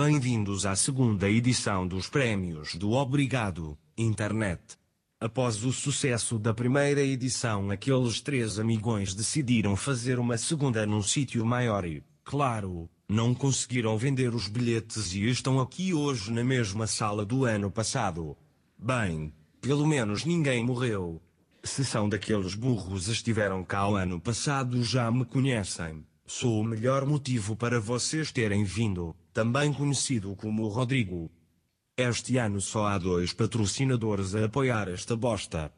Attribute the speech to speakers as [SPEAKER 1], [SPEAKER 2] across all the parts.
[SPEAKER 1] Bem-vindos à segunda edição dos Prémios do Obrigado, Internet. Após o sucesso da primeira edição, aqueles três amigões decidiram fazer uma segunda num sítio maior e, claro, não conseguiram vender os bilhetes e estão aqui hoje na mesma sala do ano passado. Bem, pelo menos ninguém morreu. Se são daqueles burros estiveram cá o ano passado já me conhecem. Sou o melhor motivo para vocês terem vindo, também conhecido como Rodrigo. Este ano só há dois patrocinadores a apoiar esta bosta.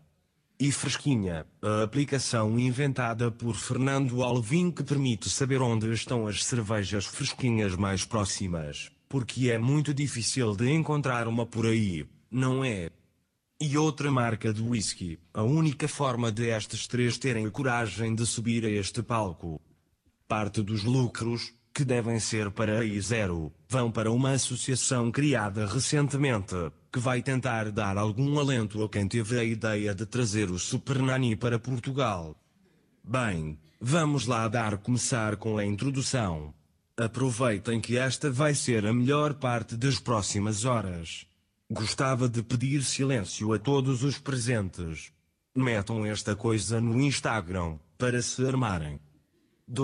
[SPEAKER 1] E Fresquinha, a aplicação inventada por Fernando Alvim que permite saber onde estão as cervejas fresquinhas mais próximas, porque é muito difícil de encontrar uma por aí, não é? E outra marca de whisky, a única forma de estes três terem a coragem de subir a este palco. Parte dos lucros, que devem ser para a I0, vão para uma associação criada recentemente, que vai tentar dar algum alento a quem teve a ideia de trazer o Super Nani para Portugal. Bem, vamos lá dar começar com a introdução. Aproveitem que esta vai ser a melhor parte das próximas horas. Gostava de pedir silêncio a todos os presentes. Metam esta coisa no Instagram, para se armarem.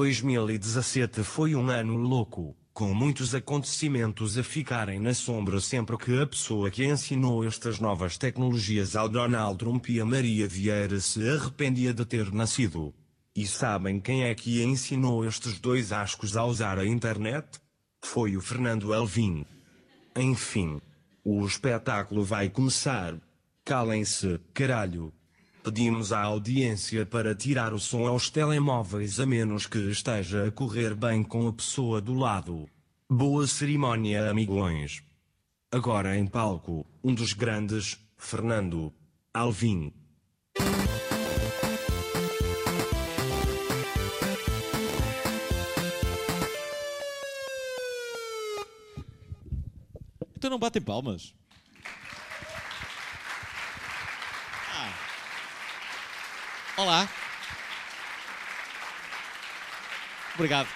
[SPEAKER 1] 2017 foi um ano louco, com muitos acontecimentos a ficarem na sombra sempre que a pessoa que ensinou estas novas tecnologias ao Donald Trump e a Maria Vieira se arrependia de ter nascido. E sabem quem é que ensinou estes dois ascos a usar a internet? Foi o Fernando Alvim. Enfim, o espetáculo vai começar. Calem-se, caralho. Pedimos à audiência para tirar o som aos telemóveis a menos que esteja a correr bem com a pessoa do lado. Boa cerimónia, amigões. Agora em palco, um dos grandes, Fernando Alvim.
[SPEAKER 2] Então não batem palmas. Ah. Olá. Obrigado.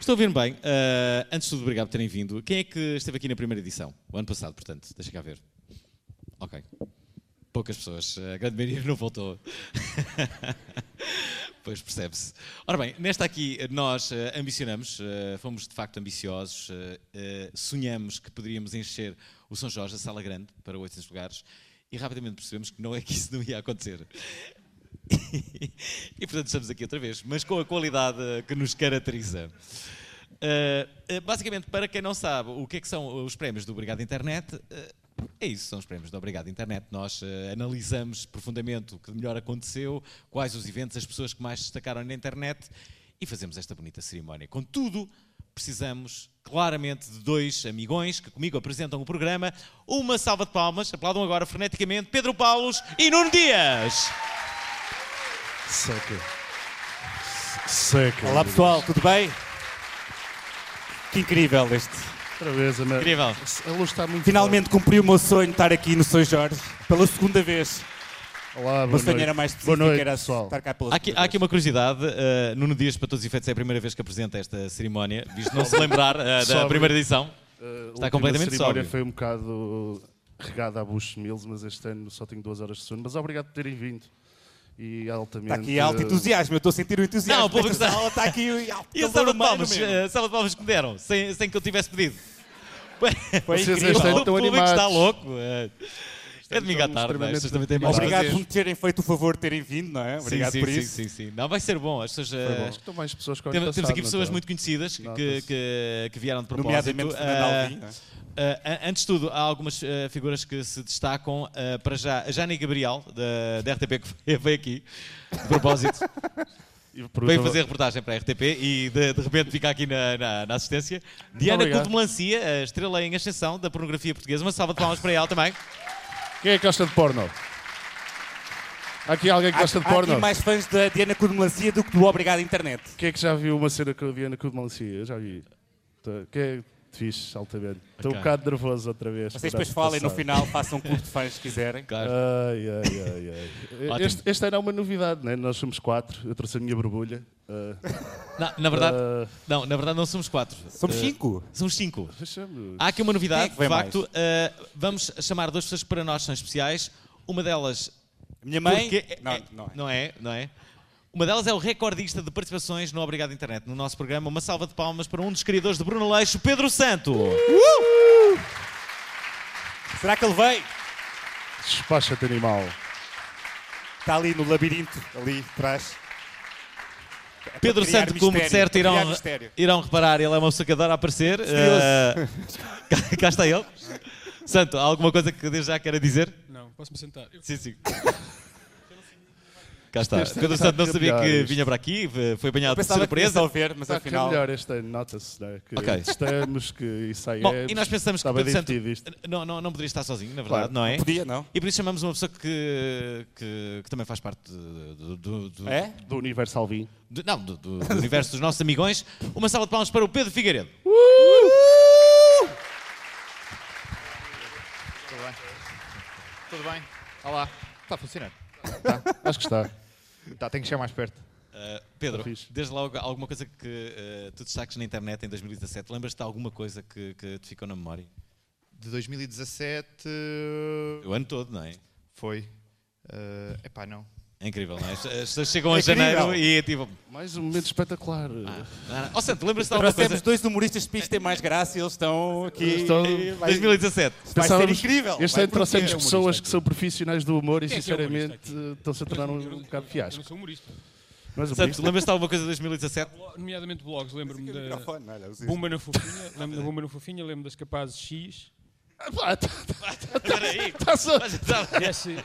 [SPEAKER 2] Estou a ouvir bem. Ah, antes de tudo, obrigado por terem vindo. Quem é que esteve aqui na primeira edição? O ano passado, portanto. Deixa cá ver. Ok. Poucas pessoas. A grande maioria não voltou. Pois percebe-se. Ora bem, nesta aqui nós eh, ambicionamos, eh, fomos de facto ambiciosos, eh, eh, sonhamos que poderíamos encher o São Jorge, a sala grande, para 800 lugares e rapidamente percebemos que não é que isso não ia acontecer. e portanto estamos aqui outra vez, mas com a qualidade eh, que nos caracteriza. Eh, eh, basicamente, para quem não sabe o que é que são os prémios do Obrigado Internet, eh, é isso, são os prémios do Obrigado Internet. Nós eh, analisamos profundamente o que de melhor aconteceu, quais os eventos, as pessoas que mais se destacaram na internet e fazemos esta bonita cerimónia. Contudo, precisamos claramente de dois amigões que comigo apresentam o programa. Uma salva de palmas, aplaudam agora freneticamente Pedro Paulos e Nuno Dias.
[SPEAKER 3] Seca. Seca.
[SPEAKER 4] Olá pessoal, tudo bem? Que incrível este.
[SPEAKER 3] Outra vez, Ana.
[SPEAKER 2] Incrível.
[SPEAKER 3] A luz está muito
[SPEAKER 4] Finalmente cumpri o meu sonho de estar aqui no São Jorge pela segunda vez.
[SPEAKER 3] forte. Olá,
[SPEAKER 4] O
[SPEAKER 3] boa
[SPEAKER 4] meu sonho
[SPEAKER 3] noite.
[SPEAKER 4] era mais
[SPEAKER 3] Boa
[SPEAKER 4] específico,
[SPEAKER 3] noite,
[SPEAKER 4] era
[SPEAKER 3] pessoal.
[SPEAKER 4] estar cá pela
[SPEAKER 2] Há aqui, há
[SPEAKER 4] segunda
[SPEAKER 2] aqui uma curiosidade. eh, Nuno Dias, para todos os efeitos, é a primeira vez que apresenta esta cerimónia, visto não se lembrar eh, da
[SPEAKER 3] Sóbrio.
[SPEAKER 2] primeira edição.
[SPEAKER 3] Uh,
[SPEAKER 2] Está completamente
[SPEAKER 3] A última cerimónia
[SPEAKER 2] sóbrio.
[SPEAKER 3] foi um bocado regada a Bush Mills, mas este ano só tenho duas horas de sono. Mas obrigado por terem vindo. E altamente... eh,
[SPEAKER 4] Está aqui alto entusiasmo, eu estou a sentir o entusiasmo.
[SPEAKER 2] Não, o público
[SPEAKER 4] desta
[SPEAKER 2] está-
[SPEAKER 4] sala, está aqui alto
[SPEAKER 2] E a
[SPEAKER 4] calor
[SPEAKER 2] salva de
[SPEAKER 4] humano
[SPEAKER 2] palmas, eh,
[SPEAKER 4] mesmo.
[SPEAKER 2] a salva de palmas que me deram, sem, sem que eu tivesse pedido.
[SPEAKER 4] Foi
[SPEAKER 3] Vocês
[SPEAKER 4] incrível.
[SPEAKER 3] este ano
[SPEAKER 2] o
[SPEAKER 3] estão
[SPEAKER 2] público está
[SPEAKER 3] animados.
[SPEAKER 2] louco. É, é domingo à
[SPEAKER 3] tão
[SPEAKER 2] tarde, não é?
[SPEAKER 3] extremamente
[SPEAKER 2] Vocês também têm mais
[SPEAKER 3] animados.
[SPEAKER 2] a
[SPEAKER 4] Obrigado
[SPEAKER 2] fazer.
[SPEAKER 4] por me terem feito o favor de terem vindo, não é?
[SPEAKER 2] Sim,
[SPEAKER 4] Obrigado
[SPEAKER 2] sim,
[SPEAKER 4] por
[SPEAKER 2] sim,
[SPEAKER 4] isso.
[SPEAKER 2] sim, sim. Não, vai ser bom. As pessoas, eh,
[SPEAKER 3] Acho que estão mais pessoas que o ano
[SPEAKER 2] temos, temos
[SPEAKER 3] passado,
[SPEAKER 2] aqui pessoas
[SPEAKER 3] não
[SPEAKER 2] muito conhecidas que, que, eh,
[SPEAKER 3] Nota-se.
[SPEAKER 2] que- que vieram de propósito.
[SPEAKER 4] Nomeadamente Fernando
[SPEAKER 2] Ah,
[SPEAKER 4] Alvim, não é?
[SPEAKER 2] ah, antes de tudo, há algumas ah, figuras que se destacam. ah, para já, a Jana Gabriel, da, da RTP, que veio aqui, de propósito.
[SPEAKER 3] E por
[SPEAKER 2] Veio
[SPEAKER 3] outra-
[SPEAKER 2] fazer reportagem para a RTP e de, de repente fica aqui na, na- na assistência. Diana
[SPEAKER 3] obrigado.
[SPEAKER 2] Couto Melancia, a estrela em ascensão da pornografia portuguesa. Uma salva de palmas para ela também.
[SPEAKER 3] Quem é que gosta de porno? Há aqui alguém que
[SPEAKER 4] Há,
[SPEAKER 3] gosta de
[SPEAKER 4] há aqui
[SPEAKER 3] porno?
[SPEAKER 4] mais fãs da Diana Cornelancia do que do Obrigado Internet.
[SPEAKER 3] Quem é que já viu uma cena com a Diana Cudmelancia? Eu já vi. Tá. Quem é- fixe, altamente. Estou um
[SPEAKER 2] Ok.
[SPEAKER 3] bocado nervoso outra vez.
[SPEAKER 4] Vocês
[SPEAKER 3] por
[SPEAKER 4] depois
[SPEAKER 3] ano
[SPEAKER 4] falem no
[SPEAKER 3] passado.
[SPEAKER 4] final, façam um clube de fãs se quiserem.
[SPEAKER 2] Claro.
[SPEAKER 3] Ai, ai, ai, ai.
[SPEAKER 2] Ótimo.
[SPEAKER 3] este, este ano é uma novidade, né? Nós somos quatro. Eu trouxe a minha borbulha. Ah,
[SPEAKER 2] Na, na verdade,
[SPEAKER 3] ah,
[SPEAKER 2] não, na verdade não somos quatro.
[SPEAKER 4] Somos
[SPEAKER 2] Eh,
[SPEAKER 4] cinco.
[SPEAKER 2] somos cinco.
[SPEAKER 3] deixa-me-
[SPEAKER 2] Há aqui uma novidade,
[SPEAKER 4] Quem é que vem
[SPEAKER 2] de facto. eh, vamos chamar duas pessoas que para nós são especiais. Uma delas.
[SPEAKER 4] Minha mãe.
[SPEAKER 2] porque é-
[SPEAKER 4] Não,
[SPEAKER 2] é-
[SPEAKER 4] não é.
[SPEAKER 2] não é, não é? Uma delas é o recordista de participações no Obrigado Internet, no nosso programa. Uma salva de palmas para um dos criadores de Bruno Leixo, Pedro Santo.
[SPEAKER 4] Será que ele veio?
[SPEAKER 3] eh, Despacha-te, animal.
[SPEAKER 4] Está ali no labirinto, ali atrás. É para
[SPEAKER 2] Pedro
[SPEAKER 4] criar
[SPEAKER 2] Santo, como de
[SPEAKER 4] mistério,
[SPEAKER 2] certo
[SPEAKER 4] para criar
[SPEAKER 2] irão,
[SPEAKER 4] mistério.
[SPEAKER 2] irão reparar, ele é uma pessoa que adora aparecer. Eh, cá, cá está ele. Santo, há alguma coisa que desde já queira dizer?
[SPEAKER 5] Não, posso-me sentar. Eu-
[SPEAKER 2] Sim, sim. Cá está.
[SPEAKER 3] Este
[SPEAKER 2] Pedro
[SPEAKER 3] está
[SPEAKER 2] Santo não
[SPEAKER 3] a
[SPEAKER 2] sabia que
[SPEAKER 3] caminhar, isto.
[SPEAKER 2] vinha para aqui, foi apanhado de
[SPEAKER 4] Pensava que
[SPEAKER 2] surpresa.
[SPEAKER 4] ia só ver, mas
[SPEAKER 3] Está a
[SPEAKER 4] afinal.
[SPEAKER 3] melhor este ano, nota-se, né? Que
[SPEAKER 2] Ok.
[SPEAKER 3] estamos, que isso aí
[SPEAKER 2] Bom,
[SPEAKER 3] é.
[SPEAKER 2] e nós pensamos que
[SPEAKER 3] Está bem
[SPEAKER 2] Pedro Santo
[SPEAKER 3] divertido isto.
[SPEAKER 2] não, não, não poderia estar sozinho, na verdade,
[SPEAKER 3] Claro.
[SPEAKER 2] não é?
[SPEAKER 4] Podia, não?
[SPEAKER 2] E por isso chamamos uma pessoa que, que, que também faz parte de- do, do- do-
[SPEAKER 4] É?
[SPEAKER 3] Do universo Alvin.
[SPEAKER 2] do- não, do, do- do universo dos nossos amigões. Uma salva de palmas para o Pedro Figueiredo.
[SPEAKER 6] Tudo bem? Tudo bem? Olá. Está a funcionar?
[SPEAKER 3] Acho que está.
[SPEAKER 6] Tá, tenho que chegar mais perto.
[SPEAKER 4] Eh,
[SPEAKER 2] Uh, Pedro,
[SPEAKER 3] Fixe.
[SPEAKER 2] desde logo alguma coisa que uh, tu destaques na internet em 2017, lembras-te de alguma coisa que, que te ficou na memória?
[SPEAKER 6] De 2017 eh,
[SPEAKER 2] O ano todo, não é?
[SPEAKER 6] foi. Eh, epá, não.
[SPEAKER 2] É incrível, não é? As pessoas chegam a
[SPEAKER 4] É incrível.
[SPEAKER 2] janeiro e é tipo.
[SPEAKER 3] Mais um momento espetacular.
[SPEAKER 2] Ah, oh, Santo, lembras-te de alguma coisa?
[SPEAKER 4] Trouxemos dois humoristas de que têm mais graça e eles estão aqui.
[SPEAKER 3] Estão-
[SPEAKER 4] E vai-
[SPEAKER 2] 2017.
[SPEAKER 4] Vai ser
[SPEAKER 3] Pensávamos-
[SPEAKER 4] incrível.
[SPEAKER 3] Este
[SPEAKER 4] Vai É um
[SPEAKER 3] ano trouxemos
[SPEAKER 4] prometer.
[SPEAKER 3] pessoas que são profissionais do humor e,
[SPEAKER 5] Quem é
[SPEAKER 4] um
[SPEAKER 5] que é humorista
[SPEAKER 3] sinceramente, estão-se a tornar um, um bocado
[SPEAKER 5] Eu não
[SPEAKER 3] fiasco.
[SPEAKER 5] sou humorista.
[SPEAKER 3] Mas o
[SPEAKER 2] Santo, lembras-te de alguma coisa de 2017?
[SPEAKER 5] Blo- Nomeadamente blogs, lembro-me
[SPEAKER 4] Aqui o
[SPEAKER 5] da
[SPEAKER 4] microfone, olha, os-
[SPEAKER 5] Bumba na Fofinha, lembro-me da Bumba na Fofinha, lembro das Capazes X. Esse...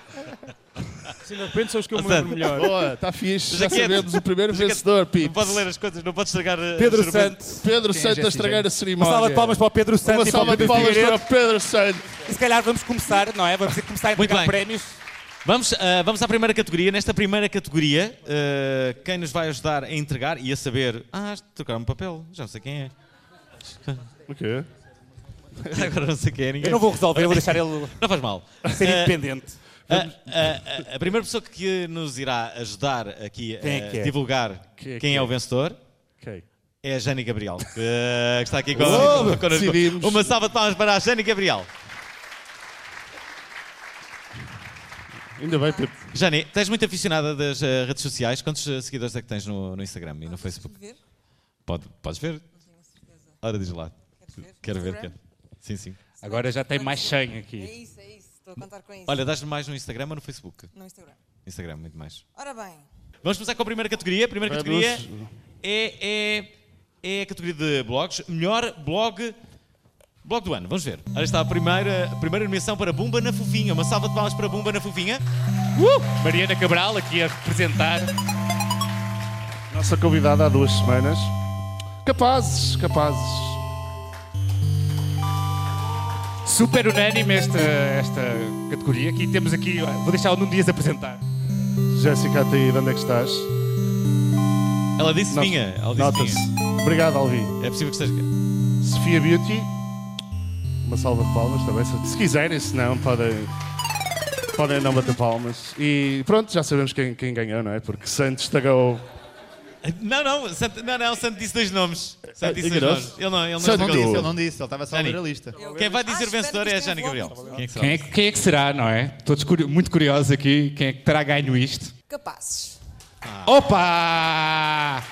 [SPEAKER 4] Ah,
[SPEAKER 5] Sim, de repente são os que eu me lembro melhor.
[SPEAKER 3] Boa, está fixe.
[SPEAKER 2] Mas é
[SPEAKER 3] Já
[SPEAKER 2] quieto.
[SPEAKER 3] sabemos o primeiro
[SPEAKER 2] Mas é quieto.
[SPEAKER 3] vencedor,
[SPEAKER 2] Não
[SPEAKER 3] Pips.
[SPEAKER 2] pode ler as coisas, não pode estragar. uh,
[SPEAKER 4] Pedro
[SPEAKER 2] as
[SPEAKER 4] Santo.
[SPEAKER 3] Pedro
[SPEAKER 6] Quem é
[SPEAKER 3] Santo a
[SPEAKER 6] Jesse
[SPEAKER 3] estragar a
[SPEAKER 4] Uma
[SPEAKER 3] cerimónia.
[SPEAKER 4] salva de palmas para o Pedro Santo
[SPEAKER 3] Uma
[SPEAKER 4] e para o
[SPEAKER 3] salva de
[SPEAKER 4] Pedro
[SPEAKER 3] palmas
[SPEAKER 4] Figueiredo.
[SPEAKER 3] para o Pedro Santo.
[SPEAKER 4] E se calhar vamos começar, não é? Vamos ter que começar a
[SPEAKER 2] Muito
[SPEAKER 4] entregar
[SPEAKER 2] bem.
[SPEAKER 4] prémios.
[SPEAKER 2] Vamos, ah, vamos à primeira categoria. Nesta primeira categoria, ah, quem nos vai ajudar a entregar e a saber. Ah, trocaram-me papel, já não sei quem é.
[SPEAKER 3] O quê?
[SPEAKER 2] Agora não sei quem é ninguém.
[SPEAKER 4] Eu não vou resolver, eu vou deixar ele
[SPEAKER 2] Não faz mal.
[SPEAKER 4] ser
[SPEAKER 2] Ah,
[SPEAKER 4] independente.
[SPEAKER 2] a, eh, a- a- a primeira pessoa que nos irá ajudar aqui a
[SPEAKER 4] Quem é que é?
[SPEAKER 2] divulgar
[SPEAKER 3] Quem é que
[SPEAKER 2] quem é
[SPEAKER 3] é?
[SPEAKER 2] o vencedor
[SPEAKER 3] Ok.
[SPEAKER 2] é a Jane Gabriel, que, que está aqui com
[SPEAKER 3] Oh,
[SPEAKER 2] connosco.
[SPEAKER 3] decidimos.
[SPEAKER 2] Uma salva de palmas para a Jane Gabriel.
[SPEAKER 3] Ainda bem, Pips.
[SPEAKER 2] Jane, tens muito aficionada das ah, redes sociais. Quantos ah, seguidores é que tens no, no Instagram e no Facebook?
[SPEAKER 7] Ver?
[SPEAKER 2] Pode, podes ver?
[SPEAKER 7] Não tenho certeza.
[SPEAKER 2] Ora, diz lá.
[SPEAKER 7] Queres ver?
[SPEAKER 2] Quero ver,
[SPEAKER 7] Instagram?
[SPEAKER 2] quero. Sim, sim.
[SPEAKER 4] Agora já tem mais 100
[SPEAKER 7] É
[SPEAKER 4] aqui.
[SPEAKER 7] isso, é isso. Estou a contar com isso.
[SPEAKER 2] Olha, dás-lhe mais no Instagram ou no Facebook?
[SPEAKER 7] No Instagram.
[SPEAKER 2] Instagram, muito mais.
[SPEAKER 7] Ora bem,
[SPEAKER 2] Vamos começar com a primeira categoria. A primeira
[SPEAKER 3] Vamos.
[SPEAKER 2] categoria é, é, é a categoria de blogs. Melhor blog, blog do ano. Vamos ver. Olha está a primeira, a primeira nomeação para Bumba na Fofinha. Uma salva de palmas para Bumba na Fofinha.
[SPEAKER 4] Mariana Cabral aqui a representar.
[SPEAKER 3] Nossa convidada há duas semanas. Capazes, capazes.
[SPEAKER 4] Super unânime esta, esta categoria. Aqui temos aqui, vou deixar o Nuno Dias apresentar.
[SPEAKER 3] Jéssica Ataíde, onde é que estás?
[SPEAKER 2] Ela disse
[SPEAKER 3] Nota-
[SPEAKER 2] vinha. Ela disse
[SPEAKER 3] Nota-se.
[SPEAKER 2] vinha.
[SPEAKER 3] Obrigado, Alvin.
[SPEAKER 2] É possível que esteja.
[SPEAKER 3] Sofia Beauty. Uma salva de palmas também. se- Se quiserem, se não, podem, podem não bater palmas. E pronto, já sabemos quem, quem ganhou, não é? Porque Santos tagau.
[SPEAKER 2] Não, não, Santo, não, não, Santo disse dois nomes. Santo disse dois
[SPEAKER 3] ignorou-se?
[SPEAKER 2] nomes. Ele não, ele não
[SPEAKER 3] Santo
[SPEAKER 2] jogou.
[SPEAKER 3] disse,
[SPEAKER 6] Ele não disse, ele estava só a ler a lista.
[SPEAKER 2] Quem vai dizer
[SPEAKER 7] Ah, espero
[SPEAKER 2] vencedor
[SPEAKER 7] que
[SPEAKER 2] é a
[SPEAKER 7] isto
[SPEAKER 2] Jane
[SPEAKER 7] tenha
[SPEAKER 2] Gabriel.
[SPEAKER 7] votos.
[SPEAKER 2] Quem é que será?
[SPEAKER 8] Quem é, que- quem é que será, não é? Estou descuri- muito curioso aqui. Quem é que terá ganho isto?
[SPEAKER 7] capazes.
[SPEAKER 2] Ah.
[SPEAKER 8] Opa!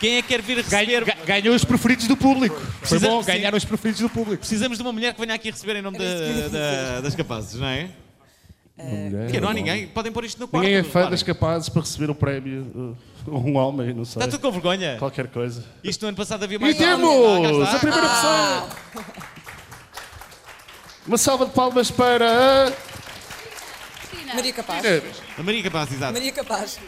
[SPEAKER 2] Quem é que quer vir
[SPEAKER 8] Ganhou,
[SPEAKER 2] receber?
[SPEAKER 8] ga- ganhou os preferidos do público. Foi
[SPEAKER 2] Precisa-
[SPEAKER 8] bom,
[SPEAKER 2] sim.
[SPEAKER 8] ganharam os preferidos do público.
[SPEAKER 2] Precisamos de uma mulher que venha aqui receber em nome
[SPEAKER 7] Era isso que eu
[SPEAKER 2] da-
[SPEAKER 7] ia
[SPEAKER 2] da- das capazes, não é? Porque não há ninguém. Podem pôr isto no quarto.
[SPEAKER 3] É. Ninguém é fã
[SPEAKER 2] reparem.
[SPEAKER 3] das capazes para receber um prémio. uh, Um homem, não sei.
[SPEAKER 2] Está Tá tudo com vergonha.
[SPEAKER 3] Qualquer coisa.
[SPEAKER 2] Isto no ano passado havia
[SPEAKER 3] E
[SPEAKER 2] mais. Ah,
[SPEAKER 3] temos a primeira pessoa. Uma salva de palmas para uh, a.
[SPEAKER 7] Maria Capaz.
[SPEAKER 2] A Maria Capaz, exato.
[SPEAKER 7] Maria Capaz.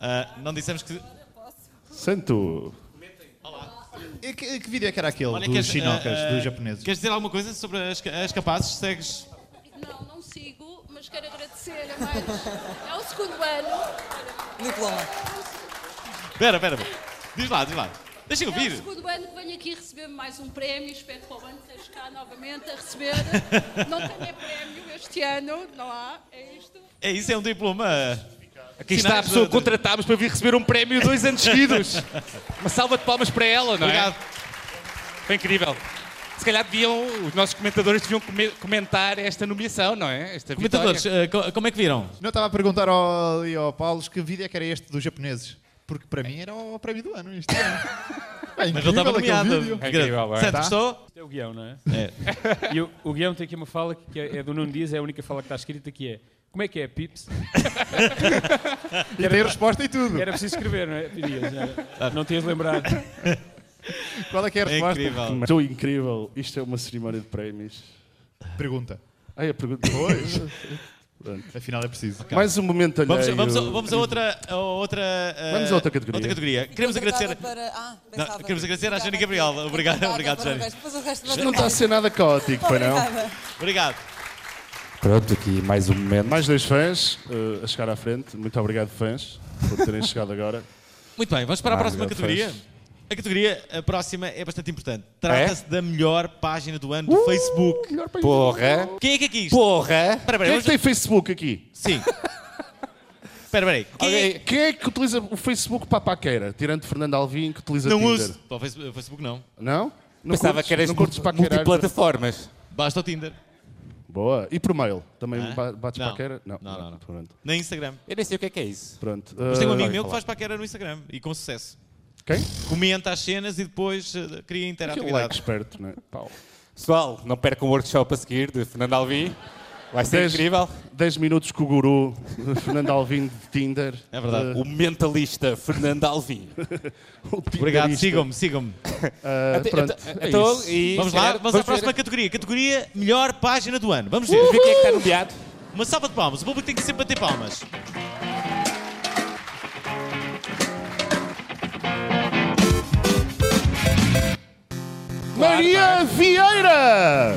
[SPEAKER 2] Ah, não dissemos que.
[SPEAKER 3] Santo.
[SPEAKER 6] E que, que vídeo é que era aquele
[SPEAKER 2] Olha,
[SPEAKER 6] dos
[SPEAKER 2] queres,
[SPEAKER 6] chinocas,
[SPEAKER 2] ah, ah,
[SPEAKER 6] dos japoneses?
[SPEAKER 2] Queres dizer alguma coisa sobre as, ca- as capazes? Segues.
[SPEAKER 9] Não, não sigo, mas quero agradecer a mais. É o segundo ano.
[SPEAKER 7] Diploma.
[SPEAKER 2] Espera, espera. espera. Diz lá, diz lá. Deixa eu
[SPEAKER 9] É o
[SPEAKER 2] ouvir.
[SPEAKER 9] segundo ano que venho aqui receber mais um prémio. Espero que para o ano estejas cá novamente a receber. Não tenho é prémio este ano, não há. É isto.
[SPEAKER 2] É isso, é um diploma.
[SPEAKER 10] Aqui está a
[SPEAKER 2] Sinais
[SPEAKER 10] pessoa
[SPEAKER 2] de-
[SPEAKER 10] que contratámos para vir receber um prémio dois anos seguidos. Uma salva de palmas para ela, não
[SPEAKER 2] Obrigado.
[SPEAKER 10] é? Foi incrível. Se calhar deviam, os nossos comentadores deviam come- comentar esta nomeação, não é? Esta
[SPEAKER 2] Comentadores,
[SPEAKER 10] vitória.
[SPEAKER 2] eh, co- como é que viram?
[SPEAKER 4] Não eu estava a perguntar ao, ali ao Paulo que vídeo é que era este dos japoneses. Porque para mim era o prémio do ano. Isto é, é
[SPEAKER 2] Mas ele
[SPEAKER 4] incrível
[SPEAKER 2] estava
[SPEAKER 4] aquele
[SPEAKER 2] nomeado.
[SPEAKER 4] vídeo.
[SPEAKER 10] É incrível, é.
[SPEAKER 2] Certo,
[SPEAKER 4] Tá.
[SPEAKER 2] gostou?
[SPEAKER 5] Isto é o guião, não é?
[SPEAKER 2] É.
[SPEAKER 5] E o, o guião tem aqui uma fala que é, é do Nuno Dias, é a única fala que está escrita que é como é que é, Pips?
[SPEAKER 4] E tem resposta e tudo.
[SPEAKER 5] Era preciso escrever, não é? Dias, era. Não tinhas lembrado.
[SPEAKER 4] Qual é que é a
[SPEAKER 2] É
[SPEAKER 4] resposta?
[SPEAKER 2] incrível.
[SPEAKER 3] Estou incrível. Isto é uma cerimónia de prémios.
[SPEAKER 4] Pergunta.
[SPEAKER 3] Ai, a pergunta.
[SPEAKER 4] Afinal é preciso.
[SPEAKER 3] Mais um momento
[SPEAKER 2] Vamos,
[SPEAKER 3] alheio.
[SPEAKER 2] vamos, a, vamos a outra. A outra eh,
[SPEAKER 3] Vamos a outra categoria.
[SPEAKER 2] outra Queremos
[SPEAKER 11] Contratada
[SPEAKER 2] agradecer.
[SPEAKER 11] Para... Ah,
[SPEAKER 2] Não,
[SPEAKER 11] pensava.
[SPEAKER 2] queremos agradecer à Jane
[SPEAKER 11] Obrigada.
[SPEAKER 2] Gabriel. Obrigado,
[SPEAKER 11] Contratada
[SPEAKER 2] obrigado,
[SPEAKER 11] para o
[SPEAKER 2] Jane.
[SPEAKER 11] resto, Depois o resto
[SPEAKER 3] Não está a ser nada caótico, foi não?
[SPEAKER 11] Obrigada.
[SPEAKER 2] Obrigado.
[SPEAKER 8] Pronto, aqui mais um momento.
[SPEAKER 3] Mais dois fãs eh, a chegar à frente. Muito obrigado, fãs, por terem chegado agora.
[SPEAKER 2] Muito bem, vamos para a
[SPEAKER 3] Ah,
[SPEAKER 2] próxima
[SPEAKER 3] já
[SPEAKER 2] categoria.
[SPEAKER 3] fez.
[SPEAKER 2] A categoria, a próxima, é bastante importante. Trata-se
[SPEAKER 8] É?
[SPEAKER 2] da melhor página do ano do Facebook.
[SPEAKER 8] Porra,
[SPEAKER 2] Quem é que aqui? Espera,
[SPEAKER 8] Uh! porra.
[SPEAKER 2] espera,
[SPEAKER 3] Quem é
[SPEAKER 2] vamos-
[SPEAKER 3] que tem Facebook aqui?
[SPEAKER 2] Sim. Espera, espera aí. Quem é-
[SPEAKER 3] Quem, quem é que utiliza o Facebook para a paquera? Tirando Fernando Alvim, que utiliza
[SPEAKER 2] Não
[SPEAKER 3] Tinder.
[SPEAKER 2] uso. Pô, Facebook, Facebook não.
[SPEAKER 3] Não? Não
[SPEAKER 8] Pensava
[SPEAKER 3] curtes?
[SPEAKER 8] que eras
[SPEAKER 3] Não curtes
[SPEAKER 8] multi-
[SPEAKER 3] paquerar?
[SPEAKER 8] multiplataformas.
[SPEAKER 2] Basta o Tinder.
[SPEAKER 3] Boa. E por mail? Também
[SPEAKER 2] Hã?
[SPEAKER 3] ba- bates
[SPEAKER 2] Não.
[SPEAKER 3] paquera?
[SPEAKER 2] Não, não, não.
[SPEAKER 3] Pronto.
[SPEAKER 2] Na Instagram.
[SPEAKER 8] Eu nem sei o que é que é isso.
[SPEAKER 3] Pronto.
[SPEAKER 2] Mas tem um
[SPEAKER 3] Eh,
[SPEAKER 2] amigo meu que faz paquera no Instagram e com sucesso.
[SPEAKER 3] Quem?
[SPEAKER 2] Comenta as cenas e depois eh, cria
[SPEAKER 3] Aquele like
[SPEAKER 8] um
[SPEAKER 2] interatividade.
[SPEAKER 3] esperto, não é? Pau.
[SPEAKER 8] Pessoal, não percam o workshop a seguir de Fernando Alvim. Vai ser
[SPEAKER 3] Dez-
[SPEAKER 8] incrível.
[SPEAKER 3] 10 minutos com o guru Fernando Alvim de Tinder. Eh,
[SPEAKER 2] É verdade.
[SPEAKER 8] O mentalista Fernando Alvim.
[SPEAKER 2] Obrigado, sigam-me, sigam-me.
[SPEAKER 8] Eh,
[SPEAKER 3] Ah, pronto. é
[SPEAKER 8] Então,
[SPEAKER 3] isso.
[SPEAKER 8] e
[SPEAKER 2] Vamos
[SPEAKER 8] se
[SPEAKER 2] lá,
[SPEAKER 8] calhar,
[SPEAKER 2] vamos à
[SPEAKER 8] ver-
[SPEAKER 2] próxima categoria. Categoria melhor página do ano. Vamos ver.
[SPEAKER 8] Vamos ver quem é que está nomeado.
[SPEAKER 2] Uma salva de palmas. O público tem que sempre bater palmas.
[SPEAKER 3] Maria Vieira!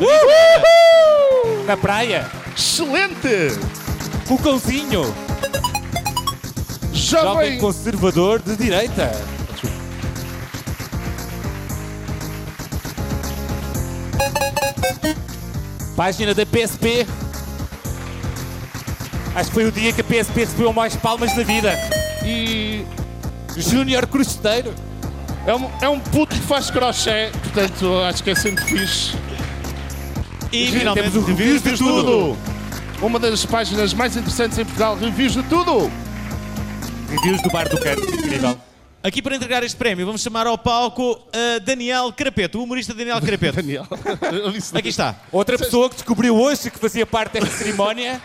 [SPEAKER 8] Na praia,
[SPEAKER 3] Excelente!
[SPEAKER 8] com o cãozinho. Jovem
[SPEAKER 3] Jovem,
[SPEAKER 8] conservador de direita. Página da PSP. Acho que foi o dia que a PSP recebeu mais palmas na vida. E. Júnior Crusteiro.
[SPEAKER 3] é um, é um puto que faz crochê, portanto acho que é sempre fixe.
[SPEAKER 2] E finalmente,
[SPEAKER 8] temos o
[SPEAKER 2] reviews
[SPEAKER 3] de tudo! Uma das páginas mais interessantes em Portugal, reviews de tudo!
[SPEAKER 8] Reviews do Bar do Canto. Incrível.
[SPEAKER 2] Aqui para entregar este prémio, vamos chamar ao palco uh, Daniel Carapeto, o humorista Daniel Carapeto.
[SPEAKER 3] Daniel, eu disse-
[SPEAKER 2] Aqui está.
[SPEAKER 8] Outra pessoa que descobriu hoje que fazia parte desta cerimónia.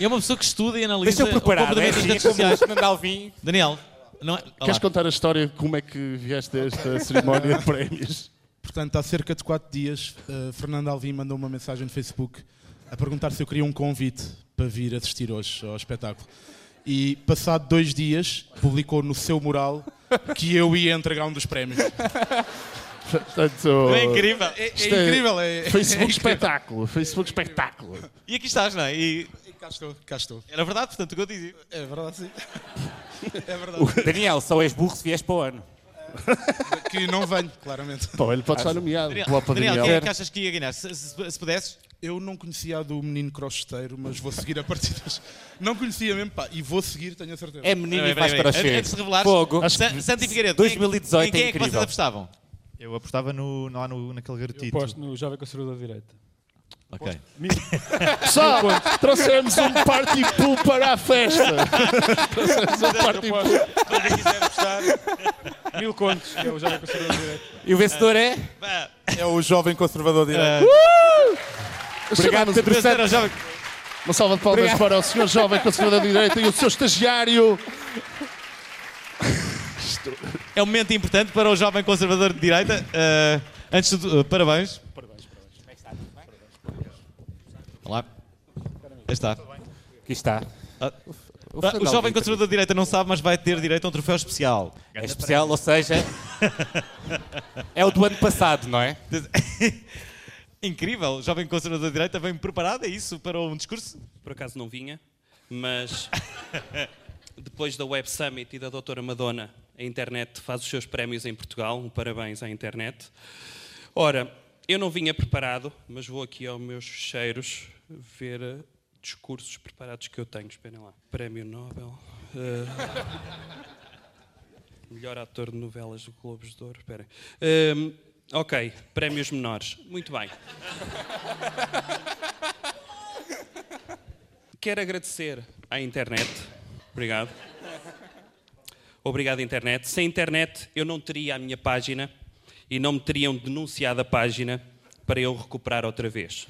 [SPEAKER 2] É uma pessoa que estuda e analisa
[SPEAKER 8] Deixa
[SPEAKER 2] o
[SPEAKER 8] eu preparar. É
[SPEAKER 2] comportamento das
[SPEAKER 8] assim, é
[SPEAKER 2] redes
[SPEAKER 8] como
[SPEAKER 2] sociais.
[SPEAKER 8] Fernando Alvim.
[SPEAKER 2] Daniel, não é? Olá.
[SPEAKER 3] Queres contar a história de como é que vieste a esta cerimónia de prémios?
[SPEAKER 12] Portanto, há cerca de quatro dias, eh, Fernando Alvim mandou uma mensagem no Facebook a perguntar se eu queria um convite para vir assistir hoje ao espetáculo. E, passado dois dias, publicou no seu mural que eu ia entregar um dos prémios.
[SPEAKER 3] Portanto,
[SPEAKER 2] Não é incrível.
[SPEAKER 12] É, é
[SPEAKER 3] Isto é-
[SPEAKER 12] incrível, é.
[SPEAKER 3] Facebook espetáculo, Facebook espetáculo.
[SPEAKER 2] E aqui estás, não é? E
[SPEAKER 12] E Cá estou, cá estou.
[SPEAKER 2] era verdade, portanto, o que eu dizia.
[SPEAKER 12] É verdade, sim. É verdade.
[SPEAKER 8] Daniel, só és burro se vies para o ano.
[SPEAKER 12] Que não venho, claramente.
[SPEAKER 3] Pô, ele pode
[SPEAKER 2] Ah,
[SPEAKER 3] estar nomeado.
[SPEAKER 2] Daniel,
[SPEAKER 3] Lá para
[SPEAKER 2] Daniel,
[SPEAKER 3] Daniel.
[SPEAKER 2] quem é que achas que ia ganhar? Se, se- se pudesses?
[SPEAKER 12] Eu não conhecia a do menino crocheteiro, mas vou seguir a partir das. Não conhecia mesmo, pá, e vou seguir, tenho a certeza.
[SPEAKER 8] É menino e
[SPEAKER 2] Espera aí,
[SPEAKER 8] faz
[SPEAKER 2] espera aí.
[SPEAKER 8] crochê.
[SPEAKER 2] Antes de revelares,
[SPEAKER 8] Fogo.
[SPEAKER 2] Sa- Santi Figueiredo,
[SPEAKER 8] 2018
[SPEAKER 2] em quem
[SPEAKER 8] é
[SPEAKER 2] é que vocês
[SPEAKER 8] incrível.
[SPEAKER 2] apostavam?
[SPEAKER 4] Eu apostava no, lá no, naquele
[SPEAKER 5] Eu
[SPEAKER 4] garotito.
[SPEAKER 5] posto no Jovem Conservador de Direita.
[SPEAKER 2] Ok.
[SPEAKER 3] Só trouxemos um party pool para a festa.
[SPEAKER 5] é
[SPEAKER 3] trouxemos um party pool.
[SPEAKER 5] Mil contos, é o Jovem Conservador de Direita.
[SPEAKER 8] E o vencedor é?
[SPEAKER 2] Ah.
[SPEAKER 4] É o jovem
[SPEAKER 12] Ah.
[SPEAKER 4] conservador direito.
[SPEAKER 3] Obrigado, Uh! Pedro Santos. Uma salva de palmas para o senhor jovem conservador da direita e o seu estagiário.
[SPEAKER 2] É um momento importante para o jovem conservador de direita. Eh, antes de tudo, eh, parabéns. Parabéns,
[SPEAKER 8] é
[SPEAKER 2] parabéns. Olá. Aí está.
[SPEAKER 8] Aqui está.
[SPEAKER 2] Ah,
[SPEAKER 8] O
[SPEAKER 2] Ah,
[SPEAKER 8] Fernando
[SPEAKER 2] O jovem
[SPEAKER 8] Alvim.
[SPEAKER 2] conservador de direita não sabe, mas vai ter direito a um troféu especial.
[SPEAKER 8] É especial, ou seja... é o do ano passado, não é?
[SPEAKER 2] Incrível, o jovem conservador de direita vem preparado, é isso, para um discurso?
[SPEAKER 13] Por acaso não vinha, mas Depois da Web Summit e da Doutora Madonna, a internet faz os seus prémios em Portugal. Um parabéns à internet. Ora, eu não vinha preparado, mas vou aqui aos meus fecheiros ver eh, discursos preparados que eu tenho. Esperem lá. Prémio Nobel. eh, Melhor ator de novelas do Globos de Ouro. Espera. Hum, ok, prémios menores. Muito bem. Quero agradecer à internet. Obrigado. Obrigado, internet. Sem internet, eu não teria a minha página e não me teriam denunciado a página para eu recuperar outra vez.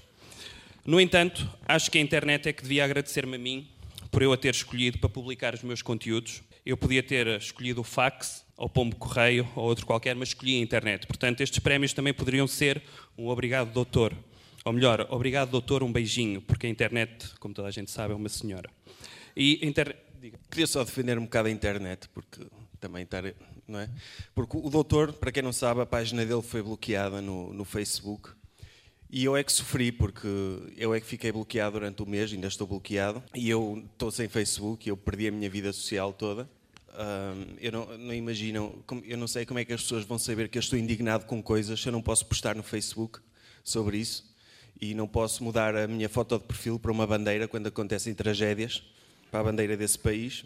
[SPEAKER 13] No entanto, acho que a internet é que devia agradecer-me a mim por eu a ter escolhido para publicar os meus conteúdos. Eu podia ter escolhido o fax, ou pombo correio, ou outro qualquer, mas escolhi a internet. Portanto, estes prémios também poderiam ser um obrigado, doutor. Ou melhor, obrigado, doutor, um beijinho, porque a internet, como toda a gente sabe, é uma senhora. E a internet.
[SPEAKER 14] Queria só defender um bocado a internet, porque também estar. Não é? Porque o doutor, para quem não sabe, a página dele foi bloqueada no, no Facebook. E eu é que sofri, porque eu é que fiquei bloqueado durante o mês, ainda estou bloqueado. E eu estou sem Facebook, eu perdi a minha vida social toda. Ahm, eu não, não imagino, como- eu não sei como é que as pessoas vão saber que eu estou indignado com coisas se eu não posso postar no Facebook sobre isso. E não posso mudar a minha foto de perfil para uma bandeira quando acontecem tragédias, para a bandeira desse país.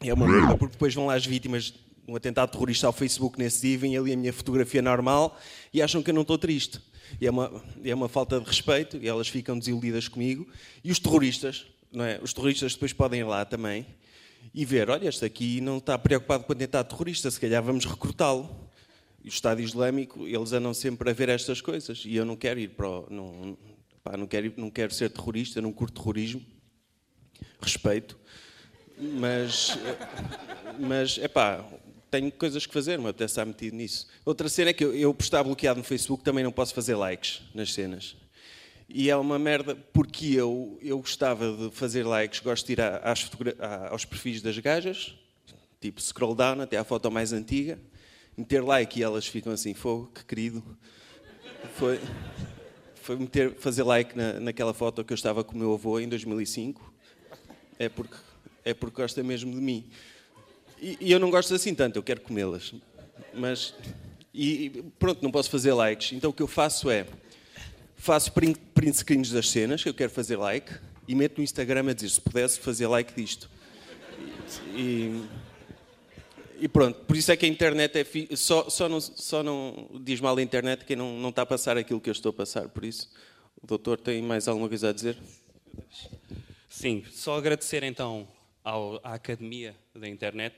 [SPEAKER 14] É uma merda, porque depois vão lá as vítimas de um atentado terrorista ao Facebook nesse dia, vêm ali a minha fotografia normal e acham que eu não estou triste. E é uma, é uma falta de respeito e elas ficam desiludidas comigo. E os terroristas, não é? Os terroristas depois podem ir lá também e ver, olha, este aqui não está preocupado com o atentado terrorista, se calhar vamos recrutá-lo. E o Estado Islâmico, eles andam sempre a ver estas coisas e eu não quero ir para o, não, pá, não quero, ir- não quero ser terrorista, não curto terrorismo. Respeito mas, eh, mas epá, tenho coisas que fazer, mas até está metido nisso. Outra cena é que eu, eu por estar bloqueado no Facebook também não posso fazer likes nas cenas. E é uma merda, porque eu, eu gostava de fazer likes, gosto de ir a- às fotogra- a- aos perfis das gajas, tipo scroll down até à foto mais antiga, meter like e elas ficam assim, fogo, que querido. Foi, foi meter, fazer like na, naquela foto que eu estava com o meu avô em 2005, é porque, é porque gosta mesmo de mim. E, e eu não gosto assim tanto, eu quero comê-las. Mas, e e pronto, não posso fazer likes. Então o que eu faço é, faço print, print screens das cenas que eu quero fazer like e meto no Instagram a dizer se pudesse fazer like disto. E, e pronto, por isso é que a internet é fi- só, só, não, só não diz mal a internet quem não, não está a passar aquilo que eu estou a passar. Por isso, o doutor tem mais alguma coisa a dizer?
[SPEAKER 13] Sim, só agradecer então ao- à Academia da Internet,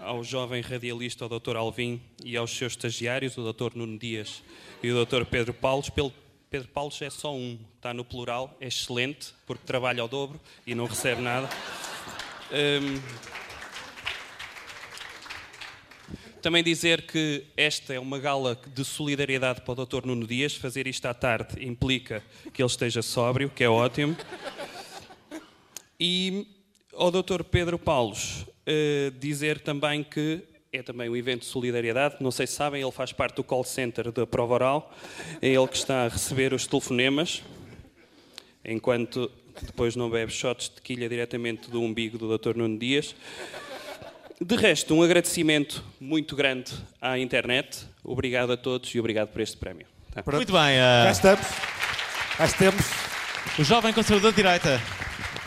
[SPEAKER 13] ao jovem radialista, ao Dr. Alvim e aos seus estagiários, o Dr. Nuno Dias e o Dr. Pedro Paulos. Pelo Pedro Paulos é só um, está no plural, é excelente, porque trabalha ao dobro e não recebe nada. Hum, Também dizer que esta é uma gala de solidariedade para o Dr. Nuno Dias. Fazer isto à tarde implica que ele esteja sóbrio, que é ótimo. E ao Dr. Pedro Paulos eh, dizer também que é também um evento de solidariedade. Não sei se sabem, ele faz parte do call center da Prova Oral. É ele que está a receber os telefonemas, enquanto depois não bebe shots de quilha diretamente do umbigo do Dr. Nuno Dias. De resto, um agradecimento muito grande à internet. Obrigado a todos e obrigado por este prémio. Tá?
[SPEAKER 2] Muito bem. ah,
[SPEAKER 13] Cá estamos.
[SPEAKER 2] Cá temos. O jovem conservador de direita.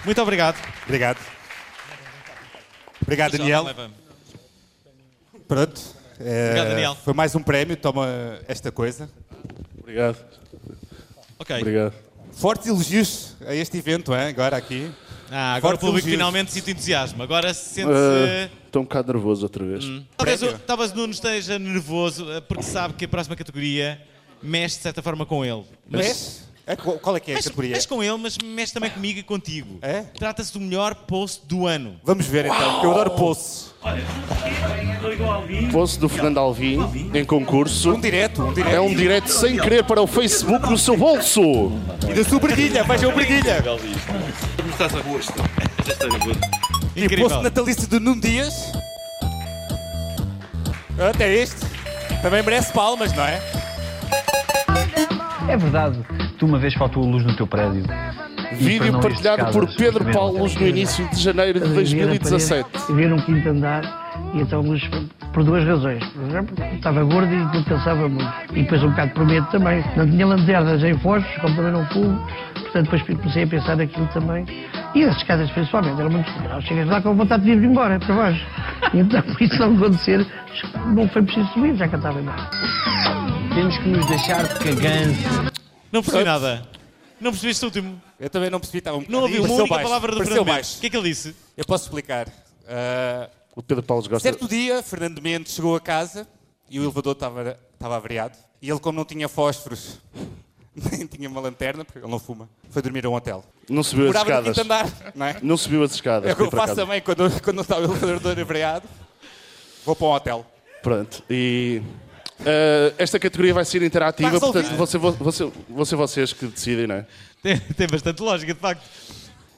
[SPEAKER 2] Muito obrigado.
[SPEAKER 15] Obrigado. Obrigado,
[SPEAKER 2] Mas já
[SPEAKER 15] Daniel.
[SPEAKER 2] não leva.
[SPEAKER 15] Pronto. Eh,
[SPEAKER 2] Obrigado, Daniel.
[SPEAKER 15] Foi mais um prémio, toma esta coisa. Obrigado.
[SPEAKER 2] Ok.
[SPEAKER 15] Obrigado. Fortes elogios a este evento, hein, agora aqui.
[SPEAKER 2] Ah, agora
[SPEAKER 15] Fortes
[SPEAKER 2] o público
[SPEAKER 15] elogios.
[SPEAKER 2] finalmente sente entusiasmo. Agora se sente.
[SPEAKER 3] Ah, Estou um bocado nervoso outra vez.
[SPEAKER 2] Talvez, o- talvez o Nuno esteja nervoso eh, porque sabe que a próxima categoria mexe de certa forma com ele.
[SPEAKER 15] Mexe? É, qual- qual é que é a
[SPEAKER 2] mexe,
[SPEAKER 15] categoria? Ah. É?
[SPEAKER 2] Mexe com ele, mas mexe também comigo e contigo. Trata-se do melhor post do ano.
[SPEAKER 15] Vamos ver então, porque eu adoro poço.
[SPEAKER 3] Poço do Fernando Alvim em concurso. Um
[SPEAKER 15] direto, um direto.
[SPEAKER 3] É um direto sem querer para o Facebook no seu bolso.
[SPEAKER 15] E da sua
[SPEAKER 3] É,
[SPEAKER 15] briguilha, vejam a briguilha.
[SPEAKER 16] Estás a gosto.
[SPEAKER 15] E poço natalício de Nuno Dias. Até este. Também merece palmas, não é?
[SPEAKER 10] É verdade, tu uma vez faltou a luz no teu prédio.
[SPEAKER 3] Vídeo partilhado por Pedro Paulos no início de janeiro de 2017.
[SPEAKER 10] Viver um quinto andar e então, mas por duas razões. Por exemplo, estava gordo e não pensava muito. E depois um bocado por medo também. Não tinha lanternas em fósforos, como também não fumo. Portanto, depois comecei a pensar naquilo também. E as casas, principalmente, era muito legal. Chegas lá com vontade de ir embora, para baixo. Então, isso não acontecer, não foi preciso subir, já cantava embaixo. Temos que nos deixar de caganço.
[SPEAKER 2] Não percebi nada. Não percebi este último.
[SPEAKER 8] Eu também não percebi, estava um
[SPEAKER 2] Não ouvi
[SPEAKER 8] bocadinho-
[SPEAKER 2] uma
[SPEAKER 8] Pareceu
[SPEAKER 2] única
[SPEAKER 8] baixo,
[SPEAKER 2] palavra do
[SPEAKER 8] pareceu
[SPEAKER 2] Fernando Mendes.
[SPEAKER 8] baixo.
[SPEAKER 2] O que é que ele disse?
[SPEAKER 8] Eu posso explicar. Ah,
[SPEAKER 3] O Pedro Paulos gosta.
[SPEAKER 8] Certo dia, Fernando Mendes chegou a casa e o elevador estava estava avariado. E ele, como não tinha fósforos, nem tinha uma lanterna, porque ele não fuma, foi dormir a um hotel.
[SPEAKER 3] Não subiu as
[SPEAKER 8] Morava no
[SPEAKER 3] escadas.
[SPEAKER 8] quinto andar, não é?
[SPEAKER 3] Não subiu as escadas.
[SPEAKER 8] É o que
[SPEAKER 3] foi
[SPEAKER 8] eu
[SPEAKER 3] para
[SPEAKER 8] faço
[SPEAKER 3] casa.
[SPEAKER 8] também quando, quando está o elevador avariado. Vou para um hotel.
[SPEAKER 3] Pronto, e ah, esta categoria vai ser interativa,
[SPEAKER 8] Está
[SPEAKER 3] portanto,
[SPEAKER 8] resolvido.
[SPEAKER 3] você, vo- você, você, vocês que decidem, não é?
[SPEAKER 2] Tem, tem bastante lógica, de facto.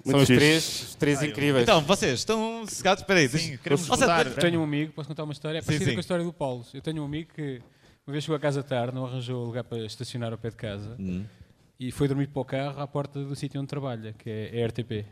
[SPEAKER 3] Muito São os fixe. três- os três incríveis.
[SPEAKER 2] Então, vocês estão cegados? Espera aí. deixa- Ou seja,
[SPEAKER 5] Eu tenho um amigo, posso contar uma história? É
[SPEAKER 2] Sim,
[SPEAKER 5] parecida
[SPEAKER 2] sim.
[SPEAKER 5] com a história do Paulo. Eu tenho um amigo que uma vez chegou a casa tarde, não arranjou lugar para estacionar ao pé de casa
[SPEAKER 2] Hum.
[SPEAKER 5] e foi dormir para o carro à porta do sítio onde trabalha, que é a RTP.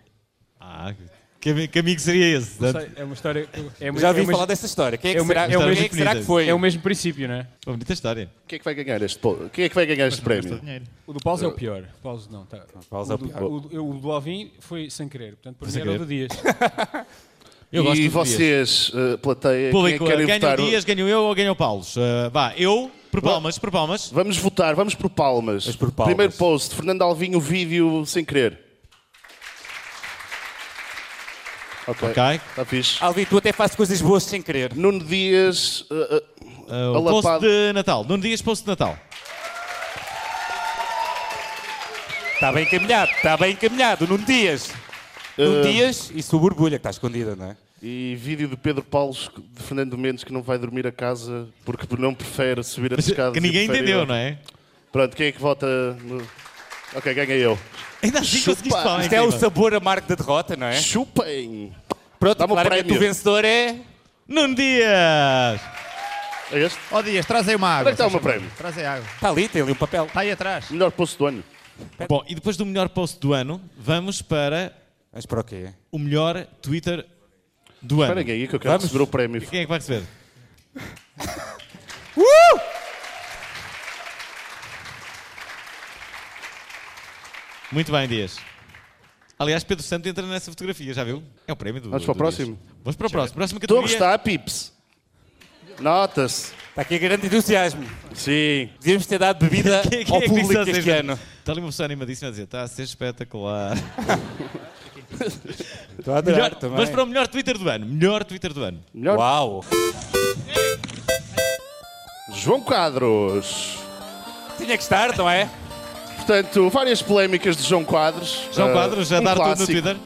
[SPEAKER 2] Ah, que, ami- que amigo seria esse?
[SPEAKER 5] Não sei, é uma história. que- É uma-
[SPEAKER 8] Já ouvi
[SPEAKER 5] é uma-
[SPEAKER 8] falar dessa história. Quem é que
[SPEAKER 5] o-
[SPEAKER 8] será-
[SPEAKER 5] o
[SPEAKER 8] quem é
[SPEAKER 5] mesmo-
[SPEAKER 8] que será que foi?
[SPEAKER 5] É o mesmo princípio, não é?
[SPEAKER 2] Uma bonita história.
[SPEAKER 3] Quem é que vai ganhar este, po- quem é que vai ganhar este prémio?
[SPEAKER 5] O do Paulo é o pior. O Paulo não, tá.
[SPEAKER 3] Paulo é o
[SPEAKER 5] do-
[SPEAKER 3] pior.
[SPEAKER 5] O, do- o do Alvin foi sem querer, portanto, por
[SPEAKER 3] Foi
[SPEAKER 5] mim
[SPEAKER 3] sem
[SPEAKER 5] era o do Dias.
[SPEAKER 3] e vocês, ah, plateia,
[SPEAKER 2] Público,
[SPEAKER 3] quem é que querem
[SPEAKER 2] ganho
[SPEAKER 3] votar?
[SPEAKER 2] o Dias, ganho eu ou ganho o Paulos? Ah, vá, eu, por palmas, por palmas.
[SPEAKER 3] Vamos votar, vamos por palmas. Primeiro post, Fernando Alvinho, vídeo sem querer. Ok.
[SPEAKER 2] Ok.
[SPEAKER 3] Está fixe.
[SPEAKER 8] Alvi, tu até fazes coisas boas sem querer.
[SPEAKER 3] Nuno Dias. ah, ah,
[SPEAKER 2] Ah, o
[SPEAKER 3] a
[SPEAKER 2] post
[SPEAKER 3] lapada-
[SPEAKER 2] de Natal. Nuno Dias, post de Natal.
[SPEAKER 8] Está Tá bem encaminhado, está bem encaminhado. Num Dias. Num
[SPEAKER 2] um
[SPEAKER 3] Ah.
[SPEAKER 8] Dias e sua borbulha, que
[SPEAKER 2] tá
[SPEAKER 8] está escondida, não é?
[SPEAKER 3] E vídeo do Pedro Paulos de Fernando Mendes que não vai dormir a casa porque não prefere subir as
[SPEAKER 2] Mas, uh,
[SPEAKER 3] escadas.
[SPEAKER 2] que
[SPEAKER 3] e
[SPEAKER 2] ninguém
[SPEAKER 3] prefere ir
[SPEAKER 2] entendeu,
[SPEAKER 3] lá.
[SPEAKER 2] não é?
[SPEAKER 3] Pronto, quem é que vota no. Ok, ganha eu.
[SPEAKER 2] Ainda assim conseguiste
[SPEAKER 3] Chupa.
[SPEAKER 2] falar,
[SPEAKER 8] Isto é o sabor amargo da derrota, não é?
[SPEAKER 3] Chupem!
[SPEAKER 8] Pronto,
[SPEAKER 3] Dá-me o
[SPEAKER 8] claramente
[SPEAKER 3] prémio.
[SPEAKER 8] o vencedor é...
[SPEAKER 2] Nuno Dias!
[SPEAKER 3] É este?
[SPEAKER 6] Ó Dias, traz aí uma água.
[SPEAKER 3] Onde é que está o meu prémio?
[SPEAKER 6] Traz aí água.
[SPEAKER 8] Está ali, tem ali um papel. Está
[SPEAKER 6] aí atrás.
[SPEAKER 3] Melhor post do ano.
[SPEAKER 2] Bom, e depois do melhor post do ano, vamos para
[SPEAKER 8] Mas para o quê?
[SPEAKER 2] o melhor Twitter do ano.
[SPEAKER 3] Espera aí é que eu quero receber o prémio.
[SPEAKER 2] Quem é que vai receber?
[SPEAKER 8] Uh!
[SPEAKER 2] Muito bem, Dias. Aliás, Pedro Santo entra nessa fotografia, já viu? É o prémio do
[SPEAKER 3] Vamos para o
[SPEAKER 2] do
[SPEAKER 3] próximo.
[SPEAKER 2] Dias. Vamos para o próximo. Próxima
[SPEAKER 3] Estou a
[SPEAKER 2] categoria.
[SPEAKER 3] gostar, Pips. Nota-se.
[SPEAKER 8] Está Tá aqui grande entusiasmo.
[SPEAKER 3] Sim.
[SPEAKER 8] Devíamos ter dado bebida
[SPEAKER 2] Quem- quem
[SPEAKER 8] ao
[SPEAKER 2] é que disse
[SPEAKER 8] público
[SPEAKER 2] às
[SPEAKER 8] este
[SPEAKER 2] vezes?
[SPEAKER 8] ano.
[SPEAKER 2] Está ali uma pessoa animadíssima a dizer, está a ser espetacular.
[SPEAKER 8] Estou a adorar
[SPEAKER 2] Melhor-
[SPEAKER 8] também.
[SPEAKER 2] Mas para o melhor Twitter do ano. Melhor Twitter do ano.
[SPEAKER 3] Melhor.
[SPEAKER 8] Uau!
[SPEAKER 3] João Quadros.
[SPEAKER 8] Tinha que estar, não é?
[SPEAKER 3] Portanto, várias polémicas de João Quadros.
[SPEAKER 2] João
[SPEAKER 3] Ah,
[SPEAKER 2] Quadros, já dar tudo no
[SPEAKER 3] clássico.
[SPEAKER 2] Twitter.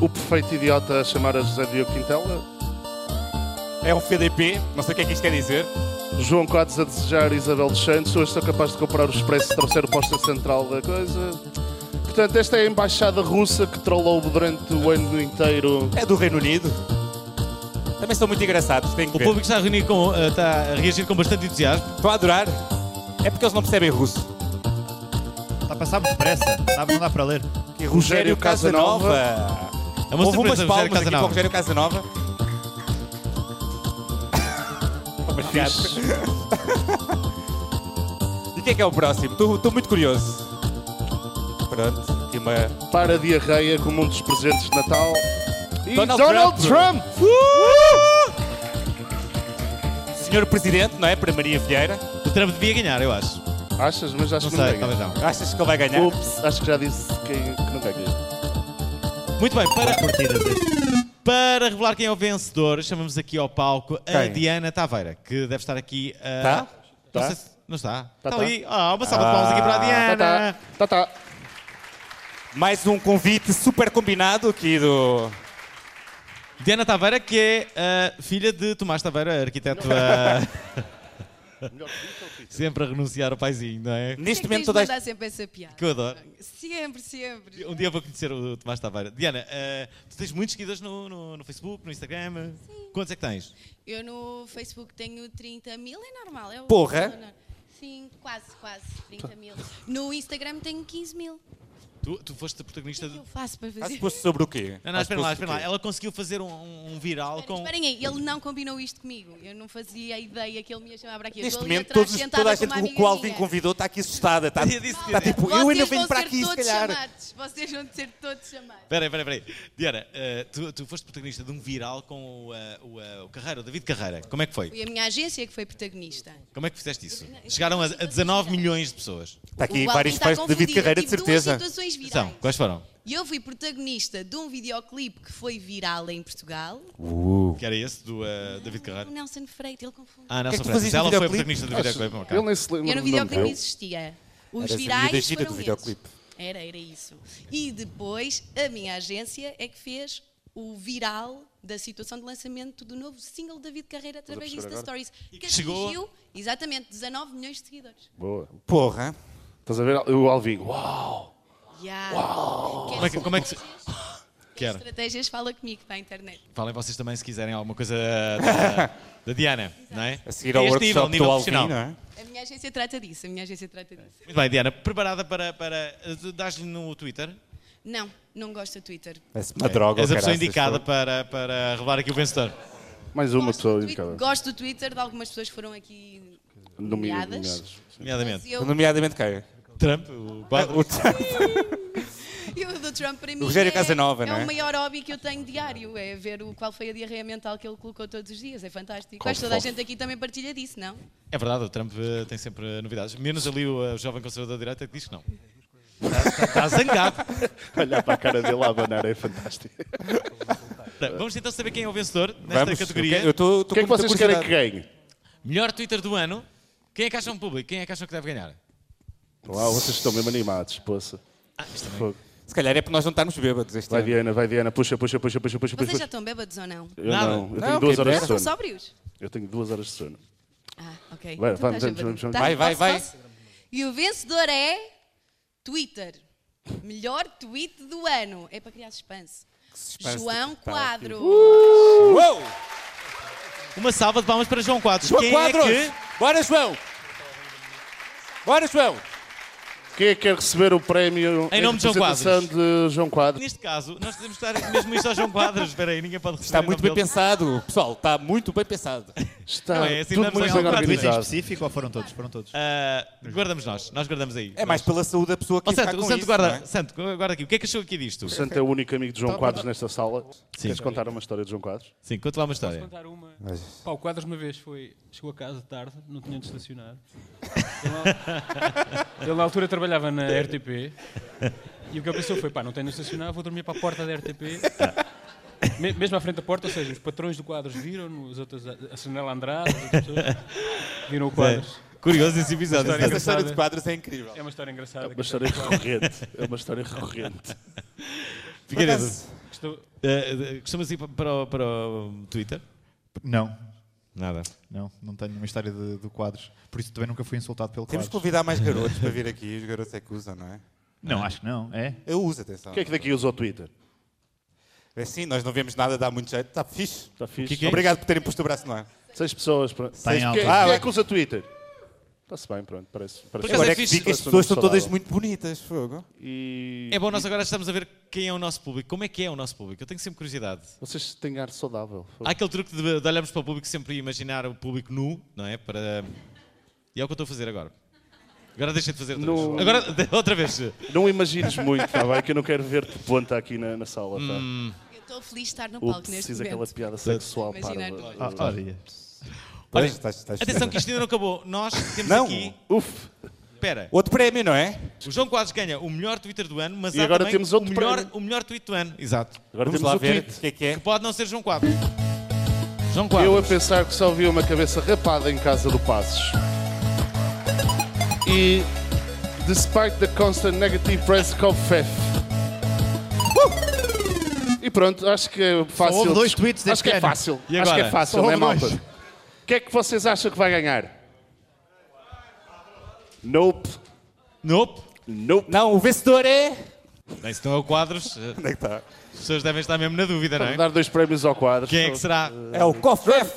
[SPEAKER 3] O perfeito idiota a chamar a José Diogo Quintela.
[SPEAKER 8] É um FDP, não sei o que é que isto quer dizer.
[SPEAKER 3] João Quadros a desejar Isabel dos Santos. Hoje estou capaz de comprar o expresso e trouxer o posta central da coisa. Portanto, esta é a embaixada russa que trollou durante o ano inteiro.
[SPEAKER 8] É do Reino Unido. Também são muito engraçados, tem que
[SPEAKER 2] O
[SPEAKER 8] ver.
[SPEAKER 2] público está a, reunir com- eh, está a reagir com bastante entusiasmo.
[SPEAKER 8] Estou a adorar. É porque eles não percebem russo.
[SPEAKER 6] Está a passar muito depressa. Dá- Não dá para ler.
[SPEAKER 8] E Rogério Casanova.
[SPEAKER 2] É uma
[SPEAKER 8] Houve
[SPEAKER 2] surpresa,
[SPEAKER 8] umas palmas
[SPEAKER 2] Rogério
[SPEAKER 8] aqui para
[SPEAKER 2] Casanova.
[SPEAKER 8] o Rogério Casanova. Obrigado. e quem é que é o próximo? Estou muito curioso. Pronto, aqui uma...
[SPEAKER 3] Para a diarreia como um dos presentes de Natal. E
[SPEAKER 8] Donald
[SPEAKER 3] Donald,
[SPEAKER 8] Trump.
[SPEAKER 3] Trump!
[SPEAKER 8] Senhor Presidente, não é? Para Maria Vieira.
[SPEAKER 2] O Trump devia ganhar, eu acho.
[SPEAKER 3] Achas? Mas acho
[SPEAKER 2] Não
[SPEAKER 3] que não
[SPEAKER 2] sei,
[SPEAKER 3] ganha.
[SPEAKER 2] talvez
[SPEAKER 8] Achas que ele vai ganhar?
[SPEAKER 3] Ups, acho que já disse que, que não ganha.
[SPEAKER 2] Muito bem, para... Para revelar quem é o vencedor, chamamos aqui ao palco a
[SPEAKER 8] Quem?
[SPEAKER 2] Diana Taveira, que deve estar aqui a...
[SPEAKER 8] Tá?
[SPEAKER 2] Não,
[SPEAKER 8] Tá?
[SPEAKER 2] sei se- não está?
[SPEAKER 8] Tá,
[SPEAKER 2] está
[SPEAKER 8] tá.
[SPEAKER 2] ali. Ah, uma salva de palmas aqui para a Diana.
[SPEAKER 3] Tá, tá.
[SPEAKER 8] Mais um convite super combinado aqui do...
[SPEAKER 2] Diana Taveira, que é a filha de Tomás Taveira, arquiteto a... Sempre a renunciar ao paizinho, não é?
[SPEAKER 8] Neste
[SPEAKER 7] Por que é que tens de mandar sempre essa piada.
[SPEAKER 2] Que eu adoro.
[SPEAKER 7] Sempre, sempre.
[SPEAKER 2] Um dia vou conhecer o Tomás Taveira. Diana, eh, tu tens muitos seguidores no, no- no Facebook, no Instagram. Quantos é que tens?
[SPEAKER 17] Eu no Facebook tenho 30 mil, é normal. É o-
[SPEAKER 2] Porra.
[SPEAKER 8] Tá.
[SPEAKER 17] Sim, quase, quase 30 mil. No Instagram tenho 15 mil.
[SPEAKER 2] Tu, tu foste a protagonista do.
[SPEAKER 7] é Eu faço para fazer.
[SPEAKER 8] Fazes post sobre o quê?
[SPEAKER 2] Não,
[SPEAKER 8] Fazes
[SPEAKER 2] não, espera lá,
[SPEAKER 8] post sobre
[SPEAKER 2] espera
[SPEAKER 8] o
[SPEAKER 2] lá.
[SPEAKER 8] quê?
[SPEAKER 2] Ela conseguiu fazer um- um, um viral com.
[SPEAKER 7] Esperem aí, ele não combinou isto comigo. Eu não fazia ideia que ele me ia chamar para aqui. Eu
[SPEAKER 8] Neste
[SPEAKER 7] estou ali
[SPEAKER 8] momento,
[SPEAKER 7] atrás,
[SPEAKER 8] todos,
[SPEAKER 7] sentada
[SPEAKER 8] toda a
[SPEAKER 7] com uma
[SPEAKER 8] gente com o
[SPEAKER 7] amiga
[SPEAKER 8] qual vim
[SPEAKER 7] minha.
[SPEAKER 8] convidou está aqui assustada. Está, está tipo,
[SPEAKER 7] Vocês
[SPEAKER 8] eu ainda
[SPEAKER 7] vão
[SPEAKER 8] venho para
[SPEAKER 7] ser
[SPEAKER 8] aqui, se
[SPEAKER 7] todos
[SPEAKER 8] calhar.
[SPEAKER 7] Chamados. Vocês vão ser todos chamados.
[SPEAKER 2] Espera aí, espera aí, espera aí. Diana, eh, tu, tu foste protagonista de um viral com o, eh, o, eh, o Carreira, o David Carreira. Como é que foi?
[SPEAKER 7] E a minha agência que foi protagonista.
[SPEAKER 2] Como é que fizeste isso? Chegaram a, a 19 milhões de pessoas.
[SPEAKER 8] Está
[SPEAKER 7] O Alvin está confundido. Eu tive Duas situações virais.
[SPEAKER 2] São, quais foram?
[SPEAKER 7] E eu fui protagonista de um videoclipe que foi viral em Portugal.
[SPEAKER 8] Uh.
[SPEAKER 2] Que era esse, do eh, David Carreira?
[SPEAKER 7] O Nelson Freire, ele confundiu.
[SPEAKER 2] Ah, não,
[SPEAKER 8] que é que
[SPEAKER 2] só
[SPEAKER 8] tu
[SPEAKER 2] para-
[SPEAKER 8] fazias no
[SPEAKER 2] Ela foi a
[SPEAKER 8] videoclipe?
[SPEAKER 2] protagonista do videoclipe. ok.
[SPEAKER 3] Ele nem se lembra
[SPEAKER 7] Eu no
[SPEAKER 3] do nome
[SPEAKER 7] um videoclipe não
[SPEAKER 3] dele.
[SPEAKER 7] existia. Os
[SPEAKER 8] Eras a miúda
[SPEAKER 7] virais
[SPEAKER 8] gira do
[SPEAKER 7] foram esses.
[SPEAKER 8] videoclipe.
[SPEAKER 7] Era, era isso. E depois a minha agência é que fez o viral da situação de lançamento do novo single David Carreira através do
[SPEAKER 8] puxar
[SPEAKER 7] Insta
[SPEAKER 8] agora.
[SPEAKER 7] Stories.
[SPEAKER 8] E
[SPEAKER 7] Que
[SPEAKER 8] que chegou-
[SPEAKER 7] atingiu exatamente 19 milhões de seguidores.
[SPEAKER 3] Boa.
[SPEAKER 8] Porra.
[SPEAKER 3] Estás a ver? O Alvin. Uau!
[SPEAKER 7] Yeah.
[SPEAKER 3] Uau!
[SPEAKER 7] Que
[SPEAKER 2] Como é que, como é que se... Que era?
[SPEAKER 7] Estratégias fala comigo para a internet.
[SPEAKER 2] Falem vocês também se quiserem alguma coisa da, da Diana, não é?
[SPEAKER 8] A seguir ao
[SPEAKER 2] este
[SPEAKER 8] workshop
[SPEAKER 2] nível,
[SPEAKER 8] do
[SPEAKER 2] nível
[SPEAKER 8] Alvin,
[SPEAKER 2] profissional.
[SPEAKER 8] não é?
[SPEAKER 7] A minha agência trata disso, a minha agência trata disso.
[SPEAKER 2] Muito bem, Diana, preparada para. para Dás-lhe no Twitter?
[SPEAKER 7] Não, não gosto do Twitter.
[SPEAKER 8] Parece uma droga.
[SPEAKER 2] És a
[SPEAKER 8] o
[SPEAKER 2] pessoa
[SPEAKER 8] caraças,
[SPEAKER 2] indicada
[SPEAKER 8] pô.
[SPEAKER 2] para, para revelar aqui o vencedor.
[SPEAKER 3] Mais uma pessoa
[SPEAKER 7] Twi-
[SPEAKER 3] indicada.
[SPEAKER 7] Gosto do Twitter de algumas pessoas que foram aqui
[SPEAKER 3] Nomi-
[SPEAKER 7] nomeadas.
[SPEAKER 2] Nomeadamente.
[SPEAKER 7] Mas eu-
[SPEAKER 8] Nomeadamente quem?
[SPEAKER 2] Trump, o Biden.
[SPEAKER 8] O Trump.
[SPEAKER 7] E o do Trump para mim
[SPEAKER 8] Rogério
[SPEAKER 7] é,
[SPEAKER 8] Casanova,
[SPEAKER 7] é
[SPEAKER 8] não é?
[SPEAKER 7] o maior hobby que eu tenho diário, é ver o, qual foi a diarreia mental que ele colocou todos os dias, é fantástico.
[SPEAKER 2] Com
[SPEAKER 7] Acho que toda a
[SPEAKER 2] fofo.
[SPEAKER 7] gente aqui também partilha disso, não?
[SPEAKER 2] É verdade, o Trump eh, tem sempre eh, novidades. Menos ali o eh, jovem conservador da direita que diz que não.
[SPEAKER 8] Tá,
[SPEAKER 2] Está zangado.
[SPEAKER 3] Olhar para Tá a cara dele a abanar é fantástico.
[SPEAKER 2] Bem, Vamos então saber quem é o vencedor nesta
[SPEAKER 3] Vamos,
[SPEAKER 2] categoria.
[SPEAKER 3] eu que- eu tô- tô Quem é com que muita vocês querem curiosidade. que ganhe?
[SPEAKER 2] Melhor Twitter do ano. Quem é que acham público? Quem é que acham que deve ganhar?
[SPEAKER 3] Uau, vocês estão mesmo animados, poça.
[SPEAKER 2] Ah,
[SPEAKER 3] Fogo.
[SPEAKER 8] Se calhar é porque nós não estamos bêbados este
[SPEAKER 3] Vai,
[SPEAKER 8] ano.
[SPEAKER 3] Diana, vai, Diana. Puxa, puxa, puxa, puxa, puxa. puxa.
[SPEAKER 7] Vocês já estão bêbados ou não?
[SPEAKER 3] Eu
[SPEAKER 8] Nada.
[SPEAKER 3] não. Eu
[SPEAKER 8] Não,
[SPEAKER 3] tenho duas horas
[SPEAKER 8] quem
[SPEAKER 3] de
[SPEAKER 8] dera.
[SPEAKER 3] sono.
[SPEAKER 7] Estão sóbrios?
[SPEAKER 3] Eu tenho duas horas de sono.
[SPEAKER 7] Ah, ok.
[SPEAKER 3] Vai,
[SPEAKER 7] Tu
[SPEAKER 3] vamos,
[SPEAKER 7] estás
[SPEAKER 3] vamos,
[SPEAKER 7] bêbado.
[SPEAKER 3] vamos, vamos.
[SPEAKER 7] Tá,
[SPEAKER 3] Vai, vai,
[SPEAKER 7] posso,
[SPEAKER 3] vai.
[SPEAKER 7] posso? E o vencedor é Twitter. Melhor tweet do ano. É para criar suspense.
[SPEAKER 2] suspense
[SPEAKER 7] João
[SPEAKER 2] do que está
[SPEAKER 7] Quadro.
[SPEAKER 2] aqui.
[SPEAKER 8] Uh!
[SPEAKER 2] Uma salva de palmas para João Quadros.
[SPEAKER 8] João
[SPEAKER 2] quem
[SPEAKER 8] Quadros!
[SPEAKER 2] é que...
[SPEAKER 8] Bora, João! Bora, João!
[SPEAKER 3] Quem é que quer receber o prémio
[SPEAKER 2] Em nome de João
[SPEAKER 3] representação de João Quadros?
[SPEAKER 2] Neste caso, nós podemos estar mesmo isto ao João Quadros. Espera aí, ninguém pode receber.
[SPEAKER 8] Está
[SPEAKER 2] o
[SPEAKER 8] muito
[SPEAKER 2] nome
[SPEAKER 8] bem
[SPEAKER 2] dele.
[SPEAKER 8] pensado, pessoal. Está muito bem pensado.
[SPEAKER 3] Está
[SPEAKER 2] Não é, assim tudo damos muito ao bem João Quadros.
[SPEAKER 6] Em
[SPEAKER 2] organizado.
[SPEAKER 6] específico ou foram todos? Foram todos.
[SPEAKER 2] Ah,
[SPEAKER 3] Uhum.
[SPEAKER 2] guardamos nós, nós guardamos aí.
[SPEAKER 8] É mais pela saúde da pessoa que
[SPEAKER 2] Ó,
[SPEAKER 8] fica
[SPEAKER 2] Santo,
[SPEAKER 8] com
[SPEAKER 2] o Santo
[SPEAKER 8] isso,
[SPEAKER 2] guarda,
[SPEAKER 8] não é?
[SPEAKER 2] Santo, guarda aqui. O que é que achou aqui disto?
[SPEAKER 3] O Santo é o único amigo de
[SPEAKER 5] Então,
[SPEAKER 3] João Quadros
[SPEAKER 5] tá.
[SPEAKER 3] nesta sala.
[SPEAKER 2] Sim.
[SPEAKER 3] Queres contar uma história de João Quadros?
[SPEAKER 2] Sim, conta lá uma história.
[SPEAKER 5] Posso contar uma?
[SPEAKER 3] Mas-
[SPEAKER 5] Pá, o Quadros uma vez foi, chegou a casa tarde, não tinha onde estacionar. Ele na altura trabalhava na RTP e o que ele pensou foi, pá, não tenho onde estacionar, vou dormir para a porta da RTP. Me- Mesmo à frente da porta, ou seja, os patrões do Quadros viram, os outros, a- a Sonela Andrade, as outras pessoas, viram o Quadros.
[SPEAKER 2] É, curioso esse episódio.
[SPEAKER 5] Uma
[SPEAKER 2] Essa história
[SPEAKER 5] engraçada.
[SPEAKER 2] de Quadros é incrível.
[SPEAKER 5] É uma história engraçada.
[SPEAKER 3] É uma história recorrente. É uma história recorrente.
[SPEAKER 2] Figueiredo,
[SPEAKER 5] Gostou-
[SPEAKER 2] eh, eh, costumas ir pa- para o, para o Twitter?
[SPEAKER 6] Não.
[SPEAKER 2] Nada.
[SPEAKER 6] Não, não tenho nenhuma história de, do quadros. Por isso também nunca fui insultado pelo
[SPEAKER 8] Temos
[SPEAKER 6] quadros.
[SPEAKER 8] que convidar mais garotos para vir aqui. Os garotos é que usam, não é?
[SPEAKER 6] Não, acho que não. É?
[SPEAKER 8] Eu uso, atenção.
[SPEAKER 6] Quem é que daqui
[SPEAKER 3] usa o Twitter?
[SPEAKER 8] É sim, nós não vemos nada, dá muito jeito. Está fixe.
[SPEAKER 3] Está Tá fixe.
[SPEAKER 8] Que que é Obrigado por terem posto o braço no ar.
[SPEAKER 3] Seis pessoas. Pronto.
[SPEAKER 8] Está em
[SPEAKER 3] Seis-
[SPEAKER 8] alta.
[SPEAKER 3] Quem,
[SPEAKER 8] Ah,
[SPEAKER 3] quem é
[SPEAKER 8] bem.
[SPEAKER 3] que usa Twitter? Está-se bem, pronto. Parece, parece
[SPEAKER 8] Agora é que
[SPEAKER 3] parece
[SPEAKER 8] vi que as
[SPEAKER 3] um
[SPEAKER 8] pessoas são
[SPEAKER 3] saudável.
[SPEAKER 8] todas muito bonitas, fogo.
[SPEAKER 3] E...
[SPEAKER 2] É bom, nós agora estamos a ver quem é o nosso público. Como é que é o nosso público? Eu tenho sempre curiosidade.
[SPEAKER 3] Vocês têm ar saudável.
[SPEAKER 2] Há aquele truque de, de olharmos para o público sempre e imaginar o público nu, não é? Para... E é o que eu estou a fazer agora. Agora deixa de fazer outra
[SPEAKER 3] Não-
[SPEAKER 2] vez. Agora, outra vez.
[SPEAKER 3] Não imagines muito, está bem? Que eu não quero ver-te de ponta aqui na, na sala, tá?
[SPEAKER 7] Eu estou feliz de estar no
[SPEAKER 3] Ou
[SPEAKER 7] palco neste
[SPEAKER 3] precisa
[SPEAKER 7] momento.
[SPEAKER 3] aquela piada sexual
[SPEAKER 7] Imaginar
[SPEAKER 3] parva.
[SPEAKER 7] tudo.
[SPEAKER 3] Ah,
[SPEAKER 2] Ah, olha. Olha, atenção que isto ainda não acabou. Nós temos
[SPEAKER 8] Não.
[SPEAKER 2] aqui...
[SPEAKER 3] Uf.
[SPEAKER 2] Espera.
[SPEAKER 8] Outro prémio, não é?
[SPEAKER 2] O João Quadros ganha o melhor Twitter do ano, mas
[SPEAKER 8] E
[SPEAKER 2] há
[SPEAKER 8] agora
[SPEAKER 2] também
[SPEAKER 8] temos outro
[SPEAKER 2] o, melhor,
[SPEAKER 8] prémio.
[SPEAKER 2] o melhor tweet do ano. Exato.
[SPEAKER 3] Agora
[SPEAKER 8] Vamos
[SPEAKER 3] temos
[SPEAKER 8] lá
[SPEAKER 3] o
[SPEAKER 8] ver
[SPEAKER 3] tweet.
[SPEAKER 8] o que é que é.
[SPEAKER 2] Que pode não ser João Quadros. João Quadros.
[SPEAKER 3] Eu a pensar que só vi uma cabeça rapada em casa do Passos. E despite the constant negative press of Fef. E pronto, acho que é fácil.
[SPEAKER 6] houve dois tweets
[SPEAKER 3] Acho
[SPEAKER 6] deste
[SPEAKER 3] que é
[SPEAKER 6] ano.
[SPEAKER 3] fácil.
[SPEAKER 6] E
[SPEAKER 3] Acho que é
[SPEAKER 6] agora?
[SPEAKER 3] fácil,
[SPEAKER 6] Só houve
[SPEAKER 3] é malta.
[SPEAKER 6] dois.
[SPEAKER 3] O que é que vocês acham que vai ganhar? Nope.
[SPEAKER 2] Nope.
[SPEAKER 3] Nope.
[SPEAKER 8] Não, o vencedor é.
[SPEAKER 2] Bem, se não é o Quadros... Onde é que
[SPEAKER 8] está?
[SPEAKER 2] As pessoas devem estar mesmo na dúvida, não
[SPEAKER 3] Para
[SPEAKER 2] é?
[SPEAKER 3] dar eh, dois prémios ao quadro.
[SPEAKER 2] Quem é que será?
[SPEAKER 8] É o Cofef!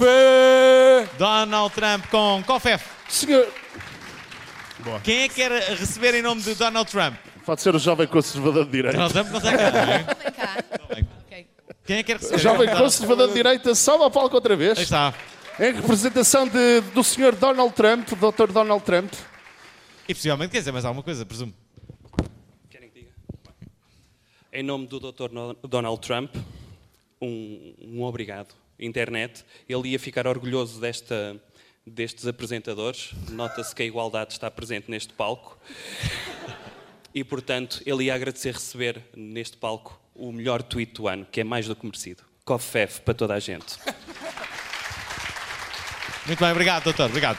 [SPEAKER 2] Donald Trump com Cofef.
[SPEAKER 3] Senhor.
[SPEAKER 2] Quem é que quer receber em nome de Donald Trump?
[SPEAKER 3] Pode ser o jovem conservador de direita.
[SPEAKER 2] Nós vamos passar cá, não é?
[SPEAKER 17] Vem cá. Ok.
[SPEAKER 2] Quem é que quer receber?
[SPEAKER 3] Jovem
[SPEAKER 2] Vamos dar-
[SPEAKER 3] conservador de direita, sobe ao palco outra vez.
[SPEAKER 2] está.
[SPEAKER 3] Em representação de- do Sr. Donald Trump, Dr. Donald Trump.
[SPEAKER 2] E possivelmente quer dizer mais alguma coisa, presumo.
[SPEAKER 13] Em nome do Dr. No- Donald Trump, um, um obrigado, internet. Ele ia ficar orgulhoso desta, destes apresentadores. Nota-se que a igualdade está presente neste palco. E, portanto, ele ia agradecer receber neste palco o melhor tweet do ano, que é mais do que merecido. Cofef para toda a gente.
[SPEAKER 2] Muito bem, obrigado, doutor. Obrigado.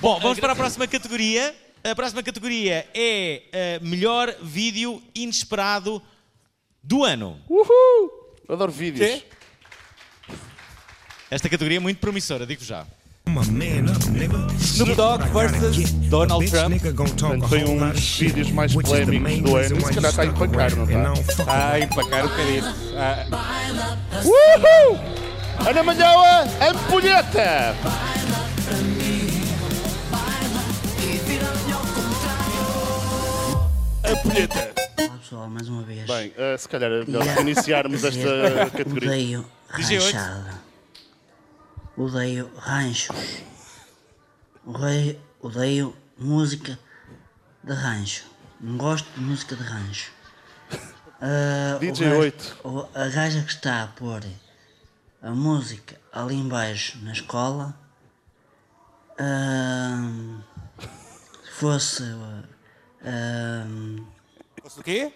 [SPEAKER 2] Bom, vamos para a próxima categoria. A próxima categoria é eh, melhor vídeo inesperado do ano.
[SPEAKER 3] Uhul! Adoro vídeos.
[SPEAKER 2] Esta categoria é muito promissora, digo já.
[SPEAKER 15] Snoop Dogg versus Donald Trump.
[SPEAKER 3] Tem um dos vídeos mais polémicos do
[SPEAKER 15] é?
[SPEAKER 3] ano. Esse calhar está a empacar, não está?
[SPEAKER 15] Ah, empacar o Ah, bocadinho.
[SPEAKER 3] Uhul! Ana Malhoa, ampulheta! Ampulheta!
[SPEAKER 10] Olá pessoal, mais uma vez.
[SPEAKER 3] Bem, eh, se calhar é melhor iniciarmos esta categoria.
[SPEAKER 10] Odeio ranchada. Odeio ranchos. Odeio, odeio música de rancho. Não gosto de música de rancho. Ah, o
[SPEAKER 3] DJ
[SPEAKER 10] gajo-
[SPEAKER 3] 8.
[SPEAKER 10] o- a gaja que está a pôr a música ali embaixo na escola. ahm, se fosse. ah, ahm,
[SPEAKER 15] Fosse o quê?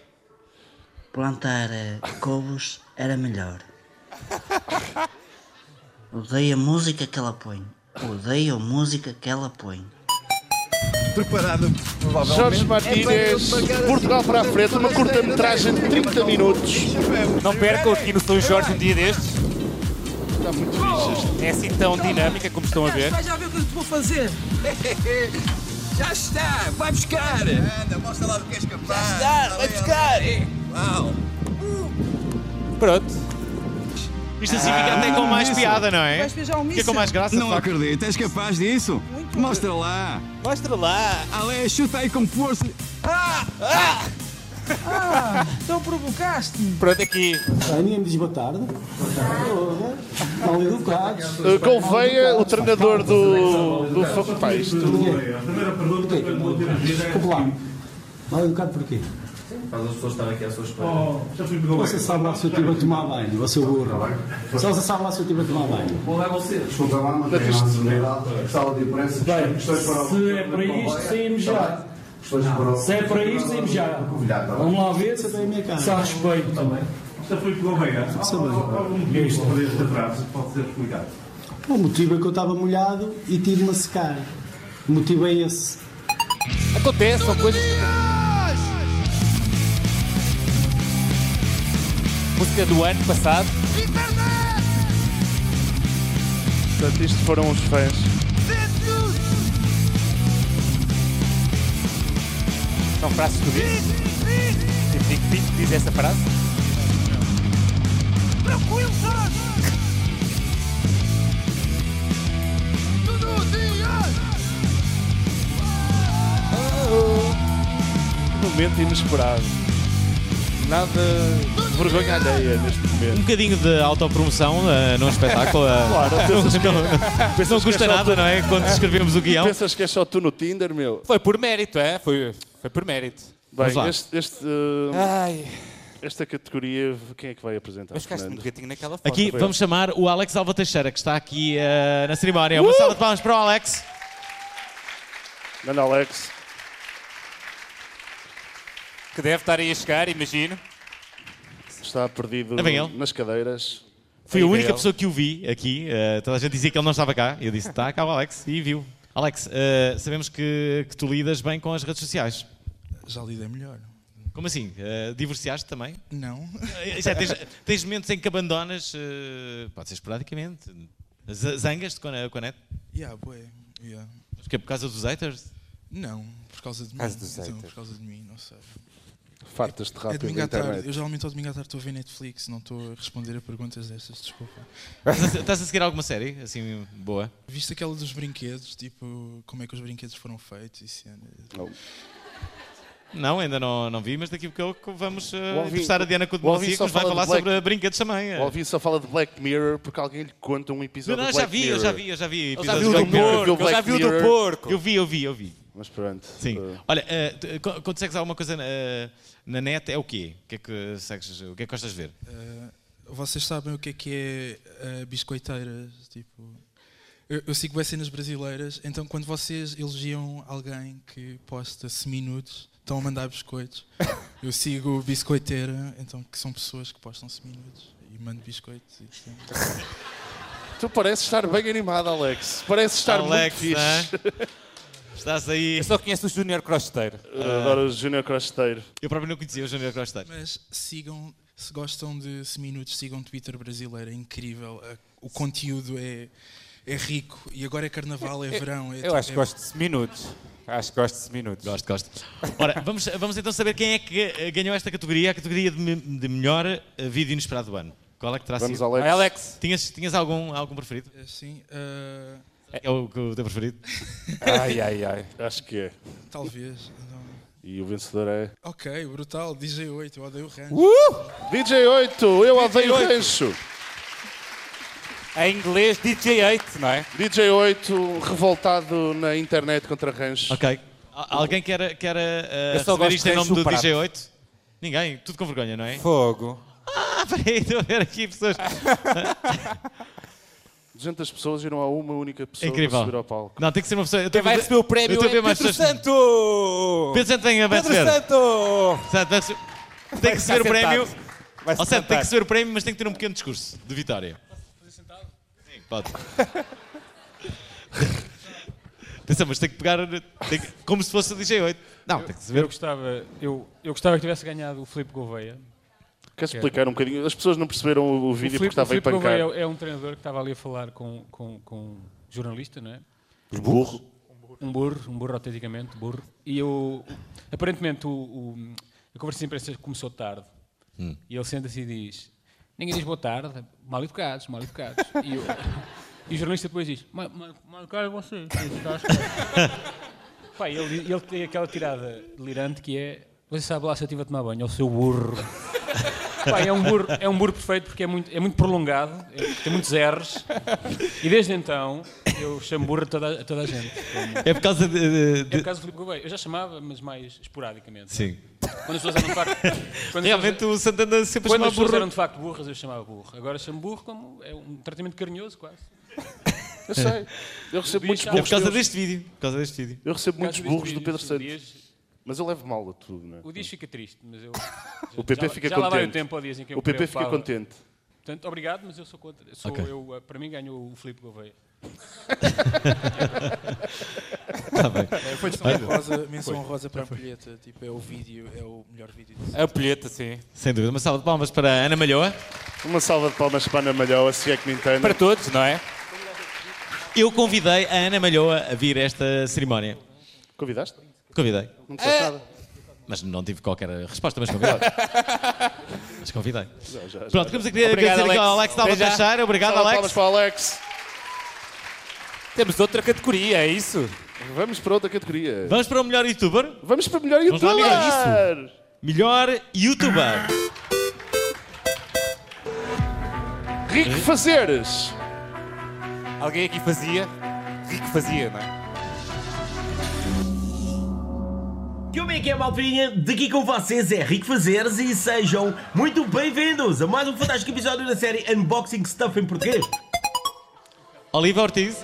[SPEAKER 10] plantar eh, couves era melhor. Odeio a música que ela põe. Odeio a música que ela põe.
[SPEAKER 6] Preparado, provavelmente.
[SPEAKER 3] Jorge Martínez, Portugal para a frente, uma curta-metragem de 30 minutos.
[SPEAKER 15] Não percam aqui no São Jorge um dia destes.
[SPEAKER 16] Tá
[SPEAKER 3] Está muito fixe.
[SPEAKER 15] É assim tão dinâmica como estão a ver.
[SPEAKER 18] Então, já viu o que eu te vou fazer? já está, vai buscar! Anda, mostra lá do que és capaz! Já está, vai buscar! Uau!
[SPEAKER 15] Pronto.
[SPEAKER 2] Isto assim fica até com mais piada, não é?
[SPEAKER 18] Vais beijar um o
[SPEAKER 2] Fica com mais graça,
[SPEAKER 16] Ah, Não
[SPEAKER 2] de facto.
[SPEAKER 16] acredito, és capaz disso? Ah. Mostra lá.
[SPEAKER 15] Mostra lá.
[SPEAKER 16] Ale, chuta aí com força.
[SPEAKER 18] Ah! Ah! Ah! Então provocaste-me!
[SPEAKER 15] Pronto,
[SPEAKER 2] é
[SPEAKER 15] aqui.
[SPEAKER 18] Tânia me diz boa tarde. Mal educados.
[SPEAKER 3] Uh, Gouveia, o treinador do. do Fo- pá, isto-
[SPEAKER 18] Desculpe lá. Mal educado porquê?
[SPEAKER 16] Faz as pessoas estarem aqui à sua espera.
[SPEAKER 18] Oh, Você sabe lá se eu estive a tomar banho, você burro. Só você sabe lá se eu estive a tomar banho.
[SPEAKER 16] Qual é você?
[SPEAKER 18] Desculpa lá, mas
[SPEAKER 16] tem nada
[SPEAKER 18] sala de imprensa. Bem, se é para isto, saímos já. Se é para isto, saímos já.
[SPEAKER 19] tá
[SPEAKER 18] Vamos lá ver se tem a minha cara. Se há respeito. Tá também.
[SPEAKER 19] Esta foi pelo Omeia. Há algum motivo para este atraso? Pode ser explicado.
[SPEAKER 18] O motivo é que eu estava molhado e tive-me a secar. O motivo é esse.
[SPEAKER 15] Acontece, são coisas. Música do ano passado.
[SPEAKER 3] Portanto, isto foram os fãs.
[SPEAKER 15] São frases que eu disse. Tipo, Dick Pitt diz essa frase.
[SPEAKER 18] Tranquilidade! Todo dia!
[SPEAKER 3] Momento inesperado. Nada de vergonha alheia neste
[SPEAKER 2] Um
[SPEAKER 3] momento.
[SPEAKER 2] bocadinho de autopromoção eh, num espetáculo. eh,
[SPEAKER 3] Claro, pensas que- é
[SPEAKER 2] não, não custa nada, não é? Quando escrevemos o guião.
[SPEAKER 3] Pensas que é só tu no Tinder, meu?
[SPEAKER 15] Foi por mérito, é? Foi, foi por mérito.
[SPEAKER 3] Bem,
[SPEAKER 15] Vamos lá.
[SPEAKER 3] este. este, uh,
[SPEAKER 15] Ai.
[SPEAKER 3] Esta categoria, quem é que vai apresentar?
[SPEAKER 15] Mas ficaste
[SPEAKER 3] Fernando?
[SPEAKER 15] muito gatinho naquela foto.
[SPEAKER 2] Aqui
[SPEAKER 15] Foi
[SPEAKER 2] vamos chamar o Alex Alva Teixeira, que está aqui eh, na cerimónia.
[SPEAKER 3] Uh!
[SPEAKER 2] Uma salva de palmas para o Alex.
[SPEAKER 3] Manda Alex.
[SPEAKER 15] Que deve estar aí a chegar, imagino.
[SPEAKER 3] Está perdido
[SPEAKER 2] Ah, bem, ele.
[SPEAKER 3] nas cadeiras.
[SPEAKER 2] Fui a única pessoa que o vi aqui. eh, toda a gente dizia que ele não estava cá. Eu disse, está cá o Alex. E viu. Alex, eh, sabemos que, que tu lidas bem com as redes sociais.
[SPEAKER 20] Já lidei melhor.
[SPEAKER 2] Como assim? Eh, divorciaste também?
[SPEAKER 20] Não.
[SPEAKER 2] Eh, já tens, tens momentos em que abandonas, eh, pode ser esporadicamente. Z- Zangas-te com a, com a net?
[SPEAKER 20] Yeah, boy. Yeah.
[SPEAKER 2] Porque é por causa dos haters?
[SPEAKER 20] Não, por causa de mim.
[SPEAKER 2] Por causa dos
[SPEAKER 20] então,
[SPEAKER 2] haters.
[SPEAKER 20] por causa de mim, não sei.
[SPEAKER 3] Fartas-te
[SPEAKER 20] É
[SPEAKER 3] rápido
[SPEAKER 20] domingo
[SPEAKER 3] da
[SPEAKER 20] à tarde.
[SPEAKER 3] internet.
[SPEAKER 20] Eu geralmente ao domingo à tarde estou a ver Netflix, não estou a responder a perguntas destas, desculpa.
[SPEAKER 2] Estás a- Estás a seguir alguma série? Assim, boa?
[SPEAKER 3] Oh.
[SPEAKER 20] Viste aquela dos brinquedos, tipo, como é que os brinquedos foram feitos e cenas.
[SPEAKER 2] Não, ainda não, não vi, mas daqui a pouco vamos uh,
[SPEAKER 3] O Alvin-
[SPEAKER 2] entrevistar a Diana
[SPEAKER 3] o
[SPEAKER 2] Codemorcia,
[SPEAKER 3] Alvin
[SPEAKER 2] que
[SPEAKER 3] só
[SPEAKER 2] nos vai
[SPEAKER 3] fala de
[SPEAKER 2] falar
[SPEAKER 3] Black-
[SPEAKER 2] sobre brinquedos também. é.
[SPEAKER 3] O Alvin só fala de Black Mirror porque alguém lhe conta um episódio
[SPEAKER 2] Não, não,
[SPEAKER 3] de
[SPEAKER 2] já
[SPEAKER 3] Black
[SPEAKER 2] vi, eu
[SPEAKER 3] Mirror.
[SPEAKER 2] já vi, eu já vi.
[SPEAKER 3] Ele
[SPEAKER 2] episódios
[SPEAKER 3] viu
[SPEAKER 2] de
[SPEAKER 3] do
[SPEAKER 2] Black Mirror.
[SPEAKER 3] porco, ele já viu do porco.
[SPEAKER 2] Eu vi, eu vi, eu vi.
[SPEAKER 3] Mas pronto.
[SPEAKER 2] Sim.
[SPEAKER 8] Ah.
[SPEAKER 2] Olha, eh, tu- co- quando segues alguma coisa na, eh, na net, é o quê? O que é que segues, o que é que gostas de ver?
[SPEAKER 21] Eh, vocês sabem o que é que é eh, biscoiteiras? Tipo, eu, eu sigo as cenas brasileiras, então quando vocês elogiam alguém que posta seminutos, estão a mandar biscoitos. Eu sigo biscoiteira, então que são pessoas que postam seminutos e mando biscoitos. E, sim.
[SPEAKER 3] Tu pareces estar bem animado, Alex. Pareces estar
[SPEAKER 2] Alex,
[SPEAKER 3] muito fixe.
[SPEAKER 2] né? Estás aí. Eu
[SPEAKER 8] só conheço o Junior Crosteiro.
[SPEAKER 3] Eu Adoro o Júnior Crosteiro.
[SPEAKER 2] Eu próprio não conhecia o Júnior Crosteiro.
[SPEAKER 21] Mas sigam, se gostam de seminutos, sigam Twitter brasileiro, é incrível. A- O conteúdo é, é rico e agora é carnaval, é verão. É,
[SPEAKER 8] Eu acho que
[SPEAKER 21] é-
[SPEAKER 8] gosto de minutos. Acho que gosto de minutos.
[SPEAKER 2] Gosto, gosto. Ora, vamos, vamos então saber quem é que eh, ganhou esta categoria, a categoria de, me- de melhor eh, vídeo inesperado do ano. Qual é que terá
[SPEAKER 8] Vamos,
[SPEAKER 2] sido?
[SPEAKER 8] Alex. Alex.
[SPEAKER 2] Tinhas, tinhas algum, algum um preferido?
[SPEAKER 21] É, Sim. eh,
[SPEAKER 2] É o que o teu preferido?
[SPEAKER 3] Ai, ai, ai. Acho que é.
[SPEAKER 21] Talvez. não.
[SPEAKER 3] E o vencedor é.
[SPEAKER 21] Ok, brutal. DJ 8, eu odeio o rancho.
[SPEAKER 5] Uh!
[SPEAKER 3] Uh! DJ8, eu odeio
[SPEAKER 21] DJ8.
[SPEAKER 3] rancho.
[SPEAKER 2] É
[SPEAKER 3] Em inglês, DJ8, não é? DJ8, revoltado na internet contra rancho.
[SPEAKER 2] Ok. Al- Alguém quer, quer eh,
[SPEAKER 3] Eu só
[SPEAKER 2] receber
[SPEAKER 3] gosto
[SPEAKER 2] isto em
[SPEAKER 3] de
[SPEAKER 2] nome do
[SPEAKER 3] chupar.
[SPEAKER 2] DJ8? Ninguém? Tudo com vergonha, não é?
[SPEAKER 8] Fogo.
[SPEAKER 2] Ah, peraí, estou a ver aqui pessoas.
[SPEAKER 3] 200 pessoas e não há uma única pessoa
[SPEAKER 2] Incrível.
[SPEAKER 3] para subir ao palco.
[SPEAKER 2] Não, tem que ser uma pessoa. eu estou
[SPEAKER 3] Quem vai
[SPEAKER 2] a ver-
[SPEAKER 3] receber o prémio
[SPEAKER 2] eu estou a
[SPEAKER 3] é
[SPEAKER 2] ver mais
[SPEAKER 3] Pedro
[SPEAKER 2] pessoas-
[SPEAKER 8] Santo!
[SPEAKER 2] Pedro Santo vem a
[SPEAKER 8] Pedro
[SPEAKER 2] vencer.
[SPEAKER 8] Santo!
[SPEAKER 2] Santo vai rece- Tem
[SPEAKER 8] Vai
[SPEAKER 2] que
[SPEAKER 8] ficar
[SPEAKER 2] receber o prémio.
[SPEAKER 8] sentado. Vai
[SPEAKER 2] Ou
[SPEAKER 8] se
[SPEAKER 2] seja, tem
[SPEAKER 8] sentar.
[SPEAKER 2] que receber o prémio, mas tem que ter um pequeno discurso de vitória. Sim, pode. Atenção, mas tem que pegar. tem que- como se fosse o DJ8. Não, tem que se ver.
[SPEAKER 5] Eu gostava, eu, eu gostava que tivesse ganhado o Filipe Gouveia.
[SPEAKER 3] Queres explicar um bocadinho? As pessoas não perceberam o, o
[SPEAKER 5] O
[SPEAKER 3] vídeo
[SPEAKER 5] Filipe-
[SPEAKER 3] porque estava
[SPEAKER 5] o
[SPEAKER 3] em
[SPEAKER 5] Filipe Gouveia
[SPEAKER 3] pancar.
[SPEAKER 5] é é um treinador que estava ali a falar com, com, com um jornalista, não é?
[SPEAKER 3] Os burros.
[SPEAKER 5] Um burro, um burro autenticamente, burro. E eu, aparentemente, o, o- a conversa de imprensa começou tarde.
[SPEAKER 2] Hum.
[SPEAKER 5] E ele senta-se e diz, ninguém diz boa tarde, mal educados, mal educados. e, eu- e o jornalista depois diz, mal, mal, mal educado é você. Pá, e ele, ele tem aquela tirada delirante que é, você sabe lá se eu estive a tomar banho, é o seu burro. Pá, é um burro, é um burro perfeito porque é muito, é muito prolongado, é- tem muitos erros. E desde então eu chamo burro a toda, a toda a gente.
[SPEAKER 2] É por causa de- de-
[SPEAKER 5] É por causa do Filipe Gouveia. Eu já chamava, mas mais esporadicamente. é?
[SPEAKER 2] Sim.
[SPEAKER 5] Quando as pessoas eram de facto. quando as
[SPEAKER 2] Realmente
[SPEAKER 5] pessoas-
[SPEAKER 2] o Santana sempre
[SPEAKER 5] Quando
[SPEAKER 2] chamava
[SPEAKER 5] as pessoas
[SPEAKER 2] burro.
[SPEAKER 5] eram de facto burras, eu chamava burro. Agora chamo burro como. É um tratamento carinhoso, quase.
[SPEAKER 3] Eu sei. Eu recebo muitos
[SPEAKER 5] Dias sabe.
[SPEAKER 3] burros.
[SPEAKER 5] É por causa
[SPEAKER 3] deles.
[SPEAKER 2] deste vídeo. Por causa deste vídeo.
[SPEAKER 3] Eu recebo
[SPEAKER 5] Por
[SPEAKER 3] muitos
[SPEAKER 5] causa deste
[SPEAKER 3] burros do
[SPEAKER 5] vídeo,
[SPEAKER 3] Pedro
[SPEAKER 5] sim,
[SPEAKER 3] Santos. Mas eu levo mal a tudo, não é?
[SPEAKER 5] O Dias fica triste, mas eu.
[SPEAKER 3] O PP
[SPEAKER 5] já,
[SPEAKER 3] fica
[SPEAKER 5] já lá vai
[SPEAKER 3] contente.
[SPEAKER 5] o tempo ao Dias em que eu
[SPEAKER 3] O PP
[SPEAKER 5] me
[SPEAKER 3] fica
[SPEAKER 5] preocupava.
[SPEAKER 3] contente.
[SPEAKER 5] Portanto, obrigado, mas eu sou contra. Sou
[SPEAKER 2] Ok.
[SPEAKER 5] eu, eh, para mim ganhou o Filipe Gouveia.
[SPEAKER 2] Tá bem.
[SPEAKER 5] É,
[SPEAKER 21] Foi menção
[SPEAKER 2] Olha.
[SPEAKER 21] honrosa, menção
[SPEAKER 2] Foi.
[SPEAKER 21] honrosa para a
[SPEAKER 2] Já foi.
[SPEAKER 21] ampulheta. Tipo, é o vídeo, é o melhor vídeo. do-
[SPEAKER 8] A polheta, sim.
[SPEAKER 2] Sem dúvida. Uma salva de palmas para a Ana Malhoa.
[SPEAKER 3] Uma salva de palmas para a Ana Malhoa, se é que me entendem.
[SPEAKER 8] Para todos, não é?
[SPEAKER 2] Eu convidei a Ana Malhoa a vir a esta cerimónia.
[SPEAKER 3] Convidaste?
[SPEAKER 2] Convidei.
[SPEAKER 3] Não disseste nada.
[SPEAKER 2] Mas não tive qualquer resposta, mas convidei. mas convidei.
[SPEAKER 3] Já, já, já.
[SPEAKER 2] Pronto, queremos agradecer aqui ao Alex Dalva
[SPEAKER 8] Até já.
[SPEAKER 2] Teixeira. Obrigado,
[SPEAKER 8] Salva de
[SPEAKER 3] palmas
[SPEAKER 2] Alex.
[SPEAKER 3] para o Alex.
[SPEAKER 8] Temos outra categoria, é isso?
[SPEAKER 3] Vamos para outra categoria.
[SPEAKER 2] Vamos para o melhor youtuber?
[SPEAKER 3] Vamos para o melhor
[SPEAKER 2] Vamos lá,
[SPEAKER 3] youtuber!
[SPEAKER 2] amiga, isso. Melhor youtuber.
[SPEAKER 3] Rico Fazeres!
[SPEAKER 8] Alguém aqui fazia? Rico fazia, não é?
[SPEAKER 22] Como é que é, malpinha? Daqui com vocês é Rico Fazeres e sejam muito bem-vindos a mais um fantástico episódio da série Unboxing Stuff em Português.
[SPEAKER 2] Oliva Ortiz.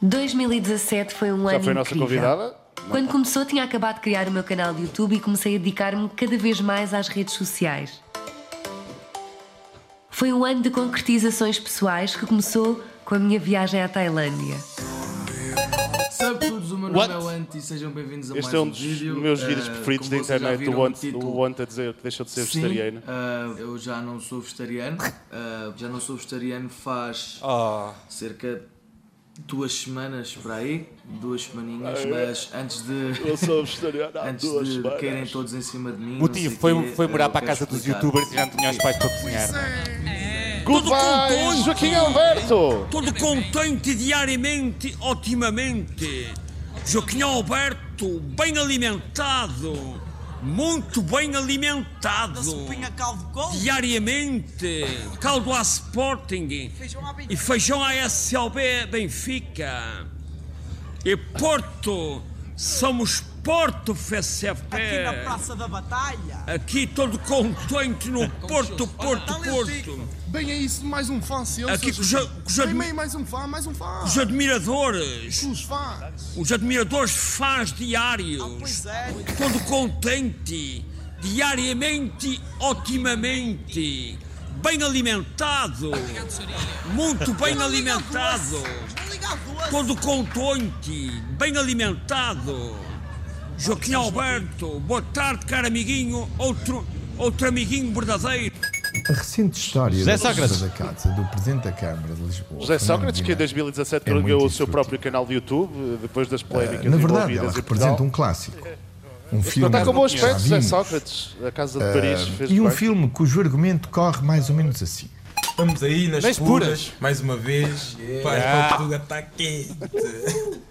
[SPEAKER 23] 2017 foi um
[SPEAKER 3] Já
[SPEAKER 23] ano
[SPEAKER 3] foi a nossa
[SPEAKER 23] incrível.
[SPEAKER 3] convidada?
[SPEAKER 23] Quando começou, tinha acabado de criar o meu canal de YouTube e comecei a dedicar-me cada vez mais às redes sociais. Foi um ano de concretizações pessoais que começou com a minha viagem à Tailândia.
[SPEAKER 24] Sabe todos, o meu nome
[SPEAKER 23] What?
[SPEAKER 24] é Ante e sejam bem-vindos a mais
[SPEAKER 3] Este é um dos
[SPEAKER 24] vídeo.
[SPEAKER 3] meus vídeos
[SPEAKER 24] Eh,
[SPEAKER 3] preferidos da
[SPEAKER 24] como vocês já
[SPEAKER 3] internet,
[SPEAKER 24] viram
[SPEAKER 3] o Want,
[SPEAKER 24] título,
[SPEAKER 3] o Want a dizer que deixou de ser
[SPEAKER 24] sim,
[SPEAKER 3] vegetariano.
[SPEAKER 24] eh, eu já não sou vegetariano. eh, já não sou vegetariano faz
[SPEAKER 8] Ah.
[SPEAKER 24] cerca de duas semanas por aí. Duas semaninhas,
[SPEAKER 3] Ah, eu-
[SPEAKER 24] mas antes de.
[SPEAKER 3] eu sou vegetariano há
[SPEAKER 24] Antes
[SPEAKER 3] duas
[SPEAKER 24] de
[SPEAKER 3] semanas.
[SPEAKER 24] caírem todos em cima de mim. não
[SPEAKER 8] Motivo,
[SPEAKER 24] sei
[SPEAKER 8] foi- um-
[SPEAKER 24] quê,
[SPEAKER 8] foi morar
[SPEAKER 24] eh, eu
[SPEAKER 8] para a
[SPEAKER 24] quero
[SPEAKER 8] casa dos
[SPEAKER 24] explicar
[SPEAKER 8] youtubers e já não tinha os pais para cozinhar.
[SPEAKER 25] é
[SPEAKER 3] Goodbye, Joaquim Alberto!
[SPEAKER 25] Todo contente diariamente, otimamente. Joaquim Alberto muito bem alimentado. Muito bem alimentado.
[SPEAKER 23] caldo Gold?
[SPEAKER 25] Diariamente. Caldo à Sporting.
[SPEAKER 23] Feijão à Benfica.
[SPEAKER 25] E feijão à SLB Benfica. E Porto. Somos Porto FCP.
[SPEAKER 23] Aqui na Praça da Batalha.
[SPEAKER 25] Aqui todo contente no Porto, Porto,
[SPEAKER 26] um
[SPEAKER 25] Porto.
[SPEAKER 27] Bem, é isso, mais um fã seu.
[SPEAKER 25] Aqui
[SPEAKER 27] seu
[SPEAKER 25] com os a-
[SPEAKER 27] José.
[SPEAKER 25] com os a-
[SPEAKER 27] Bem, bem, mais um fã, mais um fã.
[SPEAKER 25] Os admiradores.
[SPEAKER 27] Os fãs.
[SPEAKER 25] Os admiradores fãs diários.
[SPEAKER 23] Ah,
[SPEAKER 26] Ah,
[SPEAKER 23] é.
[SPEAKER 25] Todo contente. Diariamente, otimamente. Bem alimentado. Muito
[SPEAKER 26] é
[SPEAKER 25] bem alimentado. Todo contente. Bem alimentado. Joaquim Alberto, boa tarde, caro amiguinho. Outro, outro amiguinho verdadeiro.
[SPEAKER 26] A recente história
[SPEAKER 3] José
[SPEAKER 26] da
[SPEAKER 3] Sócrates.
[SPEAKER 26] da Casa do Presidente da Câmara de Lisboa.
[SPEAKER 3] José
[SPEAKER 26] Fernando
[SPEAKER 3] Sócrates, que em
[SPEAKER 26] Guimarães,
[SPEAKER 3] 2017
[SPEAKER 26] é muito
[SPEAKER 3] criou o seu próprio canal de YouTube, depois das
[SPEAKER 24] Eh,
[SPEAKER 3] polémicas
[SPEAKER 26] na verdade, ela
[SPEAKER 3] envolvidas em
[SPEAKER 26] representa
[SPEAKER 3] Portugal.
[SPEAKER 26] um clássico. Um
[SPEAKER 3] Este
[SPEAKER 26] filme
[SPEAKER 3] está com bom
[SPEAKER 26] que
[SPEAKER 3] aspecto,
[SPEAKER 26] já
[SPEAKER 3] José
[SPEAKER 26] vimos.
[SPEAKER 3] Sócrates. A Casa de Paris
[SPEAKER 28] É.
[SPEAKER 26] Ah,
[SPEAKER 3] fez
[SPEAKER 26] e um
[SPEAKER 3] bem.
[SPEAKER 26] filme cujo argumento corre mais ou menos assim.
[SPEAKER 28] Estamos aí nas
[SPEAKER 26] Nas
[SPEAKER 28] puras.
[SPEAKER 26] puras.
[SPEAKER 28] mais uma vez.
[SPEAKER 26] Yeah.
[SPEAKER 28] Paz
[SPEAKER 26] Ah.
[SPEAKER 28] para Portugal está quente.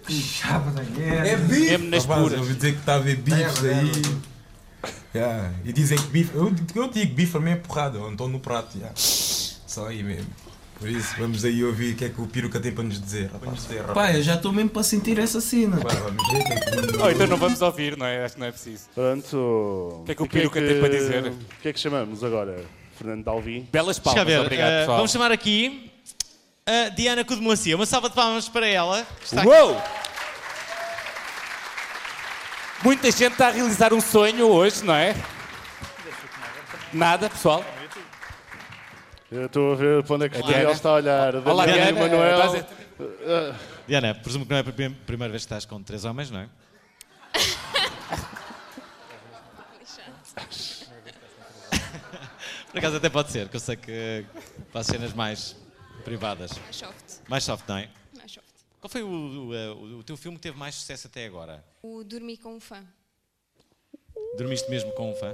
[SPEAKER 28] É bife! Mesmo nas Rapaz, puras. Eu ouvi dizer que está a ver bifes aí. Yeah. E dizem que bife. Eu, eu digo bife para mim é porrada, eu não estou no prato. Yeah. Só aí mesmo. Por isso, vamos aí ouvir o que é que o Piruca tem para nos dizer. Para nos dizer
[SPEAKER 18] Pá, eu já estou mesmo para sentir essa cena.
[SPEAKER 8] Oh, então não vamos ouvir, não é? Acho que não é preciso.
[SPEAKER 3] Pronto.
[SPEAKER 8] O que é que o peruca tem para dizer?
[SPEAKER 3] O que é que chamamos agora, Fernando Dalvi?
[SPEAKER 8] Belas
[SPEAKER 2] Deixa eu ver, eh, vamos chamar aqui a Diana Codemelancia. Uma salva de palmas para ela. que Está aqui.
[SPEAKER 8] Uou! Muita gente está a realizar um sonho hoje, não é? Nada, pessoal.
[SPEAKER 3] Eu estou a ver para onde é que o
[SPEAKER 8] Olá,
[SPEAKER 3] Daniel
[SPEAKER 8] Ana.
[SPEAKER 3] está a olhar.
[SPEAKER 8] Olá,
[SPEAKER 3] Daniel e
[SPEAKER 8] Diana.
[SPEAKER 3] Manuel.
[SPEAKER 8] Estás a-
[SPEAKER 3] Ah,
[SPEAKER 2] Diana, presumo que não é a prim- primeira vez que estás com três homens, não é? Por acaso até pode ser, que eu sei que faz cenas mais privadas.
[SPEAKER 29] Mais soft.
[SPEAKER 2] Mais soft, não é?
[SPEAKER 29] Mais soft.
[SPEAKER 2] Qual foi o, o, eh, o teu filme que teve mais sucesso até agora?
[SPEAKER 29] O dormir com um fã.
[SPEAKER 2] Dormiste mesmo com um fã?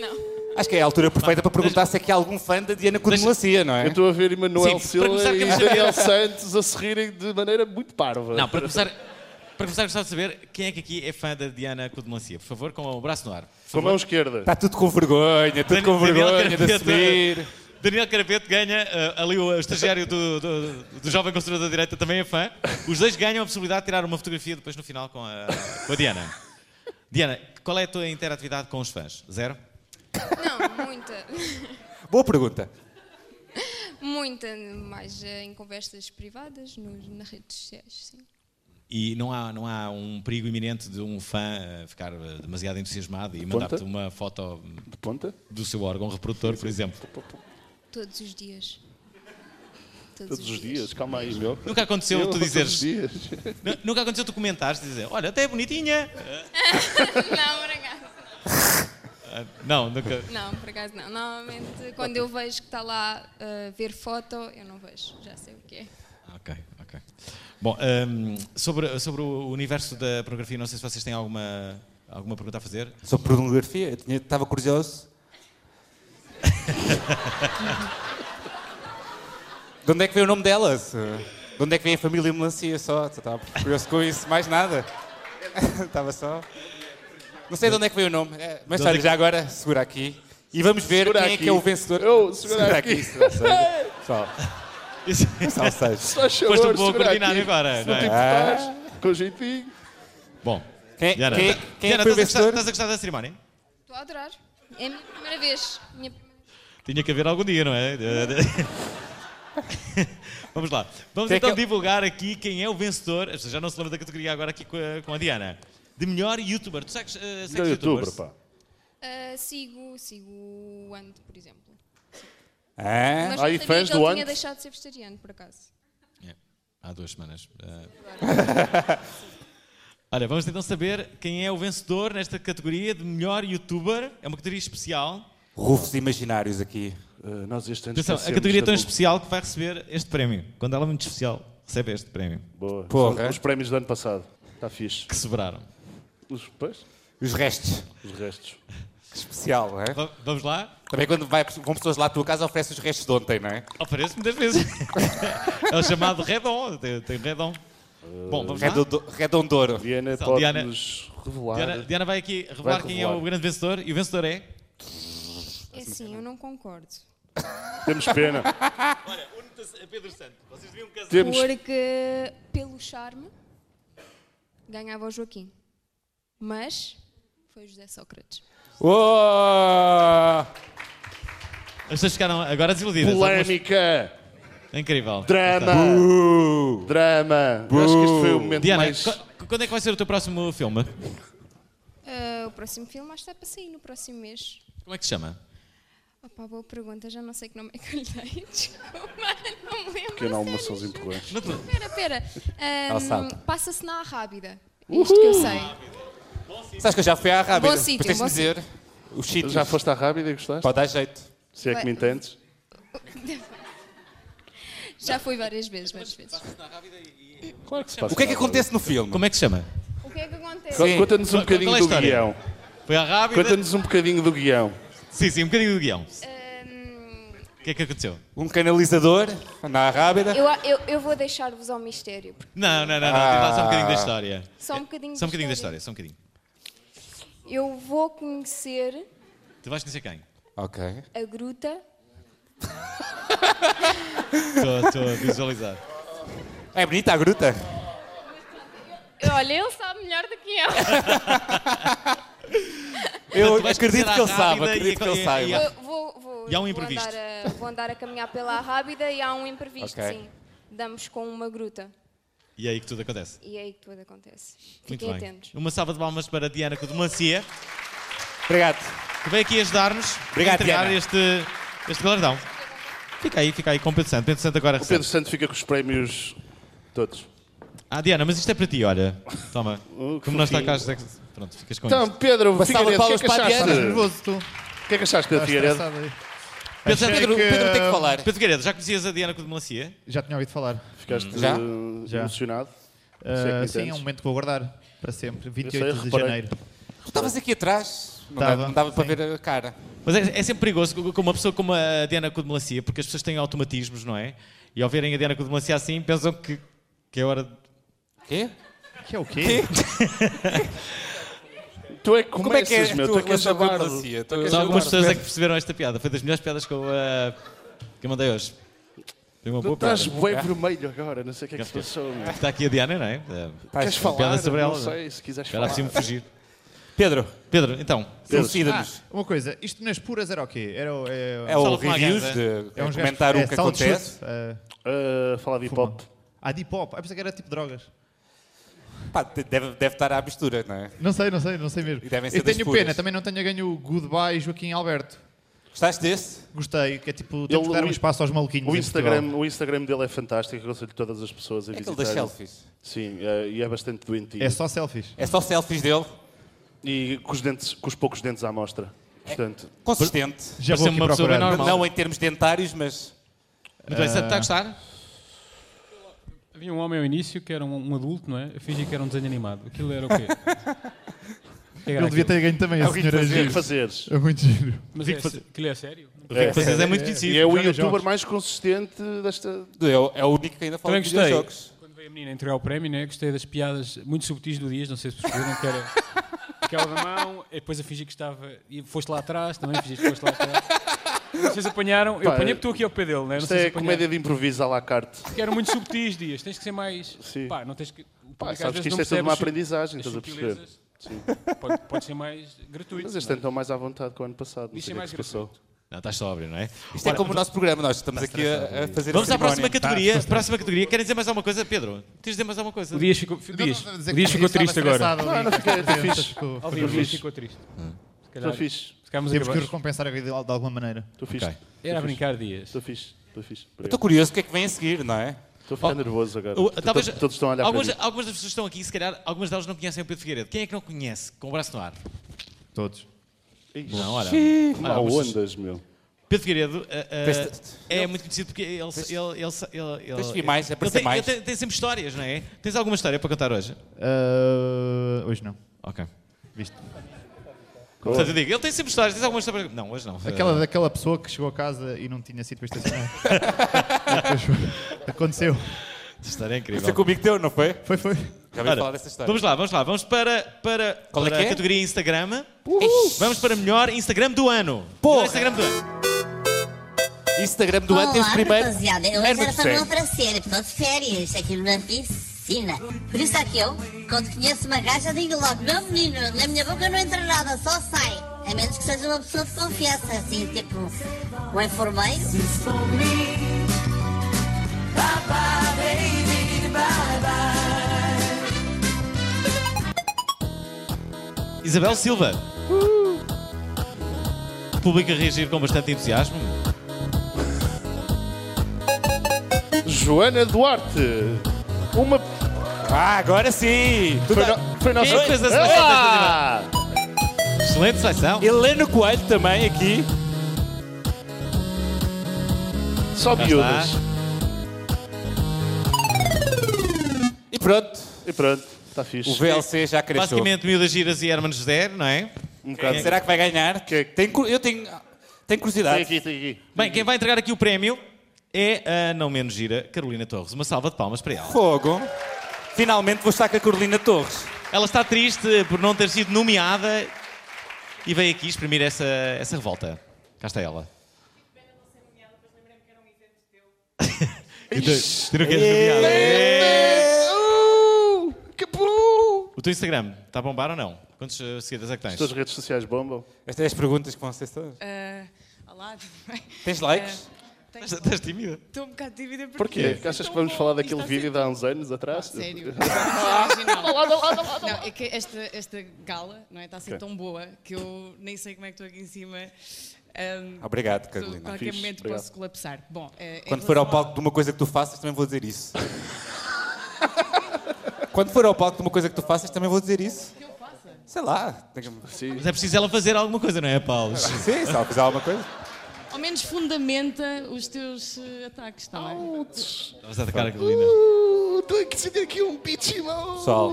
[SPEAKER 29] Não.
[SPEAKER 8] Acho que é a altura perfeita para perguntar se é que há algum fã da Diana Codemelacia, não é?
[SPEAKER 3] Eu estou a ver Emanuel
[SPEAKER 8] Sim,
[SPEAKER 3] Silva
[SPEAKER 8] para começar, é
[SPEAKER 3] e
[SPEAKER 8] queremos saber-
[SPEAKER 3] Daniel Santos a se rirem de maneira muito parva.
[SPEAKER 2] Não, para começar, para começar gostava de saber quem é que aqui é fã da Diana Codemancia. Por favor, com o braço no ar. Por
[SPEAKER 3] Com a
[SPEAKER 2] favor.
[SPEAKER 3] mão esquerda.
[SPEAKER 8] Está tudo com vergonha, tudo com vergonha de assumir.
[SPEAKER 2] Daniel Carapeto ganha, eh, ali o estagiário do, do, do Jovem Construtor da Direita também é fã. Os dois ganham a possibilidade de tirar uma fotografia depois no final com a, com a Diana. Diana, qual é a tua interatividade com os fãs? Zero?
[SPEAKER 30] Não, muita.
[SPEAKER 8] Boa pergunta.
[SPEAKER 30] muita, mais eh, em conversas privadas, nos, nas redes sociais, sim.
[SPEAKER 2] E não há, não há um perigo iminente de um fã eh, ficar eh, demasiado entusiasmado e
[SPEAKER 3] ponta?
[SPEAKER 2] mandar-te uma foto hum, do seu órgão reprodutor, por exemplo?
[SPEAKER 30] Todos os dias.
[SPEAKER 3] Todos os dias, calma aí, meu.
[SPEAKER 2] Nunca aconteceu
[SPEAKER 3] Eu,
[SPEAKER 2] tu
[SPEAKER 3] todos
[SPEAKER 2] dizeres.
[SPEAKER 3] os dias.
[SPEAKER 2] Nu- Nunca aconteceu tu comentares e dizer, olha, até é bonitinha.
[SPEAKER 30] não, por acaso
[SPEAKER 2] Ah, não, nunca.
[SPEAKER 30] não. Não, por acaso não. Normalmente, quando eu vejo que está lá a ver foto, eu não vejo. Já sei o que é.
[SPEAKER 2] Ah, Ok, ok. Bom, hum, sobre, sobre o universo da pornografia, não sei se vocês têm alguma, alguma pergunta a fazer.
[SPEAKER 8] Sobre pornografia, eu tinha- estava curioso. De onde é que veio o nome dela? Se- De onde é que vem a família Melancia só? Só Estava curioso com isso, mais nada. Estava só. Não sei de onde é que veio o nome. É, mas
[SPEAKER 31] De onde é
[SPEAKER 8] olha,
[SPEAKER 31] que-
[SPEAKER 8] já agora, segura aqui. E vamos ver
[SPEAKER 31] Segura
[SPEAKER 8] quem é que é
[SPEAKER 31] aqui.
[SPEAKER 8] o vencedor.
[SPEAKER 31] Eu, segura aqui.
[SPEAKER 8] Só seja. Só. Só seja.
[SPEAKER 3] Se faz favor,
[SPEAKER 2] Foste um pouco
[SPEAKER 3] segura
[SPEAKER 2] coordenado
[SPEAKER 3] aqui.
[SPEAKER 2] agora,
[SPEAKER 3] Se não
[SPEAKER 2] não
[SPEAKER 3] te
[SPEAKER 2] é?
[SPEAKER 3] importares, com jeitinho.
[SPEAKER 2] Bom,
[SPEAKER 8] Ah. quem,
[SPEAKER 2] Diana,
[SPEAKER 8] quem- quem é que foi o
[SPEAKER 2] estás, a gostar,
[SPEAKER 8] vencedor?
[SPEAKER 2] estás a gostar da cerimónia?
[SPEAKER 30] Estou a adorar. É a minha primeira vez. Minha
[SPEAKER 2] Tinha que haver algum dia, não é? Vamos lá. Vamos
[SPEAKER 8] Quem é
[SPEAKER 2] então
[SPEAKER 8] que é-
[SPEAKER 2] divulgar aqui quem é o vencedor. Esta Já não se lembra da categoria agora aqui com a, com a Diana. De melhor youtuber. Tu segues, uh, segues
[SPEAKER 3] Melhor youtuber,
[SPEAKER 2] youtubers?
[SPEAKER 3] pá.
[SPEAKER 30] Ah, sigo, sigo o Ant, por exemplo. Mas
[SPEAKER 8] É?
[SPEAKER 30] não sabia que ele tinha deixado de ser vegetariano, por acaso.
[SPEAKER 2] É. Há duas semanas. Eh, Olha, vamos então saber quem é o vencedor nesta categoria de melhor youtuber. É uma categoria especial.
[SPEAKER 8] Rufos imaginários aqui.
[SPEAKER 3] Eh, nós este
[SPEAKER 2] Atenção, a categoria tão especial que vai receber este prémio. Quando ela é muito especial, recebe este prémio.
[SPEAKER 3] Boa.
[SPEAKER 2] Porra.
[SPEAKER 3] São Os prémios do ano passado. Está fixe.
[SPEAKER 2] Que sobraram.
[SPEAKER 3] Os, pois?
[SPEAKER 8] Os restos.
[SPEAKER 3] Os restos.
[SPEAKER 8] Especial, não é?
[SPEAKER 2] Vamos lá?
[SPEAKER 8] Também quando vai- vão pessoas lá à tua casa oferece os restos de ontem, não é?
[SPEAKER 2] Oferece muitas vezes. é o chamado redon. Tem, tem redon. Bom, vamos lá.
[SPEAKER 8] Redondo- Redondouro.
[SPEAKER 3] Eh, Diana
[SPEAKER 2] Então, Diana- Diana, Diana vai aqui revelar quem é o grande vencedor e o vencedor é.
[SPEAKER 30] É assim, eu não concordo.
[SPEAKER 3] Temos pena.
[SPEAKER 2] Olha, une-te Pedro Santo. Vocês deviam casar.
[SPEAKER 30] Porque, pelo charme, ganhava o Joaquim. Mas foi o José Sócrates.
[SPEAKER 2] As pessoas ficaram agora desiludidas. É
[SPEAKER 3] Polémica!
[SPEAKER 2] Incrível.
[SPEAKER 3] Drama! Drama! Eu acho que este foi o momento
[SPEAKER 2] Diana,
[SPEAKER 3] mais.
[SPEAKER 2] qu- quando é que vai ser o teu próximo filme?
[SPEAKER 30] Ah, o próximo filme acho que está para sair no próximo mês.
[SPEAKER 2] Como é que se chama?
[SPEAKER 30] Opa, boa pergunta, já não sei que nome é que eu lhe dei. Desculpa, não me lembro.
[SPEAKER 3] Pequeno almoço em português.
[SPEAKER 30] Espera, espera.
[SPEAKER 8] Ela sabe.
[SPEAKER 30] Ahm, Passa-se na Rábida. É isto que eu sei.
[SPEAKER 8] Sabes que eu já fui à Rábida.
[SPEAKER 30] Bom
[SPEAKER 8] Depois
[SPEAKER 30] sítio,
[SPEAKER 8] tens de
[SPEAKER 30] bom
[SPEAKER 8] dizer os sítios.
[SPEAKER 3] Já foste à Rábida e gostaste?
[SPEAKER 8] Pode dar jeito.
[SPEAKER 3] Se é que me entendes.
[SPEAKER 30] Já fui várias vezes, várias vezes.
[SPEAKER 3] Claro que se
[SPEAKER 8] O que é que acontece no filme?
[SPEAKER 2] Como é que se chama?
[SPEAKER 30] O que é que acontece?
[SPEAKER 3] Sim. Conta-nos um
[SPEAKER 2] Qual- qual é
[SPEAKER 3] bocadinho
[SPEAKER 2] a
[SPEAKER 3] do
[SPEAKER 2] história?
[SPEAKER 3] guião.
[SPEAKER 2] Foi à Rábida.
[SPEAKER 3] Conta-nos um bocadinho do guião.
[SPEAKER 2] Sim, sim, um bocadinho do guião.
[SPEAKER 30] Hum.
[SPEAKER 2] O que é que aconteceu?
[SPEAKER 8] Um canalizador na Rábida.
[SPEAKER 30] Eu, eu, eu vou deixar-vos ao mistério. porque
[SPEAKER 2] Não, não, não, não. diz lá só um bocadinho da
[SPEAKER 8] Ah.
[SPEAKER 2] história.
[SPEAKER 30] Só um bocadinho.
[SPEAKER 2] Só um bocadinho da
[SPEAKER 30] de
[SPEAKER 2] história, só um bocadinho.
[SPEAKER 30] Eu vou conhecer
[SPEAKER 2] Tu vais conhecer quem?
[SPEAKER 8] Ok.
[SPEAKER 30] a gruta.
[SPEAKER 2] Estou a visualizar.
[SPEAKER 8] É bonita a gruta.
[SPEAKER 30] Olha, ele sabe melhor do que eu.
[SPEAKER 8] Eu
[SPEAKER 2] tu vais
[SPEAKER 8] acredito
[SPEAKER 2] conhecer
[SPEAKER 8] que
[SPEAKER 2] à
[SPEAKER 8] ele sabe,
[SPEAKER 2] Rábida
[SPEAKER 8] acredito
[SPEAKER 2] e-
[SPEAKER 8] que ele
[SPEAKER 2] e-
[SPEAKER 8] saiba.
[SPEAKER 2] e-
[SPEAKER 30] Eu vou, vou,
[SPEAKER 2] E há um
[SPEAKER 30] vou
[SPEAKER 2] imprevisto.
[SPEAKER 30] andar a, vou andar a caminhar pela Rábida e há um imprevisto,
[SPEAKER 2] Ok.
[SPEAKER 30] sim. Damos com uma gruta.
[SPEAKER 2] E é aí que tudo acontece.
[SPEAKER 30] E é aí que tudo acontece.
[SPEAKER 2] Muito
[SPEAKER 30] Fiquem
[SPEAKER 2] bem.
[SPEAKER 30] atentos.
[SPEAKER 2] Uma salva de palmas para Diana Codomancia.
[SPEAKER 8] Obrigado.
[SPEAKER 2] Que veio aqui ajudar-nos
[SPEAKER 8] Obrigado,
[SPEAKER 2] a entregar
[SPEAKER 8] Diana.
[SPEAKER 2] este, este galardão. Fica aí, fica aí com o Pedro Santo. Pedro Santo agora
[SPEAKER 3] O
[SPEAKER 2] recebe.
[SPEAKER 3] Pedro Santo fica com os prémios todos.
[SPEAKER 2] Ah, Diana, mas isto é para ti, olha. Toma.
[SPEAKER 3] Oh, que
[SPEAKER 2] Como nós está cá,
[SPEAKER 3] fofinho.
[SPEAKER 2] José- pronto, ficas com
[SPEAKER 3] Então,
[SPEAKER 2] isto.
[SPEAKER 3] Pedro,
[SPEAKER 2] Uma
[SPEAKER 3] fica
[SPEAKER 2] salva de
[SPEAKER 3] dentro. O que é
[SPEAKER 2] palmas
[SPEAKER 3] que
[SPEAKER 2] para a
[SPEAKER 3] achaste?
[SPEAKER 2] Diana.
[SPEAKER 3] O que é que achaste da
[SPEAKER 2] Estás
[SPEAKER 3] Figueiredo?
[SPEAKER 2] estressado aí.
[SPEAKER 3] Pedro
[SPEAKER 2] Pedro,
[SPEAKER 3] Santo-
[SPEAKER 2] Pedro,
[SPEAKER 3] Pedro
[SPEAKER 2] Pedro
[SPEAKER 3] tem que uh, falar.
[SPEAKER 2] Pedro Figueiredo, já conhecias a Diana Codomancia?
[SPEAKER 4] Já tinha ouvido falar.
[SPEAKER 3] Ficaste
[SPEAKER 4] Já?
[SPEAKER 3] eh,
[SPEAKER 4] Já.
[SPEAKER 3] emocionado?
[SPEAKER 4] Ah,
[SPEAKER 3] Se é que me
[SPEAKER 4] sim, é um
[SPEAKER 3] entendes.
[SPEAKER 4] momento que vou guardar para sempre. 28
[SPEAKER 3] Eu sei,
[SPEAKER 4] de
[SPEAKER 3] reparei.
[SPEAKER 4] janeiro.
[SPEAKER 8] Tu estavas aqui atrás. Não
[SPEAKER 4] Tava,
[SPEAKER 8] dava, não dava para ver a cara.
[SPEAKER 2] Mas é, é sempre perigoso com- com uma pessoa como a Diana Codemelancia, porque as pessoas têm automatismos, não é? E ao verem a Diana Codemelancia assim, pensam que, que é hora de.
[SPEAKER 8] Quê?
[SPEAKER 4] Que é o quê?
[SPEAKER 3] Tu é que
[SPEAKER 8] Como é que é
[SPEAKER 3] começas,
[SPEAKER 8] a
[SPEAKER 3] meu.
[SPEAKER 8] tua
[SPEAKER 3] Tu é que és
[SPEAKER 8] relação com a
[SPEAKER 3] chavardo.
[SPEAKER 8] democracia? Tu
[SPEAKER 3] Tu é que és
[SPEAKER 2] Só
[SPEAKER 3] chavardo.
[SPEAKER 2] algumas pessoas é que perceberam esta piada. Foi das melhores piadas que eu, eh, que eu mandei hoje. Foi uma
[SPEAKER 3] Tu
[SPEAKER 2] boa
[SPEAKER 3] estás
[SPEAKER 2] piada. É.
[SPEAKER 3] bem vermelho agora, não sei o que é que se passou. meu.
[SPEAKER 4] Tá
[SPEAKER 2] Está aqui a Diana, não é? Eh,
[SPEAKER 3] Queres
[SPEAKER 2] uma
[SPEAKER 3] falar?
[SPEAKER 2] Piada sobre
[SPEAKER 3] Não
[SPEAKER 2] ela. é?
[SPEAKER 3] sei, se quiseres
[SPEAKER 2] Agora
[SPEAKER 3] falar.
[SPEAKER 2] preciso-me fugir.
[SPEAKER 8] Pedro.
[SPEAKER 2] Pedro, então.
[SPEAKER 4] Ah, uma coisa, isto nas puras era o quê? Era, o- um é,
[SPEAKER 8] É o
[SPEAKER 4] Sala de
[SPEAKER 8] reviews
[SPEAKER 4] propaganda.
[SPEAKER 8] de-
[SPEAKER 4] uns
[SPEAKER 8] comentar
[SPEAKER 4] gajos-
[SPEAKER 8] o que
[SPEAKER 4] sala de
[SPEAKER 8] acontece.
[SPEAKER 4] chute,
[SPEAKER 3] Eh,
[SPEAKER 4] ah,
[SPEAKER 3] falar de
[SPEAKER 4] fuma. Ah, de hip-hop. Ah, pensei que era tipo drogas.
[SPEAKER 8] Pá, de- deve, deve estar à mistura, não é?
[SPEAKER 4] Não sei, não sei, não sei mesmo.
[SPEAKER 8] E devem ser
[SPEAKER 4] Eu
[SPEAKER 8] das
[SPEAKER 4] tenho
[SPEAKER 8] puras.
[SPEAKER 4] pena, também não tenho ganho o Goodbye Joaquim Alberto.
[SPEAKER 8] Gostaste desse?
[SPEAKER 4] Gostei, que é tipo, temos que dar
[SPEAKER 3] o
[SPEAKER 4] um
[SPEAKER 3] in-
[SPEAKER 4] espaço aos maluquinhos.
[SPEAKER 3] O
[SPEAKER 4] em
[SPEAKER 3] Instagram,
[SPEAKER 4] Portugal.
[SPEAKER 3] o Instagram dele é fantástico, aconselho todas as pessoas a
[SPEAKER 8] É
[SPEAKER 4] aquele
[SPEAKER 3] visitar.
[SPEAKER 4] das selfies.
[SPEAKER 3] Sim, é- e é bastante doentio.
[SPEAKER 4] É só selfies.
[SPEAKER 8] É só selfies dele.
[SPEAKER 3] E com os, dentes, com os poucos dentes à mostra. Portanto,
[SPEAKER 8] É
[SPEAKER 2] É
[SPEAKER 8] Consistente. Não em termos dentários, mas.
[SPEAKER 2] Muito bem, está a gostar?
[SPEAKER 5] Havia um homem ao início que era um, um adulto, não é? Eu fingi que era um desenho animado. Aquilo era o quê?
[SPEAKER 4] Ele
[SPEAKER 5] O que era
[SPEAKER 4] devia
[SPEAKER 5] aquilo? É
[SPEAKER 4] ter ganho também, a senhora
[SPEAKER 3] fazer.
[SPEAKER 4] giro.
[SPEAKER 3] Fazeres.
[SPEAKER 4] É muito giro.
[SPEAKER 5] Mas
[SPEAKER 4] Rico
[SPEAKER 5] é,
[SPEAKER 4] fazer.
[SPEAKER 5] aquilo é sério?
[SPEAKER 3] E é o
[SPEAKER 5] Joga
[SPEAKER 3] youtuber
[SPEAKER 5] jogos.
[SPEAKER 3] mais consistente desta.
[SPEAKER 8] é o único que ainda
[SPEAKER 5] Também gostei. Quando veio a menina entregar o prémio, né? gostei das piadas muito subtis do Dias, não sei se perceberam, que era aquela da mão, e depois a fingir que estava. E foste lá atrás, também fingiste que foste lá atrás. Vocês apanharam, eu
[SPEAKER 3] Pá, é-
[SPEAKER 5] apanhei porque estou aqui ao pé dele, né? não
[SPEAKER 3] Isto
[SPEAKER 5] sei se
[SPEAKER 3] é
[SPEAKER 5] apanharam.
[SPEAKER 3] comédia de improviso à la carte.
[SPEAKER 5] Porque eram muito subtis, Dias, tens que ser mais. Pá, não tens que. o público
[SPEAKER 3] Pá,
[SPEAKER 5] às
[SPEAKER 3] sabes
[SPEAKER 5] vezes
[SPEAKER 3] que isto
[SPEAKER 5] não
[SPEAKER 3] é tudo uma
[SPEAKER 5] percebe as-
[SPEAKER 3] aprendizagem,
[SPEAKER 5] as
[SPEAKER 3] estás a perceber?
[SPEAKER 5] subtilezas.
[SPEAKER 3] Sim.
[SPEAKER 5] Pode, pode ser mais gratuito.
[SPEAKER 3] Mas este
[SPEAKER 5] não é?
[SPEAKER 3] ano estão mais à vontade que o ano passado. Não
[SPEAKER 5] Isto
[SPEAKER 3] sei
[SPEAKER 5] é
[SPEAKER 3] o que é
[SPEAKER 5] mais
[SPEAKER 3] que se passou.
[SPEAKER 2] Não, estás sóbrio, não é?
[SPEAKER 8] Isto é como o nosso programa, nós estamos
[SPEAKER 2] Está
[SPEAKER 8] aqui a- a
[SPEAKER 2] estressado.
[SPEAKER 8] fazer a
[SPEAKER 2] um Vamos à
[SPEAKER 8] cerimónia.
[SPEAKER 2] próxima categoria.
[SPEAKER 8] Está.
[SPEAKER 2] próxima categoria. Querem dizer mais alguma coisa, Pedro? Tens de dizer mais alguma é coisa?
[SPEAKER 5] O Dias
[SPEAKER 4] Então
[SPEAKER 5] ficou, Dias, o Dias ficou triste agora.
[SPEAKER 4] Não, não fiquei, estou fixe.
[SPEAKER 5] Ao vivo, O Dias ficou triste. Se calhar- se calhar
[SPEAKER 4] Temos
[SPEAKER 5] vamos
[SPEAKER 4] que
[SPEAKER 5] acabar.
[SPEAKER 4] recompensar a vida de alguma maneira.
[SPEAKER 3] Estou fixe.
[SPEAKER 4] Ok.
[SPEAKER 5] Era a brincar, Dias.
[SPEAKER 3] Estou fixe. Estou fixe.
[SPEAKER 8] Eu Estou curioso o que é que vem a seguir, não é?
[SPEAKER 3] Estou a ficar nervoso agora.
[SPEAKER 2] Oh, O-
[SPEAKER 3] Todos-
[SPEAKER 2] talvez-
[SPEAKER 3] todos estão a olhar
[SPEAKER 2] algumas,
[SPEAKER 3] para mim.
[SPEAKER 2] algumas das pessoas que estão aqui, se calhar, algumas delas não conhecem o Pedro Figueiredo. Quem é que não conhece? Com o braço no ar.
[SPEAKER 4] Todos.
[SPEAKER 2] Não, olha.
[SPEAKER 3] Xiii,
[SPEAKER 2] Olha,
[SPEAKER 3] mal
[SPEAKER 2] algumas pessoas-
[SPEAKER 3] ondas, meu.
[SPEAKER 2] Pedro Figueiredo eh, eh,
[SPEAKER 3] Tens-
[SPEAKER 2] é muito conhecido porque ele. ele, ele, ele, ele
[SPEAKER 8] tens de vir mais,
[SPEAKER 2] ele
[SPEAKER 8] aparecer
[SPEAKER 2] tem-
[SPEAKER 8] mais.
[SPEAKER 2] ele tem, tem sempre histórias, não é? Tens alguma história para contar hoje?
[SPEAKER 4] Ah, hoje não.
[SPEAKER 2] Ok. Eh.
[SPEAKER 4] Visto.
[SPEAKER 2] Portanto, eu digo, ele tem sempre histórias, tens alguma história para. Não, hoje não.
[SPEAKER 4] Aquela
[SPEAKER 2] Eh,
[SPEAKER 4] daquela pessoa que chegou a casa e não tinha sido para estacionar. Aconteceu.
[SPEAKER 2] Esta história é incrível.
[SPEAKER 8] Foi comigo teu, não foi?
[SPEAKER 3] Foi, foi.
[SPEAKER 8] Já ouvi
[SPEAKER 2] Ora,
[SPEAKER 8] falar dessa história.
[SPEAKER 2] Vamos lá, vamos lá. Vamos para, para,
[SPEAKER 8] Qual é
[SPEAKER 2] para
[SPEAKER 8] que
[SPEAKER 2] a
[SPEAKER 8] é?
[SPEAKER 2] categoria Instagram. Vamos para melhor Instagram do ano.
[SPEAKER 8] Porra!
[SPEAKER 2] Melhor Instagram do ano.
[SPEAKER 8] Instagram do
[SPEAKER 6] Olá,
[SPEAKER 8] ano teve é primeiro.
[SPEAKER 6] rapaziada. Eu
[SPEAKER 8] Menos
[SPEAKER 6] era
[SPEAKER 8] de
[SPEAKER 6] para não
[SPEAKER 8] cem.
[SPEAKER 6] aparecer, eu estou de férias aqui numa piscina. Por isso é que eu, quando conheço uma gaja, digo logo: meu menino, na minha boca não entra nada, só sai. A menos que seja uma pessoa de confiança, assim, tipo, o enfermeiro.
[SPEAKER 2] Isabel Silva. O público a reagir com bastante entusiasmo.
[SPEAKER 3] Joana Duarte. Uma.
[SPEAKER 8] Ah, agora sim!
[SPEAKER 3] Foi,
[SPEAKER 8] tá-
[SPEAKER 3] no- foi nossa.
[SPEAKER 8] Quem fez a seleção
[SPEAKER 3] Ah!
[SPEAKER 8] Tá
[SPEAKER 2] Excelente seleção.
[SPEAKER 8] Helena Coelho também aqui.
[SPEAKER 3] Só
[SPEAKER 8] Já
[SPEAKER 3] miúdas.
[SPEAKER 8] está. E pronto.
[SPEAKER 3] E pronto. Está Tá fixe.
[SPEAKER 8] O VLC já cresceu.
[SPEAKER 2] Basicamente, Miúdas Giras e Herman José, não é?
[SPEAKER 3] Um
[SPEAKER 8] Quem- Será que vai ganhar? Tem cu- eu tenho, tenho curiosidade.
[SPEAKER 2] Tem aqui, Bem, quem vai entregar aqui o prémio é a não menos gira Carolina Torres. Uma salva de palmas para ela.
[SPEAKER 8] Fogo. Finalmente vou estar com a Carolina Torres.
[SPEAKER 2] Ela está triste por não ter sido nomeada e veio aqui exprimir essa, essa revolta. Cá está ela. Tu tu não queres nomeada?
[SPEAKER 3] Que bom!
[SPEAKER 2] O teu Instagram está a bombar ou não? Quantos eh, seguidores é que
[SPEAKER 3] As
[SPEAKER 2] tens?
[SPEAKER 3] tuas redes sociais bombam.
[SPEAKER 8] Estas é as perguntas que vão ser todas.
[SPEAKER 32] Ah, olá, tudo bem?
[SPEAKER 8] Tens likes?
[SPEAKER 32] Ah, tenho-
[SPEAKER 2] Estás tímida?
[SPEAKER 32] Estou um bocado tímida porque.
[SPEAKER 3] Porquê? Que achas que vamos falar daquele vídeo de há uns anos atrás?
[SPEAKER 32] Sério? Não, é que esta, esta gala não é, está a ser
[SPEAKER 3] Ok.
[SPEAKER 32] tão boa que eu nem sei como é que estou aqui em cima. Ahm,
[SPEAKER 8] Obrigado,
[SPEAKER 32] tu-
[SPEAKER 8] Carolina.
[SPEAKER 32] Qualquer
[SPEAKER 8] Fixe,
[SPEAKER 32] momento
[SPEAKER 8] obrigado.
[SPEAKER 32] posso colapsar. Bom, eh, em
[SPEAKER 8] Quando for ao
[SPEAKER 32] relação
[SPEAKER 8] palco de uma coisa que tu faças, também vou dizer isso. Quando for ao palco de uma coisa que tu faças, também vou dizer isso. Que eu faça? Sei lá.
[SPEAKER 2] Mas é preciso ela fazer alguma coisa, não é, Paulo?
[SPEAKER 8] Sim, se ela fizer alguma coisa.
[SPEAKER 32] Ao menos fundamenta os teus eh, ataques, está bem?
[SPEAKER 2] Vamos atacar a Carolina.
[SPEAKER 6] Estou a sentir aqui um bichimão.
[SPEAKER 2] Pessoal.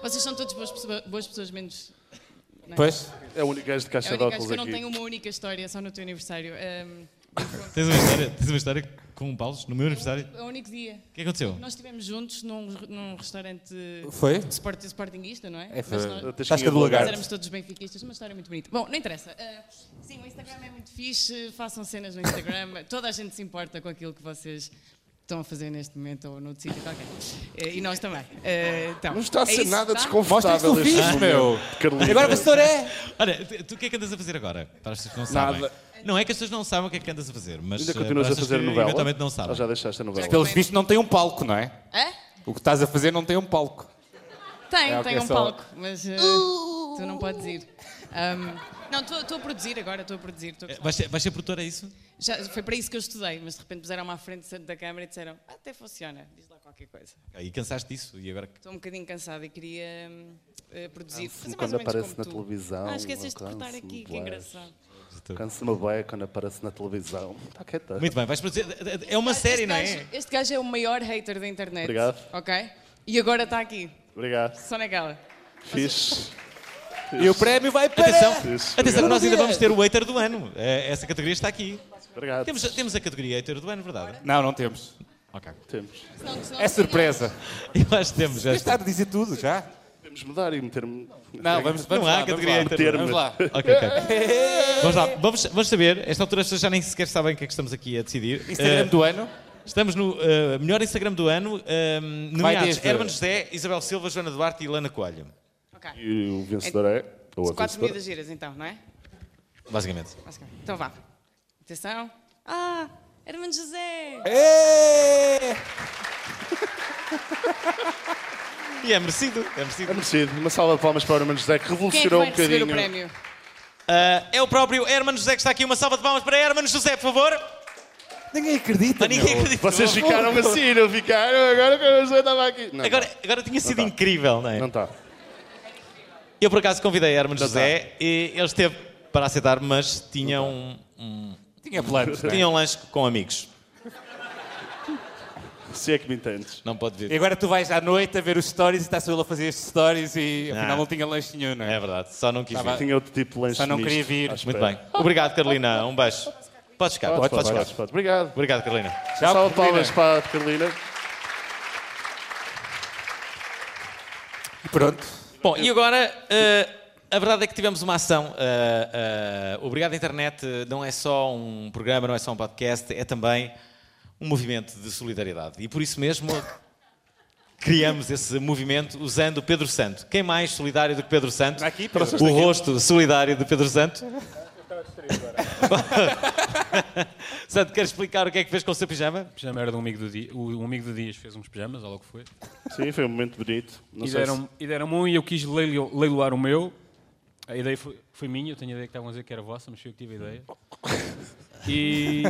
[SPEAKER 32] Vocês são todos boas, pessoa- boas pessoas, menos. não é?
[SPEAKER 3] Pois. É o único gajo de
[SPEAKER 32] É
[SPEAKER 3] caixa
[SPEAKER 32] o
[SPEAKER 3] de
[SPEAKER 32] único, acho
[SPEAKER 3] óculos
[SPEAKER 32] que eu não
[SPEAKER 3] aqui.
[SPEAKER 32] tenho uma única história, só no teu aniversário. Ahm,
[SPEAKER 2] Tens uma história, tens uma história com o Paulo no meu aniversário?
[SPEAKER 32] É o único dia.
[SPEAKER 2] O que aconteceu?
[SPEAKER 32] Nós estivemos juntos num, num restaurante
[SPEAKER 2] Foi?
[SPEAKER 32] de sport, sportinguista, não é?
[SPEAKER 2] É, foi.
[SPEAKER 32] Mas nós-
[SPEAKER 2] Da Tasca do Lagarto.
[SPEAKER 32] Nós éramos todos benfiquistas, uma história muito bonita. Bom, não interessa. Ah, sim, o Instagram é muito fixe, façam cenas no Instagram. Toda a gente se importa com aquilo que vocês estão a fazer neste momento ou noutro sítio qualquer. Eh, E nós também. Eh, então,
[SPEAKER 3] Não está a
[SPEAKER 32] é
[SPEAKER 3] ser
[SPEAKER 32] isso, tá?
[SPEAKER 3] nada
[SPEAKER 8] é
[SPEAKER 3] desconfortável
[SPEAKER 2] Mostra que tu
[SPEAKER 3] este
[SPEAKER 2] fiz,
[SPEAKER 3] momento,
[SPEAKER 2] meu.
[SPEAKER 3] Carolina.
[SPEAKER 2] Agora, pastor, é. Olha, tu- tu o que é que andas a fazer agora? Para as pessoas que não sabem.
[SPEAKER 3] Nada.
[SPEAKER 2] Não é que as pessoas não sabem o que é que andas a fazer, mas.
[SPEAKER 3] Ainda
[SPEAKER 2] eh,
[SPEAKER 3] continuas
[SPEAKER 2] para
[SPEAKER 3] a
[SPEAKER 2] estas
[SPEAKER 3] fazer
[SPEAKER 2] que
[SPEAKER 3] novela?
[SPEAKER 2] Eventualmente não sabem.
[SPEAKER 3] Ou já deixaste a novela?
[SPEAKER 8] Mas pelos vistos não tem um palco, não é?
[SPEAKER 32] É?
[SPEAKER 8] O que estás a fazer não tem um palco.
[SPEAKER 32] Tem,
[SPEAKER 8] É, ok,
[SPEAKER 32] tem um
[SPEAKER 8] só-
[SPEAKER 32] palco, mas eh, tu não podes ir. Um, Ahm, não, estou a produzir agora, estou a produzir. tô a gostar.
[SPEAKER 2] Vais ser, vais ser produtora, é isso?
[SPEAKER 32] Já, foi para isso que eu estudei, mas de repente puseram-me à frente da câmara e disseram "Ah, até funciona, diz lá qualquer coisa.
[SPEAKER 2] E cansaste disso e agora.
[SPEAKER 32] Estou um bocadinho cansada e queria hum, eh, produzir. Fazer mais
[SPEAKER 3] Canso-me Ah, quando
[SPEAKER 32] ou menos
[SPEAKER 3] aparece
[SPEAKER 32] como
[SPEAKER 3] na
[SPEAKER 32] tu.
[SPEAKER 3] televisão,
[SPEAKER 32] Ah, esqueceste de
[SPEAKER 3] eu
[SPEAKER 32] cortar
[SPEAKER 3] canso-me
[SPEAKER 32] aqui, que
[SPEAKER 3] bué.
[SPEAKER 32] engraçado.
[SPEAKER 3] Cansa-me bem quando aparece na televisão. Está quieta.
[SPEAKER 2] Muito bem, vais produzir. É uma série, não é?
[SPEAKER 32] Gajo- Este gajo é o maior hater da internet.
[SPEAKER 3] Obrigado.
[SPEAKER 32] Ok? E agora está aqui,
[SPEAKER 3] Obrigado.
[SPEAKER 32] é só naquela.
[SPEAKER 3] Fixe.
[SPEAKER 8] E o prémio vai para.
[SPEAKER 2] Atenção,
[SPEAKER 3] Isso,
[SPEAKER 2] atenção que
[SPEAKER 3] obrigado.
[SPEAKER 2] nós ainda vamos ter o hater do ano. Eh, Essa categoria está aqui.
[SPEAKER 3] Obrigado.
[SPEAKER 2] Temos, temos a categoria hater do ano, verdade?
[SPEAKER 8] Não, não temos.
[SPEAKER 2] Ok.
[SPEAKER 3] Temos.
[SPEAKER 8] É surpresa.
[SPEAKER 2] Eu acho que temos. Já
[SPEAKER 8] está a dizer tudo, já.
[SPEAKER 3] Vamos mudar e meter-me.
[SPEAKER 8] Não, vamos- vamos
[SPEAKER 2] Não há categoria hater.
[SPEAKER 3] Meter-me.
[SPEAKER 2] Ok, ok. Vamos lá. Vamos, vamos saber. Esta altura as pessoas já nem sequer sabem o que é que estamos aqui a decidir.
[SPEAKER 8] Instagram
[SPEAKER 2] Eh,
[SPEAKER 8] do ano?
[SPEAKER 2] Estamos no eh, melhor Instagram do ano. eh, nomeados
[SPEAKER 8] desde-
[SPEAKER 2] Herman José, Isabel Silva, Joana Duarte e Lana Coelho.
[SPEAKER 3] E o vencedor é. Ou a
[SPEAKER 32] Quatro
[SPEAKER 3] vencedora.
[SPEAKER 32] miúdas giras então, não é?
[SPEAKER 2] Basicamente.
[SPEAKER 32] Basicamente. Então vá. Atenção. Ah, Hermano José!
[SPEAKER 33] Tá
[SPEAKER 2] E é merecido. É merecido.
[SPEAKER 3] É merecido. Uma salva de palmas para o Herman José que
[SPEAKER 32] Quem é que
[SPEAKER 3] revolucionou
[SPEAKER 32] vai receber
[SPEAKER 3] um
[SPEAKER 32] o
[SPEAKER 3] bocadinho.
[SPEAKER 32] prémio?
[SPEAKER 2] Ah, é o próprio Herman José que está aqui. Uma salva de palmas para Herman José, por favor.
[SPEAKER 8] Ninguém acredita.
[SPEAKER 2] Mas ninguém
[SPEAKER 3] meu.
[SPEAKER 2] acredita.
[SPEAKER 3] Vocês ficaram
[SPEAKER 8] é?
[SPEAKER 3] assim, não ficaram? Agora que eu já estava aqui. Não, tá.
[SPEAKER 2] Agora, agora tinha sido incrível, não é? Não
[SPEAKER 3] está.
[SPEAKER 2] Eu, por acaso, convidei Herman
[SPEAKER 3] tá.
[SPEAKER 2] José e ele esteve para aceitar, mas tinha um...
[SPEAKER 3] tá.
[SPEAKER 2] um-
[SPEAKER 8] Tinha planos, não é?
[SPEAKER 2] Tinha um lanche com amigos.
[SPEAKER 3] Se é que me entendes.
[SPEAKER 2] Não pode vir.
[SPEAKER 8] E agora tu vais à noite a ver os stories e está-se ele a fazer estes stories e
[SPEAKER 2] Ah.
[SPEAKER 8] afinal não tinha lanche nenhum, não é?
[SPEAKER 2] É verdade, só não quis
[SPEAKER 8] Estava-
[SPEAKER 2] vir.
[SPEAKER 3] Tinha outro tipo de lanche
[SPEAKER 8] Só não
[SPEAKER 3] misto,
[SPEAKER 8] queria vir.
[SPEAKER 3] à espera.
[SPEAKER 2] Muito bem. Obrigado, Carolina. Um beijo. Podes chegar,
[SPEAKER 3] Podes, podes,
[SPEAKER 2] podes, podes chegar.
[SPEAKER 3] podes, podes. Obrigado.
[SPEAKER 2] Obrigado, Carolina.
[SPEAKER 3] Uma salva de palmas para a Carolina.
[SPEAKER 2] E pronto. Bom, e agora, eh, a verdade é que tivemos uma ação. eh, eh, Obrigado à Internet eh, não é só um programa, não é só um podcast, é também um movimento de solidariedade. E por isso mesmo criamos esse movimento usando o Pedro Santo. Quem mais solidário do que Pedro Santo? Aqui,
[SPEAKER 8] Pedro.
[SPEAKER 2] O rosto solidário de Pedro Santo. Santo, queres explicar o que é que fez com o seu pijama?
[SPEAKER 5] O pijama era de um amigo do Dias. O, um amigo do Dias fez uns pijamas, olha o que foi.
[SPEAKER 3] Sim, foi um momento bonito. Não
[SPEAKER 5] e
[SPEAKER 3] sei se-
[SPEAKER 5] deram-me e deram-me um e eu quis leilo- leiloar o meu. A ideia foi, foi minha, eu tinha a ideia que estavam a dizer que era vossa, mas fui eu que tive a ideia. E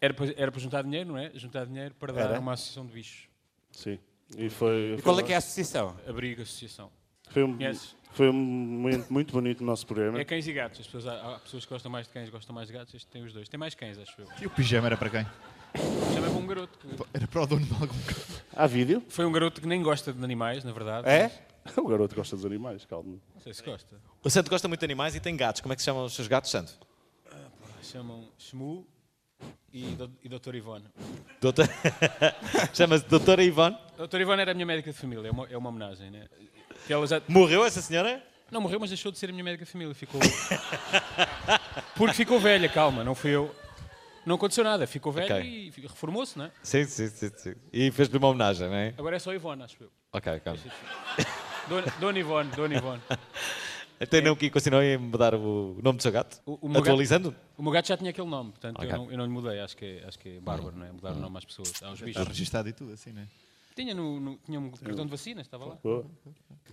[SPEAKER 5] era para, era para juntar dinheiro, não é? Juntar dinheiro para dar
[SPEAKER 3] Era.
[SPEAKER 5] a uma associação de bichos.
[SPEAKER 3] Sim. E é foi. foi
[SPEAKER 2] é
[SPEAKER 3] uma-
[SPEAKER 5] associação? Abrigo Associação.
[SPEAKER 3] Foi um,
[SPEAKER 5] Conheces?
[SPEAKER 3] foi um momento muito bonito no nosso programa.
[SPEAKER 5] É cães e gatos. As pessoas, há há pessoas que gostam mais de cães, gostam mais de gatos. Este tem os dois. Tem mais cães, acho eu.
[SPEAKER 14] E o pijama era para quem?
[SPEAKER 5] O pijama é para um garoto. que-
[SPEAKER 14] Era para o dono de algum carro.
[SPEAKER 3] Há vídeo?
[SPEAKER 5] Foi um garoto que nem gosta de animais, na verdade. mas-
[SPEAKER 3] É? O garoto gosta dos animais, calma.
[SPEAKER 5] Não sei se gosta.
[SPEAKER 2] É? O Santo gosta muito de animais e tem gatos. Como é que se chamam os seus gatos, Santo?
[SPEAKER 5] Chamam Shmu e, do, e Dr. Ivone.
[SPEAKER 2] Doutor... Chama-se Doutora Ivone.
[SPEAKER 5] Dr. Ivone era a minha médica de família. É uma, é uma homenagem, né? Que ela já-
[SPEAKER 2] Morreu essa senhora?
[SPEAKER 5] Não, morreu, mas deixou de ser a minha médica de família. Ficou... Porque ficou velha, calma. Não fui eu. Não aconteceu nada. Ficou velha
[SPEAKER 2] Ok.
[SPEAKER 5] e fi- reformou-se, não é?
[SPEAKER 2] Sim, sim, sim. sim. E fez-lhe uma homenagem, não é?
[SPEAKER 5] Agora é só Ivone, acho eu.
[SPEAKER 2] Ok, calma.
[SPEAKER 5] Dona, Dona Ivone, Dona Ivone.
[SPEAKER 2] Até assim, não que continuem a mudar o nome do seu gato?
[SPEAKER 5] O meu
[SPEAKER 2] Atualizando?
[SPEAKER 5] Gato, o meu gato já tinha aquele nome, portanto
[SPEAKER 2] Ok.
[SPEAKER 5] eu, não, eu não lhe mudei. Acho que é, acho que é bárbaro, não é? Mudar o nome às pessoas, aos bichos.
[SPEAKER 14] Está registado e tudo, assim, não é?
[SPEAKER 5] Tinha, no, no- tinha um cartão de vacinas, estava lá.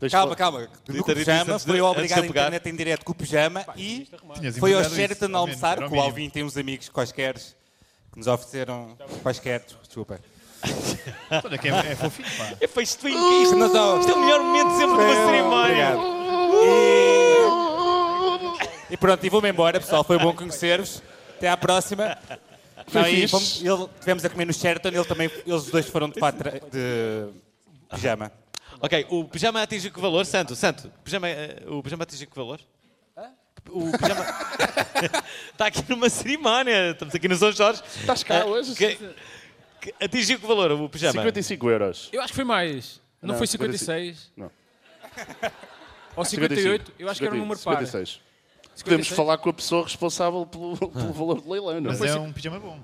[SPEAKER 8] Calma, calma. No pijama, foi obrigado a internet em direto com o pijama e
[SPEAKER 5] Tinhas
[SPEAKER 8] foi ao
[SPEAKER 5] inventado isso,
[SPEAKER 8] Sheraton
[SPEAKER 5] ao menos,
[SPEAKER 8] almoçar,
[SPEAKER 5] era o
[SPEAKER 8] com o Alvin
[SPEAKER 5] mínimo.
[SPEAKER 8] tem uns amigos quaisquer que nos ofereceram quaisquer, desculpa.
[SPEAKER 14] Olha que é- é fofinho, pá.
[SPEAKER 2] É fez Twin Peaks.
[SPEAKER 8] Isto, um não dá-
[SPEAKER 2] Isto é o melhor momento sempre de uma cerimónia.
[SPEAKER 8] Obrigado. E, e pronto, e vou-me embora, pessoal. Foi bom conhecer-vos. Até à próxima.
[SPEAKER 2] Foi
[SPEAKER 8] Não, e
[SPEAKER 2] fixe.
[SPEAKER 8] fomos- ele, tivemos a comer no Sheraton, ele também, eles os dois foram de, patra, de pijama.
[SPEAKER 2] Ok, o pijama atinge que valor, Santo? Santo, pijama, eh, o pijama atinge que valor? O pijama... Está aqui numa cerimónia. Estamos aqui no São Jorge.
[SPEAKER 3] Estás cá
[SPEAKER 5] Eh,
[SPEAKER 2] Ah,
[SPEAKER 3] hoje?
[SPEAKER 2] que- que- Atingiu que valor o pijama?
[SPEAKER 3] 55 euros.
[SPEAKER 5] Eu acho que foi mais. Não, foi 56?
[SPEAKER 3] Não. Ah,
[SPEAKER 5] Ou 58? Eu acho que era
[SPEAKER 3] 55,
[SPEAKER 5] um número par.
[SPEAKER 3] 56.
[SPEAKER 5] 56?
[SPEAKER 3] Podemos falar com a pessoa responsável pelo, pelo valor do leilão, não
[SPEAKER 14] Mas é um pijama bom.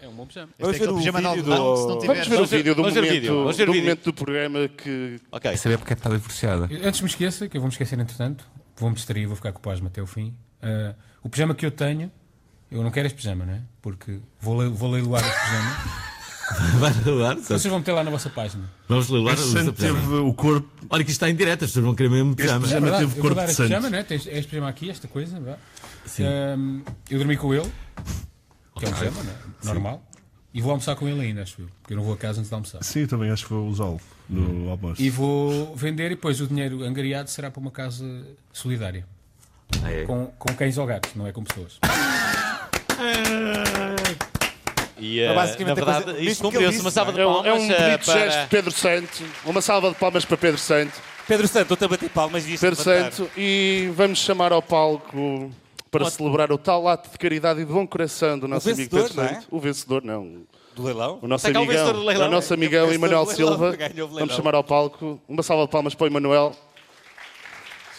[SPEAKER 5] É um bom pijama.
[SPEAKER 14] Este Vamos é ver aquele o pijama de vídeo algodão, do- se não tiver-
[SPEAKER 3] Vamos ver o vídeo do
[SPEAKER 14] Vamos ver o
[SPEAKER 3] momento,
[SPEAKER 14] vídeo, vamos ver o
[SPEAKER 3] do,
[SPEAKER 14] vídeo.
[SPEAKER 3] momento do programa que...
[SPEAKER 2] Ok.
[SPEAKER 16] saber porque é que está divorciada.
[SPEAKER 10] Eu- Antes me esqueça, que eu vou-me esquecer entretanto, vou-me distrair, vou ficar com o pasmo até o fim. Ah, o pijama que eu tenho, eu não quero este pijama, não é? Porque vou, le- vou leiloar este pijama.
[SPEAKER 17] Vai leiloar,
[SPEAKER 10] Vocês
[SPEAKER 17] sabe?
[SPEAKER 10] vão meter lá na vossa página.
[SPEAKER 17] Vamos leiloar
[SPEAKER 10] Este
[SPEAKER 17] o seu
[SPEAKER 10] santo
[SPEAKER 17] pijama.
[SPEAKER 10] teve
[SPEAKER 17] o corpo. Olha que isto está em direto, as pessoas vão querer mesmo pijama.
[SPEAKER 10] é verdade, eu vou dar este pijama, não é? Tens este pijama aqui, esta coisa. vá.
[SPEAKER 17] Sim.
[SPEAKER 10] Ah, eu dormi com ele, que é
[SPEAKER 17] Ok.
[SPEAKER 10] um pijama, não é?
[SPEAKER 17] Sim.
[SPEAKER 10] Normal. E vou almoçar com ele ainda, acho eu. Porque eu não vou a casa antes de almoçar.
[SPEAKER 14] Sim, eu também acho que vou usá-lo no almoço.
[SPEAKER 10] E vou vender e depois o dinheiro angariado será para uma casa solidária. Com, com cães ou gatos, não é com pessoas.
[SPEAKER 2] E,
[SPEAKER 8] É,
[SPEAKER 3] ah,
[SPEAKER 2] eh, na verdade, isto cumpriu-se uma salva de
[SPEAKER 3] É um-
[SPEAKER 2] palmas
[SPEAKER 3] É um
[SPEAKER 2] eh,
[SPEAKER 3] bonito gesto
[SPEAKER 2] para...
[SPEAKER 3] de Pedro Santo. Uma salva de palmas para Pedro Santo.
[SPEAKER 8] Pedro Santo, estou a bater palmas e isto
[SPEAKER 3] Pedro
[SPEAKER 8] levantar.
[SPEAKER 3] Santo. E vamos chamar ao palco para
[SPEAKER 8] Ótimo.
[SPEAKER 3] celebrar o tal ato de caridade e de bom coração do nosso amigo
[SPEAKER 8] vencedor,
[SPEAKER 3] Pedro
[SPEAKER 8] não é?
[SPEAKER 3] Santo. O vencedor, não.
[SPEAKER 8] Do leilão?
[SPEAKER 3] O nosso
[SPEAKER 8] Está cá é o
[SPEAKER 3] amigão,
[SPEAKER 8] vencedor do leilão.
[SPEAKER 3] o nosso
[SPEAKER 8] É o
[SPEAKER 3] amigão
[SPEAKER 8] vencedor
[SPEAKER 3] Emanuel
[SPEAKER 8] do leilão,
[SPEAKER 3] Silva.
[SPEAKER 8] ganhou o leilão.
[SPEAKER 3] Vamos chamar ao palco. Uma salva de palmas para o Emanuel.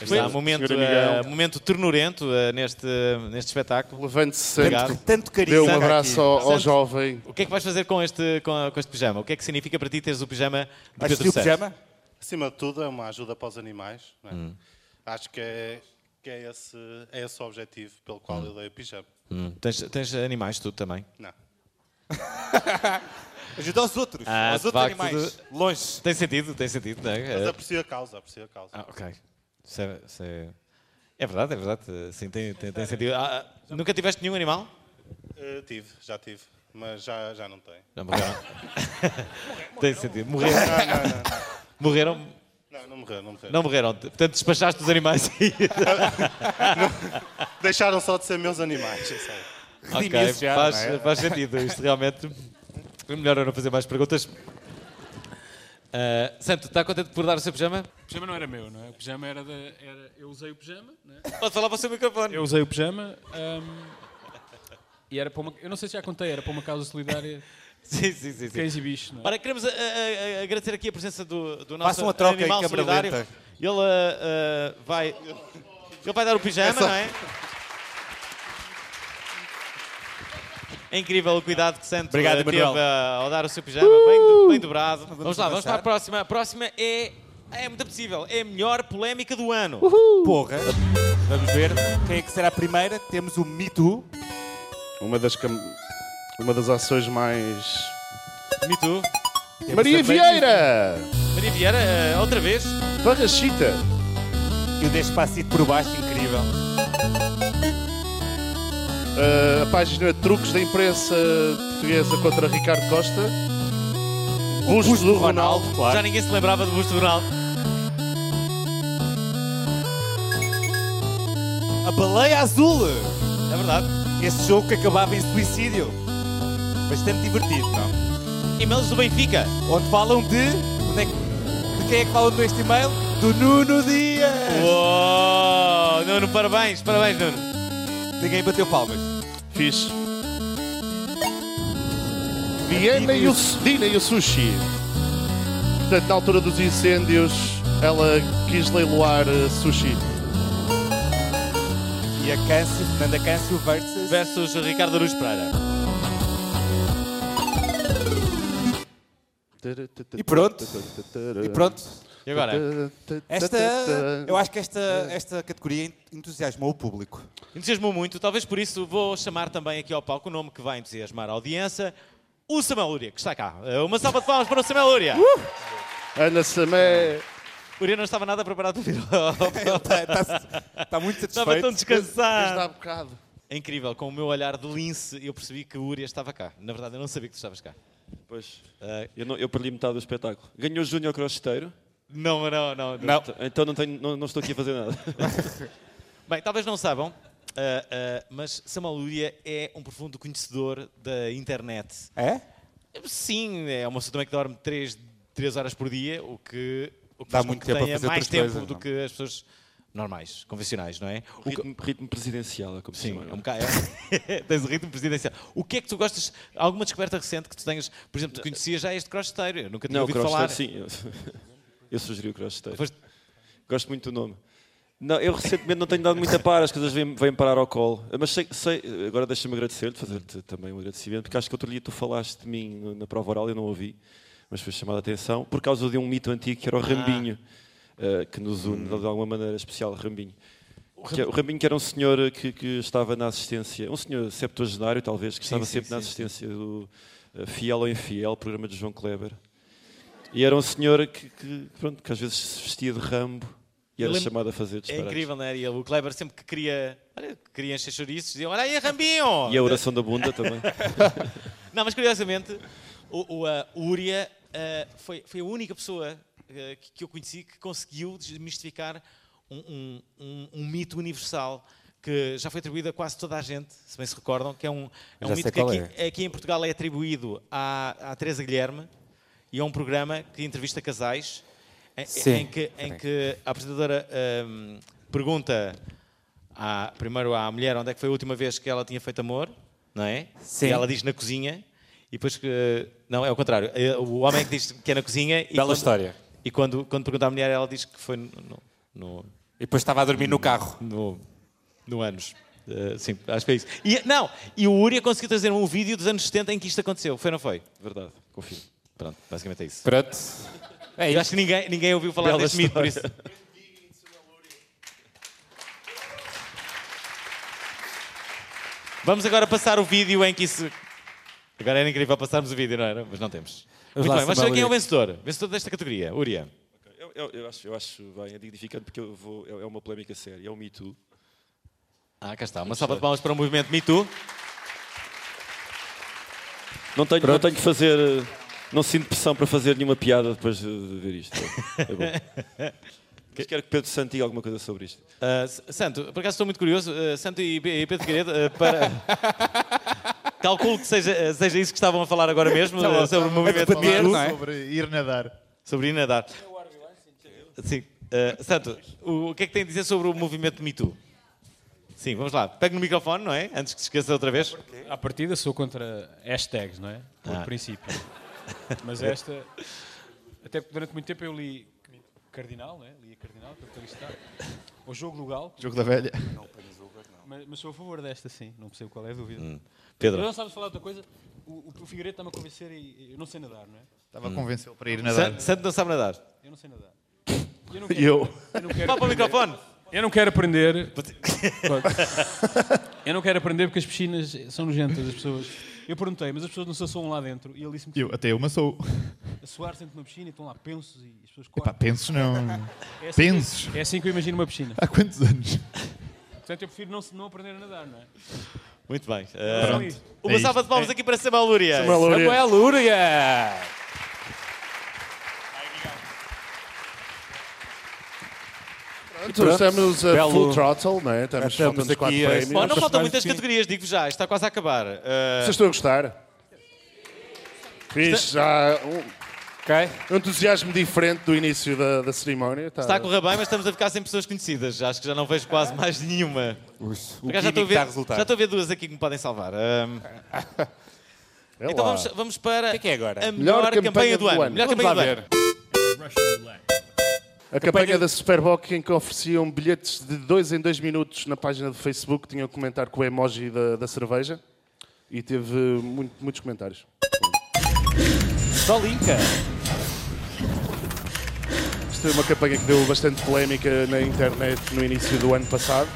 [SPEAKER 8] é
[SPEAKER 2] Está um momento,
[SPEAKER 3] Senhor
[SPEAKER 2] eh,
[SPEAKER 3] Miguel.
[SPEAKER 2] momento ternurento eh, neste, neste espetáculo.
[SPEAKER 3] Levante-se
[SPEAKER 2] Obrigado.
[SPEAKER 3] Santo. Tanto carinho. Dê um
[SPEAKER 2] Santo,
[SPEAKER 3] abraço
[SPEAKER 2] aqui.
[SPEAKER 3] ao- ao
[SPEAKER 2] Santo,
[SPEAKER 3] jovem.
[SPEAKER 2] O que é que vais fazer com este, com, a- com este pijama? O que é que significa para ti teres o pijama de
[SPEAKER 3] Vais
[SPEAKER 2] Pedro
[SPEAKER 3] vestir o
[SPEAKER 2] Santos?
[SPEAKER 3] pijama? Acima de tudo, é uma ajuda para os animais. não é?
[SPEAKER 2] Hum.
[SPEAKER 3] Acho que é, que é, esse, é esse o objetivo pelo qual eu dei o pijama.
[SPEAKER 2] Hum. Tens, tens animais tu também?
[SPEAKER 3] Não.
[SPEAKER 8] Ajuda aos outros,
[SPEAKER 2] Ah,
[SPEAKER 8] aos
[SPEAKER 2] de
[SPEAKER 8] outros
[SPEAKER 2] facto,
[SPEAKER 8] animais.
[SPEAKER 2] de-
[SPEAKER 8] Longe.
[SPEAKER 2] Tem sentido, tem sentido, não é?
[SPEAKER 8] Mas
[SPEAKER 2] Eh,
[SPEAKER 8] aprecio a causa, aprecio a causa.
[SPEAKER 2] Ah, ok. Isso é, isso é- é verdade, é verdade. eh, Sim, tem, tem, tem sentido. Ah, ah, nunca tiveste nenhum animal?
[SPEAKER 3] Eh, tive, já tive, mas já, já não tenho.
[SPEAKER 2] Não morreram. tem sentido. Morreram.
[SPEAKER 3] Não, não, não, não.
[SPEAKER 2] Morreram?
[SPEAKER 3] Não, não morreram, não morreram.
[SPEAKER 2] Não morreram. Portanto, despachaste os animais aí.
[SPEAKER 3] Não, Deixaram só de ser meus animais. eu sei.
[SPEAKER 2] ok, faz,
[SPEAKER 3] é?
[SPEAKER 2] faz sentido. Isto realmente. É melhor eu não fazer mais perguntas. Ah, Santo, está contente por dar o seu pijama?
[SPEAKER 5] O pijama não era meu, não é? O pijama era da. Era, eu usei o pijama, não é?
[SPEAKER 2] Pode falar para o seu microfone.
[SPEAKER 5] Eu usei o pijama. ahm, hum, E era para uma, eu não sei se já contei, era para uma causa solidária.
[SPEAKER 2] sim, sim, sim.
[SPEAKER 5] Cães e bichos, não é?
[SPEAKER 2] Ora, queremos a- a- a- agradecer aqui a presença do, do nosso
[SPEAKER 5] Faça uma troca aí,
[SPEAKER 2] animal
[SPEAKER 5] câmara
[SPEAKER 2] solidário.
[SPEAKER 5] lenta.
[SPEAKER 2] Ele ah, ah, vai... Ele vai dar o pijama,
[SPEAKER 8] É só-
[SPEAKER 2] não é? É incrível o cuidado que Santo
[SPEAKER 8] Obrigado,
[SPEAKER 2] eh, teve
[SPEAKER 8] Emanuel.
[SPEAKER 2] ah, ao dar o seu pijama, bem, do- bem dobrado. Vamos, lá, vamos
[SPEAKER 8] avançar.
[SPEAKER 2] para a próxima. A próxima é... É muito possível. É a melhor polémica do ano.
[SPEAKER 8] Porra. Vamos ver quem é que será a primeira. Temos o Me Too.
[SPEAKER 3] Uma das, cam- uma das ações mais.
[SPEAKER 2] Me Too.
[SPEAKER 3] Maria Vieira!
[SPEAKER 2] Maria Vieira, eh, outra vez.
[SPEAKER 3] Barrachita!
[SPEAKER 8] E o Despacito por baixo, incrível.
[SPEAKER 3] Ah, a página Truques da Imprensa Portuguesa contra Ricardo Costa. Busto, do Ronaldo,
[SPEAKER 2] Já ninguém se lembrava do busto do Ronaldo.
[SPEAKER 8] A Baleia Azul.
[SPEAKER 2] É verdade.
[SPEAKER 8] Esse jogo que acabava em suicídio. Bastante divertido, não?
[SPEAKER 2] E-mails do Benfica.
[SPEAKER 8] Onde falam de... Onde é que... De quem é que falam neste e-mail? Do Nuno Dias.
[SPEAKER 2] Uou, Nuno, parabéns, parabéns, Nuno.
[SPEAKER 8] Ninguém bateu palmas.
[SPEAKER 3] Fiz. Viena e o, Dina e o Sushi. Portanto, na altura dos incêndios, ela quis leiloar eh, sushi.
[SPEAKER 8] E a Câncio, Fernanda Câncio versus...
[SPEAKER 2] Versus Ricardo Aruz Pereira.
[SPEAKER 8] E pronto. E pronto.
[SPEAKER 2] E agora?
[SPEAKER 8] Esta, eu acho que esta, esta categoria entusiasmou o público.
[SPEAKER 2] Entusiasmou muito, talvez por isso vou chamar também aqui ao palco o nome que vai entusiasmar a audiência, o Samuel Uria, que está cá. Eh, Uma salva de palmas para o Samuel Uria.
[SPEAKER 3] Uh! Ana Samé.
[SPEAKER 2] Uria não estava nada preparado para vir ao
[SPEAKER 8] Está tá, muito satisfeito.
[SPEAKER 2] Estava tão descansado.
[SPEAKER 3] Desde há bocado.
[SPEAKER 2] É incrível, com o meu olhar de lince eu percebi que o Uria estava cá. Na verdade eu não sabia que tu estavas cá.
[SPEAKER 20] Pois. Eh, eu, não- eu perdi metade do espetáculo. Ganhou o Júnior Crocheteiro?
[SPEAKER 2] Não, não, não.
[SPEAKER 20] Então- Então não, tenho- não- não estou aqui a fazer nada.
[SPEAKER 2] Bem, talvez não saibam, ah, ah, mas Samuel Uria é um profundo conhecedor da internet.
[SPEAKER 8] É?
[SPEAKER 2] Sim, é uma pessoa também que dorme 3, três horas por dia, o que, o que
[SPEAKER 8] Dá
[SPEAKER 2] faz com
[SPEAKER 8] muito
[SPEAKER 2] que
[SPEAKER 8] tempo a
[SPEAKER 2] tenha
[SPEAKER 8] fazer
[SPEAKER 2] mais
[SPEAKER 8] outras
[SPEAKER 2] tempo
[SPEAKER 8] coisas,
[SPEAKER 2] do
[SPEAKER 8] não?
[SPEAKER 2] que as pessoas normais, convencionais, não é? O que-
[SPEAKER 20] ritmo, ritmo presidencial, é como se
[SPEAKER 2] Sim,
[SPEAKER 20] chama.
[SPEAKER 2] é um bocado. é. Tens o ritmo presidencial. O que é que tu gostas? Alguma descoberta recente que tu tenhas? Por exemplo, tu conhecias já este crocheteiro? Eu nunca tinha
[SPEAKER 20] Não,
[SPEAKER 2] ouvido falar.
[SPEAKER 20] crocheteiro, sim. Eu, eu sugeri o crocheteiro. Gosto muito do nome. Não, eu recentemente não tenho dado muita par, as coisas vêm, vêm parar ao colo. Mas sei, sei- agora deixa-me agradecer-te, fazer-te também um agradecimento, porque acho que outro dia tu falaste de mim no- na prova oral, eu não ouvi, mas foi chamada a atenção, por causa de um mito antigo que era o
[SPEAKER 2] Ah.
[SPEAKER 20] Rambinho, eh, que nos une de alguma maneira especial, Rambinho. Que é- O Rambinho que era um senhor que, que estava na assistência, um senhor septuagenário talvez, que
[SPEAKER 2] Sim,
[SPEAKER 20] estava
[SPEAKER 2] sim,
[SPEAKER 20] sempre na
[SPEAKER 2] sim, sim.
[SPEAKER 20] assistência do eh, Fiel ou Infiel, programa de João Kleber. E era um senhor que, que, pronto, que às vezes se vestia de Rambo e
[SPEAKER 2] Eu
[SPEAKER 20] era
[SPEAKER 2] lembro-
[SPEAKER 20] chamado a fazer
[SPEAKER 2] É
[SPEAKER 20] disparates.
[SPEAKER 2] incrível, não é? E o Kleber sempre que queria, olha, queria encher chouriços, dizia: Olha aí, Rambinho!
[SPEAKER 20] E a oração da bunda também.
[SPEAKER 2] não, mas curiosamente, o, o, ah, o Uria ah, foi, foi a única pessoa ah, que, que eu conheci que conseguiu desmistificar um, um- um- um mito universal que já foi atribuído a quase toda a gente, se bem se recordam, que é um, é um
[SPEAKER 8] Já sei
[SPEAKER 2] mito que
[SPEAKER 8] qual
[SPEAKER 2] aqui, aqui em Portugal é atribuído à, à Teresa Guilherme e é um programa que entrevista casais em,
[SPEAKER 8] Sim,
[SPEAKER 2] em que, em que a apresentadora hum, pergunta à- primeiro à mulher onde é que foi a última vez que ela tinha feito amor, não é?
[SPEAKER 8] Sim.
[SPEAKER 2] E ela diz na cozinha e depois que... Não, é o contrário. É O homem que diz que é na cozinha... E
[SPEAKER 8] Bela
[SPEAKER 2] quando-
[SPEAKER 8] história.
[SPEAKER 2] E quando, quando pergunta à mulher, ela diz que foi no... no- no-
[SPEAKER 8] E depois estava a dormir no carro.
[SPEAKER 2] No, no anos. Eh, sim, acho que é isso. E, não, e o Uria conseguiu trazer um vídeo dos anos 70 em que isto aconteceu. Foi ou não foi?
[SPEAKER 20] Verdade, confio.
[SPEAKER 2] Pronto, basicamente é isso.
[SPEAKER 8] Pronto.
[SPEAKER 2] Eu acho que ninguém, ninguém ouviu falar
[SPEAKER 20] É Bela
[SPEAKER 2] deste mito, por isso...
[SPEAKER 20] história.
[SPEAKER 2] Vamos agora passar o vídeo em que isso. Agora era incrível passarmos o vídeo, não era? Mas não temos.
[SPEAKER 20] Vamos
[SPEAKER 2] Muito
[SPEAKER 20] lá,
[SPEAKER 2] bem, mas
[SPEAKER 20] Samuel
[SPEAKER 2] quem é o
[SPEAKER 20] Uribe.
[SPEAKER 2] vencedor? Vencedor desta categoria, Uria.
[SPEAKER 20] Eu, eu- eu acho, eu acho bem, é dignificante porque eu vou- é é uma polémica séria, é um Me Too.
[SPEAKER 2] Ah, cá está. Uma salva de palmas para o movimento Me Too.
[SPEAKER 20] Não tenho, não tenho que fazer. eh, Não sinto pressão para fazer nenhuma piada depois de de ver isto. É bom. Mas quero que Pedro Santo diga alguma coisa sobre isto.
[SPEAKER 2] Ah, S- Santo, por acaso estou muito curioso. ah, Santo e P- e Pedro Queredo, ah, para. Calculo que seja, ah, seja isso que estavam a falar agora mesmo,
[SPEAKER 4] Estavam-
[SPEAKER 2] ah, sobre
[SPEAKER 4] estavam
[SPEAKER 2] o
[SPEAKER 4] a
[SPEAKER 2] movimento
[SPEAKER 4] debater,
[SPEAKER 2] Me Too.
[SPEAKER 4] não é? Sobre ir nadar.
[SPEAKER 2] Sobre ir nadar. Sim. Ah, Santo, o, o que é que tem a dizer sobre o movimento Me Too? Sim, vamos lá. Pegue no microfone, não é? Antes que se esqueça outra vez.
[SPEAKER 5] À partida sou contra hashtags, não é? Por
[SPEAKER 2] Ah.
[SPEAKER 5] princípio. Mas esta. Até porque durante muito tempo eu li Cardinal, não é? Lia Cardinal, para entrevistar. O Jogo do Galo.
[SPEAKER 4] Jogo da Velha.
[SPEAKER 5] Não apanhas Uber, não. Mas, mas sou a favor desta, sim. Não percebo qual é a dúvida.
[SPEAKER 2] Hum. Pedro.
[SPEAKER 5] Eu não sabes falar outra coisa. O, o, o Figueiredo está-me a convencer e e eu não sei nadar, não é?
[SPEAKER 4] Estava a convencê-lo
[SPEAKER 2] Hum.
[SPEAKER 4] para ir nadar.
[SPEAKER 2] Santo, Santo não sabe nadar.
[SPEAKER 5] Eu não sei nadar.
[SPEAKER 2] E eu? Fala para o
[SPEAKER 5] aprender.
[SPEAKER 2] microfone.
[SPEAKER 5] Eu não quero aprender. Pronto. eu não quero aprender porque as piscinas são nojentas, as pessoas. Eu perguntei, mas as pessoas não se assoam lá dentro. E ele disse-me que
[SPEAKER 4] Eu, até eu me sou.
[SPEAKER 5] a suar sempre numa piscina e estão lá pensos e as pessoas
[SPEAKER 4] Epá,
[SPEAKER 5] correm.
[SPEAKER 4] pensos não.
[SPEAKER 5] É assim,
[SPEAKER 4] Pensos.
[SPEAKER 5] Que, é assim que eu imagino uma piscina.
[SPEAKER 4] Há quantos anos?
[SPEAKER 5] Portanto, eu prefiro não, se- não aprender a nadar, não é?
[SPEAKER 2] Muito bem.
[SPEAKER 5] É
[SPEAKER 2] Ah,
[SPEAKER 5] isto.
[SPEAKER 2] uma
[SPEAKER 5] É isto.
[SPEAKER 2] salva de palmas
[SPEAKER 5] É.
[SPEAKER 2] aqui para Samuel Lúria.
[SPEAKER 5] Samuel Lúria. Samuel
[SPEAKER 2] Lúria.
[SPEAKER 3] Então, estamos a
[SPEAKER 2] Belo-
[SPEAKER 3] full throttle, não é? Estamos, faltam-nos quatro prémios.
[SPEAKER 2] Bom, não faltam muitas categorias, digo já. Está quase a acabar. Ah,
[SPEAKER 3] Vocês estão a gostar? Fiz já um, um entusiasmo diferente do início da, da cerimónia. Tá.
[SPEAKER 2] Está a correr bem, mas estamos a ficar sem pessoas conhecidas. Já Acho que já não vejo quase mais nenhuma. Por
[SPEAKER 3] o
[SPEAKER 2] acaso já
[SPEAKER 3] químico
[SPEAKER 2] estou a ver-
[SPEAKER 3] está a resultar.
[SPEAKER 2] Já estou a ver duas aqui que me podem salvar. Ahm,
[SPEAKER 3] É
[SPEAKER 2] então
[SPEAKER 3] lá.
[SPEAKER 2] vamos, vamos para. O que é, agora? A melhor,
[SPEAKER 3] Melhor
[SPEAKER 2] campanha,
[SPEAKER 3] campanha
[SPEAKER 2] do ano.
[SPEAKER 3] do ano.
[SPEAKER 2] Melhor
[SPEAKER 3] Vamos
[SPEAKER 2] campanha
[SPEAKER 3] lá
[SPEAKER 2] do ano.
[SPEAKER 3] A campanha da Superboc em que ofereciam bilhetes de dois em dois minutos na página do Facebook, tinham que comentar com o emoji da, da cerveja e teve muito- muitos comentários.
[SPEAKER 2] Só linka.
[SPEAKER 3] Isto é uma campanha que deu bastante polémica na internet no início do ano passado.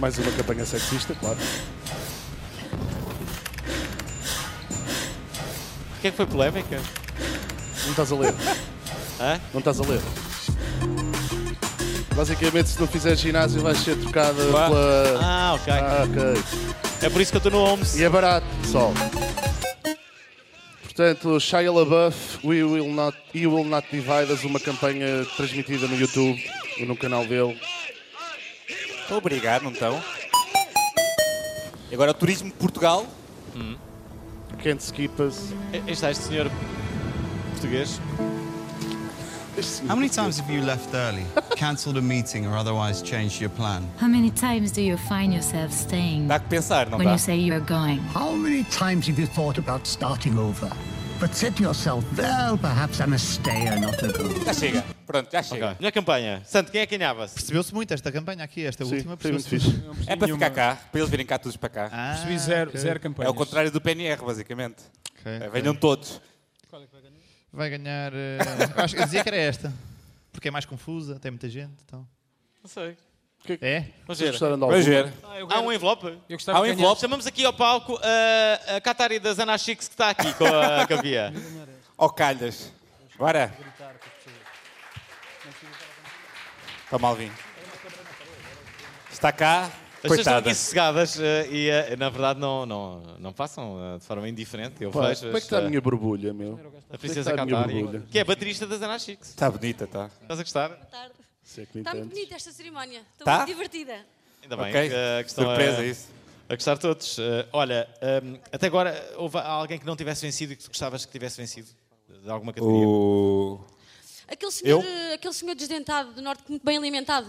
[SPEAKER 3] Mais uma campanha sexista, claro.
[SPEAKER 2] Porquê é que foi polémica?
[SPEAKER 3] Não estás a ler.
[SPEAKER 2] Hã?
[SPEAKER 3] Não estás a ler. Basicamente, se não fizeres ginásio, vais ser trocada pela.
[SPEAKER 2] Ah, ok.
[SPEAKER 3] Ah,
[SPEAKER 2] É por isso que eu estou no Homes.
[SPEAKER 3] E é barato, pessoal. Portanto, Shia LaBeouf, We Will Not, You Will Not Divide Us, uma campanha transmitida no YouTube, no canal dele.
[SPEAKER 8] Obrigado, não estão? E agora o Turismo de Portugal.
[SPEAKER 2] Hum.
[SPEAKER 3] Can't skip us.
[SPEAKER 2] Este é este senhor português.
[SPEAKER 14] How many times have you left early, cancelled a meeting, or otherwise changed your plan?
[SPEAKER 9] How many times do you find yourself staying
[SPEAKER 14] Dá que pensar,
[SPEAKER 9] when you say you're going?
[SPEAKER 10] How many times have you thought about starting over? But said to yourself, well, perhaps I'm a stayer, not a go.
[SPEAKER 8] Já chega. Pronto, já chega.
[SPEAKER 2] Melhor campanha. Santo, quem é que ganhava-se?
[SPEAKER 4] Percebeu-se muito esta campanha aqui, esta
[SPEAKER 8] Sim,
[SPEAKER 4] última.
[SPEAKER 8] foi muito
[SPEAKER 4] percebeu-se
[SPEAKER 8] fixe. É para ficar cá, para eles virem cá todos para cá.
[SPEAKER 4] Percebi zero- ok. zero campanhas.
[SPEAKER 8] É o contrário do PNR, basicamente.
[SPEAKER 4] Ok,
[SPEAKER 8] É,
[SPEAKER 4] ok.
[SPEAKER 8] Venham todos.
[SPEAKER 4] Vai ganhar. eh, eu acho que eu dizia que era esta. Porque é mais confusa, tem muita gente. Então.
[SPEAKER 2] Não sei.
[SPEAKER 4] É?
[SPEAKER 2] Vamos ver.
[SPEAKER 4] Vamos ver.
[SPEAKER 2] Há um envelope?
[SPEAKER 4] Ah, Eu gostava
[SPEAKER 2] Há um
[SPEAKER 4] de ganhar.
[SPEAKER 2] envelope. Chamamos aqui ao palco uh, a Catari da Zanachix que está aqui com a Gavia.
[SPEAKER 8] Ó calhas. Bora. Está mal vindo. Está cá.
[SPEAKER 2] As pessoas estão
[SPEAKER 8] Coitada.
[SPEAKER 2] aqui sossegadas uh, e uh, na verdade não, não, não passam uh, de forma indiferente. Eu
[SPEAKER 3] Pá,
[SPEAKER 2] vejo
[SPEAKER 3] como é que está a
[SPEAKER 2] esta-
[SPEAKER 3] minha borbulha, meu?
[SPEAKER 2] A princesa
[SPEAKER 3] Como é que está a minha
[SPEAKER 2] Catari,
[SPEAKER 3] borbulha?
[SPEAKER 2] que é a baterista da Zanachix.
[SPEAKER 8] Está bonita, tá. está.
[SPEAKER 2] Estás a gostar?
[SPEAKER 3] Se é que me
[SPEAKER 33] Está muito
[SPEAKER 3] entendes.
[SPEAKER 33] bonita esta cerimónia. Estou
[SPEAKER 2] Tá?
[SPEAKER 33] muito divertida.
[SPEAKER 2] Ainda bem
[SPEAKER 8] Ok,
[SPEAKER 2] que, uh, que estão
[SPEAKER 8] surpresa
[SPEAKER 2] a,
[SPEAKER 8] isso.
[SPEAKER 2] A gostar todos. Uh, olha, um, até agora houve alguém que não tivesse vencido e que tu gostavas que tivesse vencido? De alguma categoria?
[SPEAKER 8] O...
[SPEAKER 33] Aquele senhor, eh, aquele senhor desdentado do Norte, muito bem alimentado.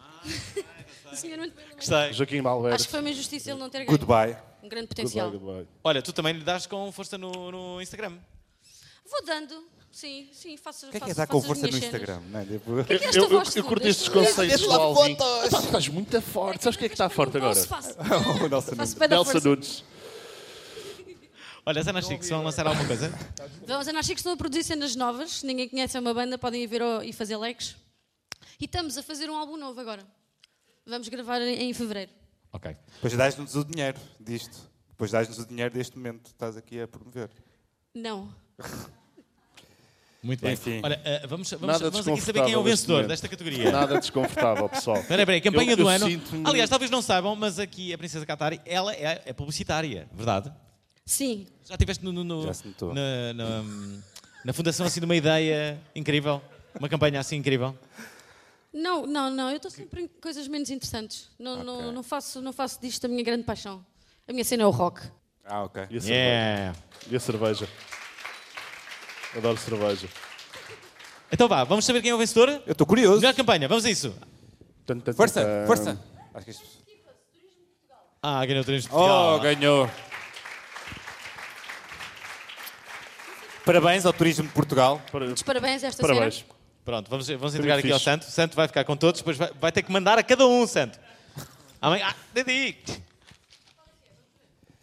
[SPEAKER 8] Ah,
[SPEAKER 33] o senhor muito bem alimentado.
[SPEAKER 2] Gostei.
[SPEAKER 3] Joaquim Balverde.
[SPEAKER 33] Acho que foi uma injustiça ele não ter ganho.
[SPEAKER 2] Goodbye.
[SPEAKER 33] Um grande potencial.
[SPEAKER 2] Olha, tu também lhe das com força no, no Instagram.
[SPEAKER 33] Vou dando. Sim, sim, faço
[SPEAKER 8] O que é que é
[SPEAKER 33] faço-
[SPEAKER 8] dar com
[SPEAKER 33] faço as
[SPEAKER 8] força no
[SPEAKER 33] minhas cenas.
[SPEAKER 8] Instagram? Não é? Tipo-
[SPEAKER 33] que é esta Eu- eu- voz eu de curto fundo? estes conceitos
[SPEAKER 3] do Alvin. Epá, tu estás muito forte. Sabes o que é que está forte agora?
[SPEAKER 33] posso, faço.
[SPEAKER 8] o Nelson
[SPEAKER 33] Faço
[SPEAKER 8] Nunes.
[SPEAKER 33] bué da força.
[SPEAKER 3] Nunes.
[SPEAKER 2] Olha, Zanachix, vão lançar alguma coisa?
[SPEAKER 33] Vamos, a nós que estão a produzir cenas novas. Ninguém conhece é uma banda, podem ir ver oh, e fazer likes. E estamos a fazer um álbum novo agora. Vamos gravar em em fevereiro.
[SPEAKER 2] Ok.
[SPEAKER 8] Depois dás-nos o dinheiro disto. Depois dás-nos o dinheiro deste momento que estás aqui a promover.
[SPEAKER 33] Não.
[SPEAKER 2] Muito bem.
[SPEAKER 8] Enfim.
[SPEAKER 2] Olha, eh, vamos, vamos,
[SPEAKER 3] Nada
[SPEAKER 2] vamos aqui saber quem é o
[SPEAKER 3] desconfortável neste
[SPEAKER 2] vencedor
[SPEAKER 3] momento.
[SPEAKER 2] desta categoria.
[SPEAKER 3] Nada desconfortável, pessoal.
[SPEAKER 2] Espera, espera, aí, É campanha
[SPEAKER 3] Eu-
[SPEAKER 2] do
[SPEAKER 3] eu
[SPEAKER 2] ano.
[SPEAKER 3] sinto-me-
[SPEAKER 2] Aliás, talvez não saibam, mas aqui a Princesa Catari, ela é, é publicitária, verdade?
[SPEAKER 33] Sim.
[SPEAKER 2] Já tiveste no, no- no-
[SPEAKER 8] Já se notou.
[SPEAKER 2] na, na, na fundação assim de uma ideia incrível? Uma campanha assim incrível?
[SPEAKER 33] Não, não, não. Eu estou sempre em coisas menos interessantes. Não, não, não, faço, não faço disto a minha grande paixão. A minha cena é o rock.
[SPEAKER 8] Ah, ok.
[SPEAKER 3] E a cerveja?
[SPEAKER 2] Yeah.
[SPEAKER 3] E a cerveja? Adoro cerveja.
[SPEAKER 2] Então vá, vamos saber quem é o vencedor? Eu
[SPEAKER 8] estou curioso.
[SPEAKER 2] Melhor campanha, vamos a isso.
[SPEAKER 8] Força, força. Acho que isto-
[SPEAKER 2] Ah, ganhou três de Portugal.
[SPEAKER 8] Oh, ganhou. Parabéns ao Turismo de Portugal.
[SPEAKER 33] Muitos parabéns a esta Parabéns. senhora.
[SPEAKER 2] Pronto, vamos, vamos
[SPEAKER 8] Foi
[SPEAKER 2] entregar
[SPEAKER 8] muito
[SPEAKER 2] aqui ao
[SPEAKER 8] fixe.
[SPEAKER 2] Santo. O Santo vai ficar com todos, depois vai, vai ter que mandar a cada um, Santo. Amém? Ah, Didi!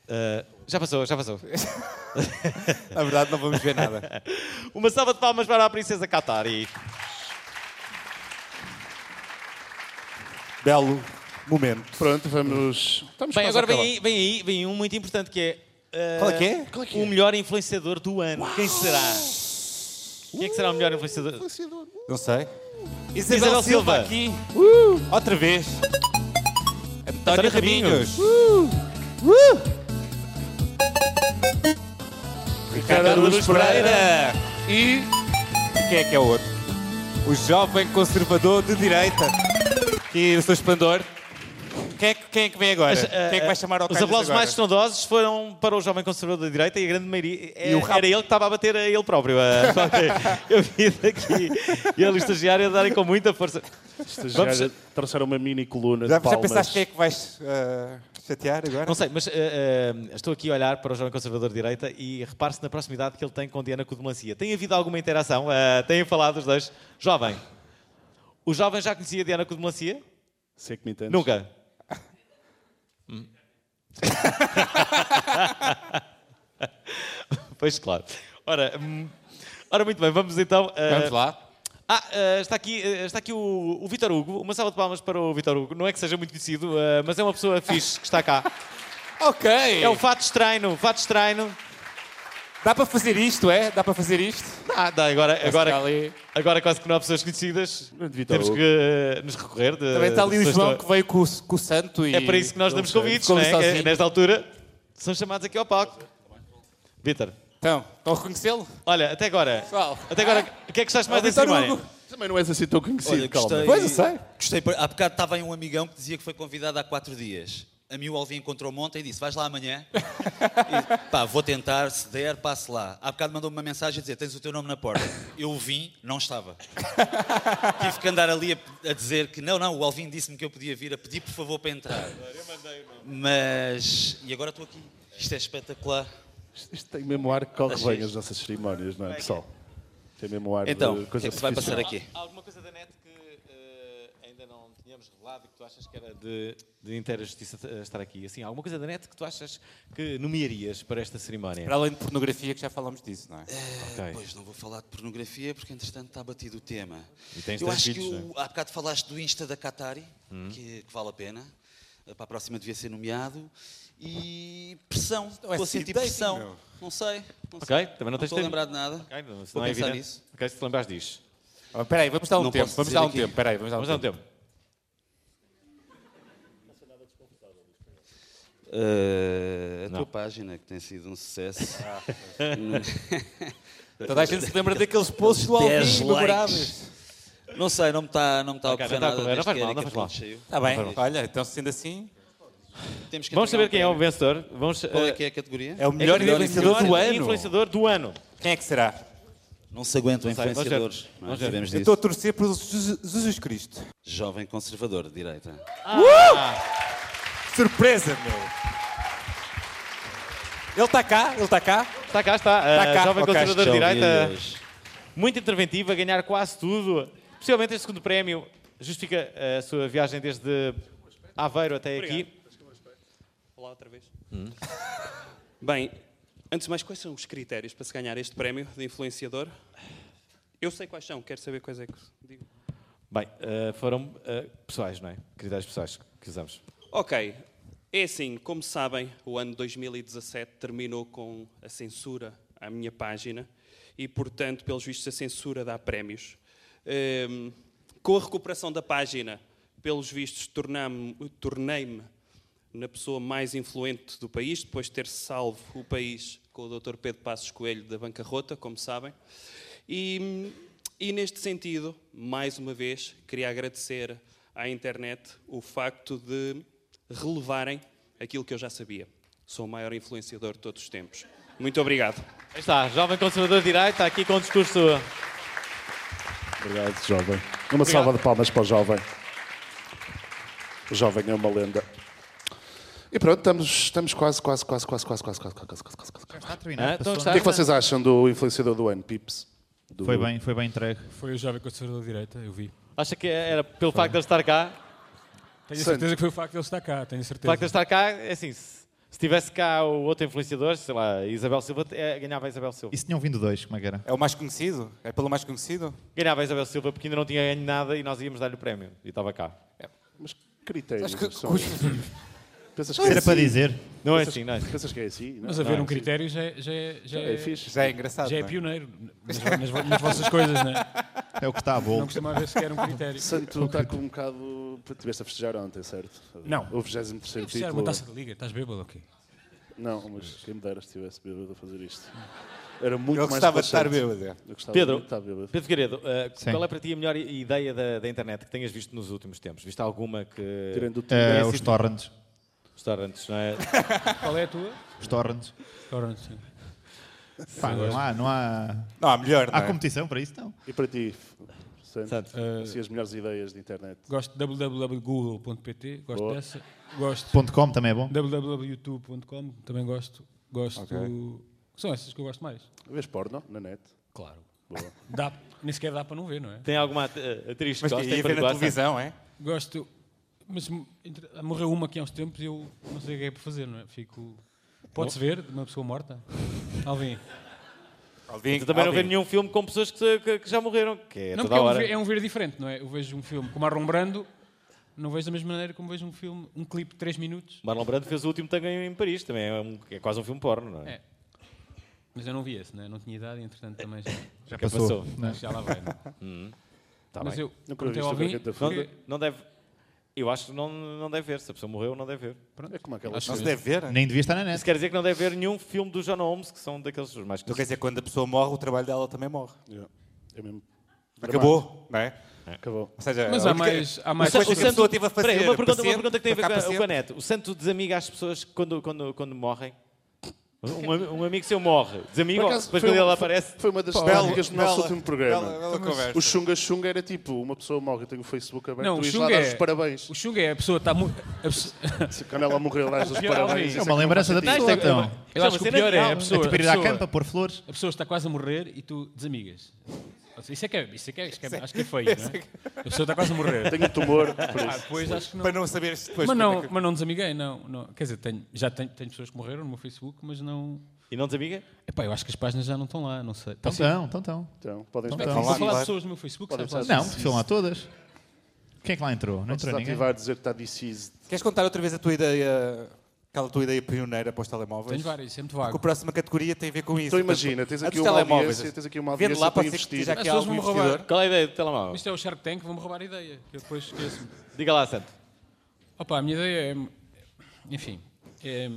[SPEAKER 2] Ah, já passou, já passou.
[SPEAKER 8] Na verdade, não vamos ver nada.
[SPEAKER 2] Uma salva de palmas para a Princesa Katari.
[SPEAKER 8] Belo momento.
[SPEAKER 3] Pronto, vamos. Estamos
[SPEAKER 2] Bem,
[SPEAKER 3] quase a
[SPEAKER 2] agora vem
[SPEAKER 3] acabar.
[SPEAKER 2] aí, vem aí, vem um muito importante que é. ah,
[SPEAKER 3] Qual é que é? Qual é que é?
[SPEAKER 2] O melhor influenciador do ano. Quem será?
[SPEAKER 3] Uh!
[SPEAKER 2] Quem é que será o melhor influenciador?
[SPEAKER 8] Não sei.
[SPEAKER 2] Isabel
[SPEAKER 8] Isabel Silva
[SPEAKER 2] Silva. Uh!
[SPEAKER 8] aqui. Outra vez. António
[SPEAKER 2] António
[SPEAKER 8] Raminhos.
[SPEAKER 2] Raminhos.
[SPEAKER 8] Ricardo Luz Pereira. E quem é que é o outro? O jovem conservador de direita. E o seu esplendor. Quem é, que- quem é que vem agora?
[SPEAKER 2] Mas, ah,
[SPEAKER 8] quem é que vai chamar ao
[SPEAKER 2] Os
[SPEAKER 8] Carlos
[SPEAKER 2] aplausos
[SPEAKER 8] agora?
[SPEAKER 2] mais estrondosos foram para o jovem conservador da direita e a grande maioria.
[SPEAKER 8] E o
[SPEAKER 2] eh,
[SPEAKER 8] rabo.
[SPEAKER 2] era ele que estava a bater a ele próprio. a- Eu vi daqui ele, o estagiário, a darem com muita força.
[SPEAKER 3] Estagiário,
[SPEAKER 2] Vamos-
[SPEAKER 3] é trouxeram uma mini coluna
[SPEAKER 8] Já,
[SPEAKER 3] de
[SPEAKER 8] já
[SPEAKER 3] palmas.
[SPEAKER 8] pensaste quem é que vais ah, chatear agora?
[SPEAKER 2] Não sei, mas eh, eh, estou aqui a olhar para o jovem conservador de direita e repare-se na proximidade que ele tem com Diana Codemancia. Tem havido alguma interação? Eh, têm falado os dois? Jovem, o jovem já conhecia Diana Codemancia?
[SPEAKER 3] Se é que me entendes.
[SPEAKER 2] Nunca. pois claro. Ora, hum, ora, muito bem, vamos então. eh,
[SPEAKER 8] Vamos lá.
[SPEAKER 2] Ah, eh, está aqui, eh, está aqui o, o Vitor Hugo. Uma salva de palmas para o Vitor Hugo. Não é que seja muito conhecido, eh, mas é uma pessoa fixe que está cá.
[SPEAKER 8] ok.
[SPEAKER 2] É o fato estranho, fato estranho.
[SPEAKER 8] Dá para fazer isto, é? Dá para fazer isto?
[SPEAKER 2] Ah, dá, agora,
[SPEAKER 8] Parece
[SPEAKER 2] agora,
[SPEAKER 8] que há ali-
[SPEAKER 2] agora quase que não há pessoas conhecidas. Temos
[SPEAKER 8] Hugo.
[SPEAKER 2] que eh, nos recorrer. De,
[SPEAKER 8] Também está ali
[SPEAKER 2] de
[SPEAKER 8] o
[SPEAKER 2] pessoas
[SPEAKER 8] João
[SPEAKER 2] que-
[SPEAKER 8] que veio com, o- com o santo e...
[SPEAKER 2] É para isso que nós damos
[SPEAKER 8] Ficou
[SPEAKER 2] convites, não é?
[SPEAKER 8] sozinho.
[SPEAKER 2] Que, nesta altura são chamados aqui ao palco. Vítor.
[SPEAKER 8] Então, estão a reconhecê-lo?
[SPEAKER 2] Olha, até agora.
[SPEAKER 8] Pessoal. Ah,
[SPEAKER 2] Até agora, o que é que gostaste mais da cerimónia?
[SPEAKER 3] Também não és assim tão conhecido,
[SPEAKER 17] Olha,
[SPEAKER 3] calma.
[SPEAKER 17] gostei,
[SPEAKER 3] Pois, eu sei.
[SPEAKER 17] Gostei, por- há bocado estava aí um amigão que dizia que foi convidado há quatro dias. A mim o Alvin encontrou-me ontem e disse, vais lá amanhã? e, pá, vou tentar, se der, passo lá. Há bocado mandou-me uma mensagem a dizer, tens o teu nome na porta. Eu vim, não estava. Tive que andar ali a, a dizer que, não, não, o Alvin disse-me que eu podia vir, a pedir por favor para entrar. Mas, e agora estou aqui. Isto é espetacular.
[SPEAKER 3] Isto tem mesmo ar que corre
[SPEAKER 17] Achei
[SPEAKER 3] bem as nossas cerimónias, não é, pessoal? Tem mesmo ar
[SPEAKER 17] Então,
[SPEAKER 3] de
[SPEAKER 17] o que
[SPEAKER 3] coisa
[SPEAKER 17] é que se vai
[SPEAKER 3] artificial.
[SPEAKER 17] passar aqui?
[SPEAKER 2] Há alguma coisa da net que eh, ainda não tínhamos revelado e que tu achas que era de, de inteira justiça eh, estar aqui? Assim, alguma coisa da net que tu achas que nomearias para esta cerimónia?
[SPEAKER 8] Para além de pornografia, que já falámos disso, não é?
[SPEAKER 2] Ok.
[SPEAKER 17] Eh, Pois não vou falar de pornografia porque entretanto está batido o tema.
[SPEAKER 2] E tens
[SPEAKER 17] Eu
[SPEAKER 2] três
[SPEAKER 17] acho
[SPEAKER 2] filhos,
[SPEAKER 17] que
[SPEAKER 2] não é?
[SPEAKER 17] o, há bocado falaste do Insta da Qatari,
[SPEAKER 2] Hum.
[SPEAKER 17] que, que vale a pena. Eh, Para a próxima devia ser nomeado. E pressão, estou a sentir
[SPEAKER 2] Então é dating,
[SPEAKER 17] pressão.
[SPEAKER 2] meu.
[SPEAKER 17] Não sei. Não
[SPEAKER 2] Ok,
[SPEAKER 17] sei.
[SPEAKER 2] também não tens
[SPEAKER 17] estou a
[SPEAKER 2] tempo.
[SPEAKER 17] lembrar de nada.
[SPEAKER 2] Ok, não, se
[SPEAKER 17] vou
[SPEAKER 2] não é
[SPEAKER 17] pensar
[SPEAKER 2] evidente.
[SPEAKER 17] nisso.
[SPEAKER 2] Ok, se te lembrares diz.
[SPEAKER 8] Ah, Espera aí, vamos dar um
[SPEAKER 17] Não
[SPEAKER 8] tempo.
[SPEAKER 17] posso
[SPEAKER 8] Vamos
[SPEAKER 17] dizer
[SPEAKER 8] dar um
[SPEAKER 17] aqui.
[SPEAKER 8] tempo. Espera aí, vamos dar um
[SPEAKER 2] Vamos dar um tempo.
[SPEAKER 17] Eh, a
[SPEAKER 2] Não.
[SPEAKER 17] tua página, que tem sido um sucesso.
[SPEAKER 8] Toda a gente se lembra daqueles posts do Alvin
[SPEAKER 17] 10 likes.
[SPEAKER 8] memoráveis.
[SPEAKER 17] Não sei, não me está não me tá a
[SPEAKER 8] Ok,
[SPEAKER 17] ocorrer
[SPEAKER 8] não está a
[SPEAKER 17] nada.
[SPEAKER 8] correr, não
[SPEAKER 17] desde
[SPEAKER 8] faz
[SPEAKER 17] que a
[SPEAKER 8] mal,
[SPEAKER 17] Erika
[SPEAKER 8] não faz mal.
[SPEAKER 17] Ponte saiu.
[SPEAKER 8] Está bem.
[SPEAKER 17] Não faz mal.
[SPEAKER 8] Olha, então sendo assim...
[SPEAKER 17] Tá Temos que entregar
[SPEAKER 2] Vamos saber quem é o vencedor. Vamos,
[SPEAKER 17] Qual é
[SPEAKER 2] eh,
[SPEAKER 17] que é a categoria?
[SPEAKER 8] É o melhor
[SPEAKER 2] melhor
[SPEAKER 8] influenciador do ano.
[SPEAKER 2] influenciador do ano.
[SPEAKER 8] Quem é que será?
[SPEAKER 17] Não se aguentam
[SPEAKER 2] Não sei, vamos ver.
[SPEAKER 17] influenciadores. não é?
[SPEAKER 2] Vamos ver.
[SPEAKER 17] Sabemos
[SPEAKER 8] Eu
[SPEAKER 17] disso.
[SPEAKER 8] estou a torcer por Jesus Jesus Cristo.
[SPEAKER 17] Jovem conservador de direita.
[SPEAKER 8] Uh! Surpresa, meu. Ele está cá, ele está cá.
[SPEAKER 2] Está Tá cá, está.
[SPEAKER 8] Está
[SPEAKER 2] a
[SPEAKER 8] Tá cá,
[SPEAKER 2] jovem
[SPEAKER 8] ok.
[SPEAKER 2] conservador de
[SPEAKER 8] Já
[SPEAKER 2] direita,
[SPEAKER 8] ouvi hoje.
[SPEAKER 2] muito interventiva, a ganhar quase tudo. Possivelmente este segundo prémio justifica eh, a sua viagem desde Aveiro até aqui.
[SPEAKER 13] Olá outra vez.
[SPEAKER 2] Hum.
[SPEAKER 13] Bem, antes de mais, quais são os critérios para se ganhar este prémio de influenciador? Eu sei quais são, quero saber quais é que digo.
[SPEAKER 2] Bem, eh, foram eh, pessoais, não é? Critérios pessoais que usamos.
[SPEAKER 13] Ok, é assim, como sabem, o ano 2017 terminou com a censura à minha página e, portanto, pelos vistos, a censura dá prémios. Hum, com a recuperação da página, pelos vistos, tornam- tornei-me na pessoa mais influente do país, depois de ter salvo o país com o Dr. Pedro Passos Coelho da bancarrota, como sabem. E, e neste sentido, mais uma vez, queria agradecer à internet o facto de relevarem aquilo que eu já sabia. Sou o maior influenciador de todos os tempos. Muito obrigado.
[SPEAKER 2] Aí está, jovem conservador de direita, aqui com o discurso.
[SPEAKER 3] Obrigado, jovem. Uma salva de palmas para o jovem. O jovem é uma lenda. E pronto, estamos, estamos quase, quase, quase, quase, quase, quase, quase, quase, quase, quase, quase, quase.
[SPEAKER 4] a terminar, Ah, então passou.
[SPEAKER 3] O que é que
[SPEAKER 4] está.
[SPEAKER 3] vocês acham do influenciador do ano, Pips? Do-
[SPEAKER 4] Foi bem, foi bem entregue.
[SPEAKER 5] Foi o jovem conservador da direita, eu vi.
[SPEAKER 2] Acha que era pelo facto de ele estar cá?
[SPEAKER 5] Tenho certeza que foi o facto de ele estar cá, tenho
[SPEAKER 2] O
[SPEAKER 5] certeza.
[SPEAKER 2] facto de ele estar cá, é assim, se, se tivesse cá o outro influenciador, sei lá, Isabel Silva, eh, ganhava a Isabel Silva.
[SPEAKER 4] E se tinham vindo dois, como é que era?
[SPEAKER 2] É o mais conhecido? É pelo mais conhecido? Ganhava a Isabel Silva porque ainda não tinha ganho nada e nós íamos dar-lhe o prémio. E estava cá.
[SPEAKER 3] É, Mas critérios
[SPEAKER 2] Acho que-
[SPEAKER 3] são... Pensas
[SPEAKER 2] Não é
[SPEAKER 3] é
[SPEAKER 2] assim.
[SPEAKER 3] assim?
[SPEAKER 2] Não é
[SPEAKER 3] Pensas-
[SPEAKER 2] assim, não é assim.
[SPEAKER 3] Pensas que é assim? Não é?
[SPEAKER 5] Mas haver
[SPEAKER 3] Não é
[SPEAKER 5] um
[SPEAKER 3] assim.
[SPEAKER 5] critério já, é- já, é- já,
[SPEAKER 3] Já é fixe.
[SPEAKER 2] Já é engraçado,
[SPEAKER 5] Já é
[SPEAKER 2] não é?
[SPEAKER 5] pioneiro nas, nas vo- nas vossas coisas, não é?
[SPEAKER 4] É o que está à volta.
[SPEAKER 5] Não costuma haver sequer um critério.
[SPEAKER 3] Santo está com um bocado. Estiveste a festejar ontem, certo?
[SPEAKER 5] Não.
[SPEAKER 3] O 23
[SPEAKER 5] Eu
[SPEAKER 3] título.
[SPEAKER 5] festejar uma taça de liga, estás bêbado ou quê?
[SPEAKER 3] Não, mas quem me dera se estivesse bêbado a fazer isto. Era muito mais relaxante. Eu gostava
[SPEAKER 2] é. Pedro,
[SPEAKER 3] muito de estar bêbado.
[SPEAKER 2] Pedro Figueiredo, eh,
[SPEAKER 3] Sim.
[SPEAKER 2] qual é para ti a melhor i- ideia da, da internet que tenhas visto nos últimos tempos? Viste alguma que.
[SPEAKER 3] Tirando o
[SPEAKER 2] que tenha
[SPEAKER 4] Eh, os
[SPEAKER 2] sido-
[SPEAKER 4] torrents.
[SPEAKER 2] Os torrents, não é?
[SPEAKER 5] Qual é a tua?
[SPEAKER 4] Os torrents.
[SPEAKER 5] Torrents, sim.
[SPEAKER 4] Pá, não há, não há. Há
[SPEAKER 3] é?
[SPEAKER 4] competição para isso, não. é?
[SPEAKER 3] E para ti, Santo?
[SPEAKER 5] Santo. Eh,
[SPEAKER 3] Assim, as melhores ideias de internet.
[SPEAKER 5] Gosto de www.google.pt, gosto
[SPEAKER 3] Boa.
[SPEAKER 5] dessa. Gosto.
[SPEAKER 4] Ponto .com também é bom.
[SPEAKER 5] www.youtube.com, também gosto. Gosto.
[SPEAKER 3] Ok.
[SPEAKER 5] São essas que eu gosto mais.
[SPEAKER 3] Vês porno na net?
[SPEAKER 5] Claro.
[SPEAKER 3] Boa.
[SPEAKER 5] Dá, nem sequer dá para não ver, não é?
[SPEAKER 2] Tem alguma at- eh, atriz que
[SPEAKER 5] Mas que
[SPEAKER 2] gosta em
[SPEAKER 5] ia ver na
[SPEAKER 2] particular,
[SPEAKER 5] televisão,
[SPEAKER 2] Santo?
[SPEAKER 5] Gosto, mas m- entre- morreu uma aqui há uns tempos e eu não sei o que é para fazer, não é? Fico. Pode-se ver de uma pessoa morta? Alvin.
[SPEAKER 2] Tu Então também não vê nenhum filme com pessoas que, que- que já morreram, que é
[SPEAKER 5] não,
[SPEAKER 2] toda
[SPEAKER 5] porque é um
[SPEAKER 2] hora.
[SPEAKER 5] ver- é um ver diferente, não é? Eu vejo um filme com Marlon Brando, não vejo da mesma maneira como vejo um filme, um clipe de 3 minutos.
[SPEAKER 2] Marlon Brando fez o último tango em Paris, também é, um- é quase um filme porno, não é?
[SPEAKER 5] É. Mas eu não vi esse, não é? Não tinha idade, entretanto também já,
[SPEAKER 2] Já é passou.
[SPEAKER 5] Mas Já lá vai. não é?
[SPEAKER 2] Hum. Tá
[SPEAKER 5] Mas
[SPEAKER 2] bem.
[SPEAKER 5] eu Nunca perguntei ao ouvinte
[SPEAKER 2] Não-
[SPEAKER 5] porque-
[SPEAKER 2] não deve. Eu acho que não, não deve ver. Se a pessoa morreu, não deve ver.
[SPEAKER 5] Pronto.
[SPEAKER 3] É como aquela
[SPEAKER 2] Acho que não se
[SPEAKER 3] coisa.
[SPEAKER 2] deve ver. né?
[SPEAKER 4] Nem devia estar
[SPEAKER 8] É.
[SPEAKER 4] na net.
[SPEAKER 2] Isso quer dizer que não deve ver nenhum filme do John Holmes, que são daqueles dos mais
[SPEAKER 8] Então quer dizer, quando a pessoa morre, o trabalho dela também morre.
[SPEAKER 3] É mesmo.
[SPEAKER 8] Acabou, não é?
[SPEAKER 3] Acabou.
[SPEAKER 8] Ou seja,
[SPEAKER 2] Mas
[SPEAKER 8] a
[SPEAKER 2] há
[SPEAKER 8] única-
[SPEAKER 2] mais- há
[SPEAKER 8] o
[SPEAKER 2] mais
[SPEAKER 8] Santo-
[SPEAKER 2] coisas
[SPEAKER 8] o
[SPEAKER 2] que a
[SPEAKER 8] Santo
[SPEAKER 2] pessoa-
[SPEAKER 8] teve a
[SPEAKER 2] Peraí,
[SPEAKER 8] fazer.
[SPEAKER 2] uma pergunta- uma
[SPEAKER 8] paciente,
[SPEAKER 2] pergunta que tem a ver
[SPEAKER 8] para
[SPEAKER 2] com a-
[SPEAKER 8] ficar
[SPEAKER 2] com a
[SPEAKER 8] paciente.
[SPEAKER 2] net. O santo desamiga as pessoas quando, quando, quando morrem? Um, am- um amigo seu morre, desamiga,
[SPEAKER 3] Por
[SPEAKER 2] ou
[SPEAKER 3] acaso,
[SPEAKER 2] depois
[SPEAKER 3] foi
[SPEAKER 2] quando ele
[SPEAKER 3] uma-
[SPEAKER 2] aparece.
[SPEAKER 3] Foi uma das
[SPEAKER 2] Pá,
[SPEAKER 3] técnicas do
[SPEAKER 2] bela-
[SPEAKER 3] nosso último programa.
[SPEAKER 2] bela- bela
[SPEAKER 3] Mas
[SPEAKER 2] conversa.
[SPEAKER 3] O Xunga Xunga era tipo, uma pessoa morre, eu tenho o Facebook aberto,
[SPEAKER 5] Não,
[SPEAKER 3] tu
[SPEAKER 5] o
[SPEAKER 3] ias
[SPEAKER 5] Xunga
[SPEAKER 3] lá dar os
[SPEAKER 5] é-
[SPEAKER 3] parabéns.
[SPEAKER 5] O Xunga é a pessoa
[SPEAKER 2] Tá
[SPEAKER 5] está muito.
[SPEAKER 3] Quando ela morreu, dás os
[SPEAKER 5] O pior é o
[SPEAKER 3] parabéns.
[SPEAKER 5] Alvin.
[SPEAKER 3] Isso é uma lembrança da
[SPEAKER 5] Não,
[SPEAKER 3] pessoa,
[SPEAKER 5] isto é-
[SPEAKER 3] então.
[SPEAKER 5] Eu acho que o
[SPEAKER 3] Isso é uma
[SPEAKER 5] pior
[SPEAKER 3] cena
[SPEAKER 5] é
[SPEAKER 3] de
[SPEAKER 5] a pessoa.
[SPEAKER 3] Natal. É tipo ir
[SPEAKER 5] a
[SPEAKER 3] à
[SPEAKER 5] pessoa-
[SPEAKER 3] campa, pôr flores.
[SPEAKER 5] A pessoa está quase a morrer e tu desamigas. Isso é que é, isso é que é, isso é que é- acho que é feio, não é? A pessoa está quase a morrer.
[SPEAKER 8] Tenho um tumor, por
[SPEAKER 5] Ah,
[SPEAKER 8] isso.
[SPEAKER 5] depois acho que não.
[SPEAKER 8] Para não saber se depois
[SPEAKER 5] Mas
[SPEAKER 8] como
[SPEAKER 5] não,
[SPEAKER 8] é que-
[SPEAKER 5] mas não desamiguei, não. não. Quer dizer, tenho, já tenho, tenho pessoas que morreram no meu Facebook, mas não.
[SPEAKER 2] E não desamiga?
[SPEAKER 5] Epá, eu acho que as páginas já não estão lá, não sei.
[SPEAKER 4] Então,
[SPEAKER 5] sim.
[SPEAKER 4] então, então, então.
[SPEAKER 3] Então, podem
[SPEAKER 5] Como é que
[SPEAKER 3] estar.
[SPEAKER 5] se fala de pessoas no meu Facebook,
[SPEAKER 3] Podem
[SPEAKER 5] sabes?
[SPEAKER 3] estar.
[SPEAKER 4] Não, estão lá todas. Quem é que lá entrou? Não
[SPEAKER 3] Podes
[SPEAKER 4] entrou ninguém.
[SPEAKER 3] desativar, dizer que tá está deceased.
[SPEAKER 8] Queres contar outra vez a tua ideia, aquela tua ideia pioneira para os telemóveis?
[SPEAKER 3] Tenho várias,
[SPEAKER 5] sempre
[SPEAKER 3] vago.
[SPEAKER 8] Porque a próxima categoria tem a ver com isso.
[SPEAKER 3] Então imagina, tens
[SPEAKER 8] A dos
[SPEAKER 3] aqui uma
[SPEAKER 8] telemóveis.
[SPEAKER 3] audiência, tens aqui uma
[SPEAKER 8] Vende
[SPEAKER 3] audiência
[SPEAKER 8] lá
[SPEAKER 3] para
[SPEAKER 8] para investir.
[SPEAKER 3] investir.
[SPEAKER 8] Já
[SPEAKER 5] As
[SPEAKER 8] que há
[SPEAKER 5] pessoas
[SPEAKER 8] algum
[SPEAKER 5] vão-me roubar.
[SPEAKER 8] investidor.
[SPEAKER 2] Qual é a ideia do telemóvel?
[SPEAKER 5] Isto é o Shark Tank, vão-me roubar a ideia, que eu depois esqueço-me.
[SPEAKER 2] Diga lá, Santo.
[SPEAKER 5] Opa, a minha ideia é. Enfim. é-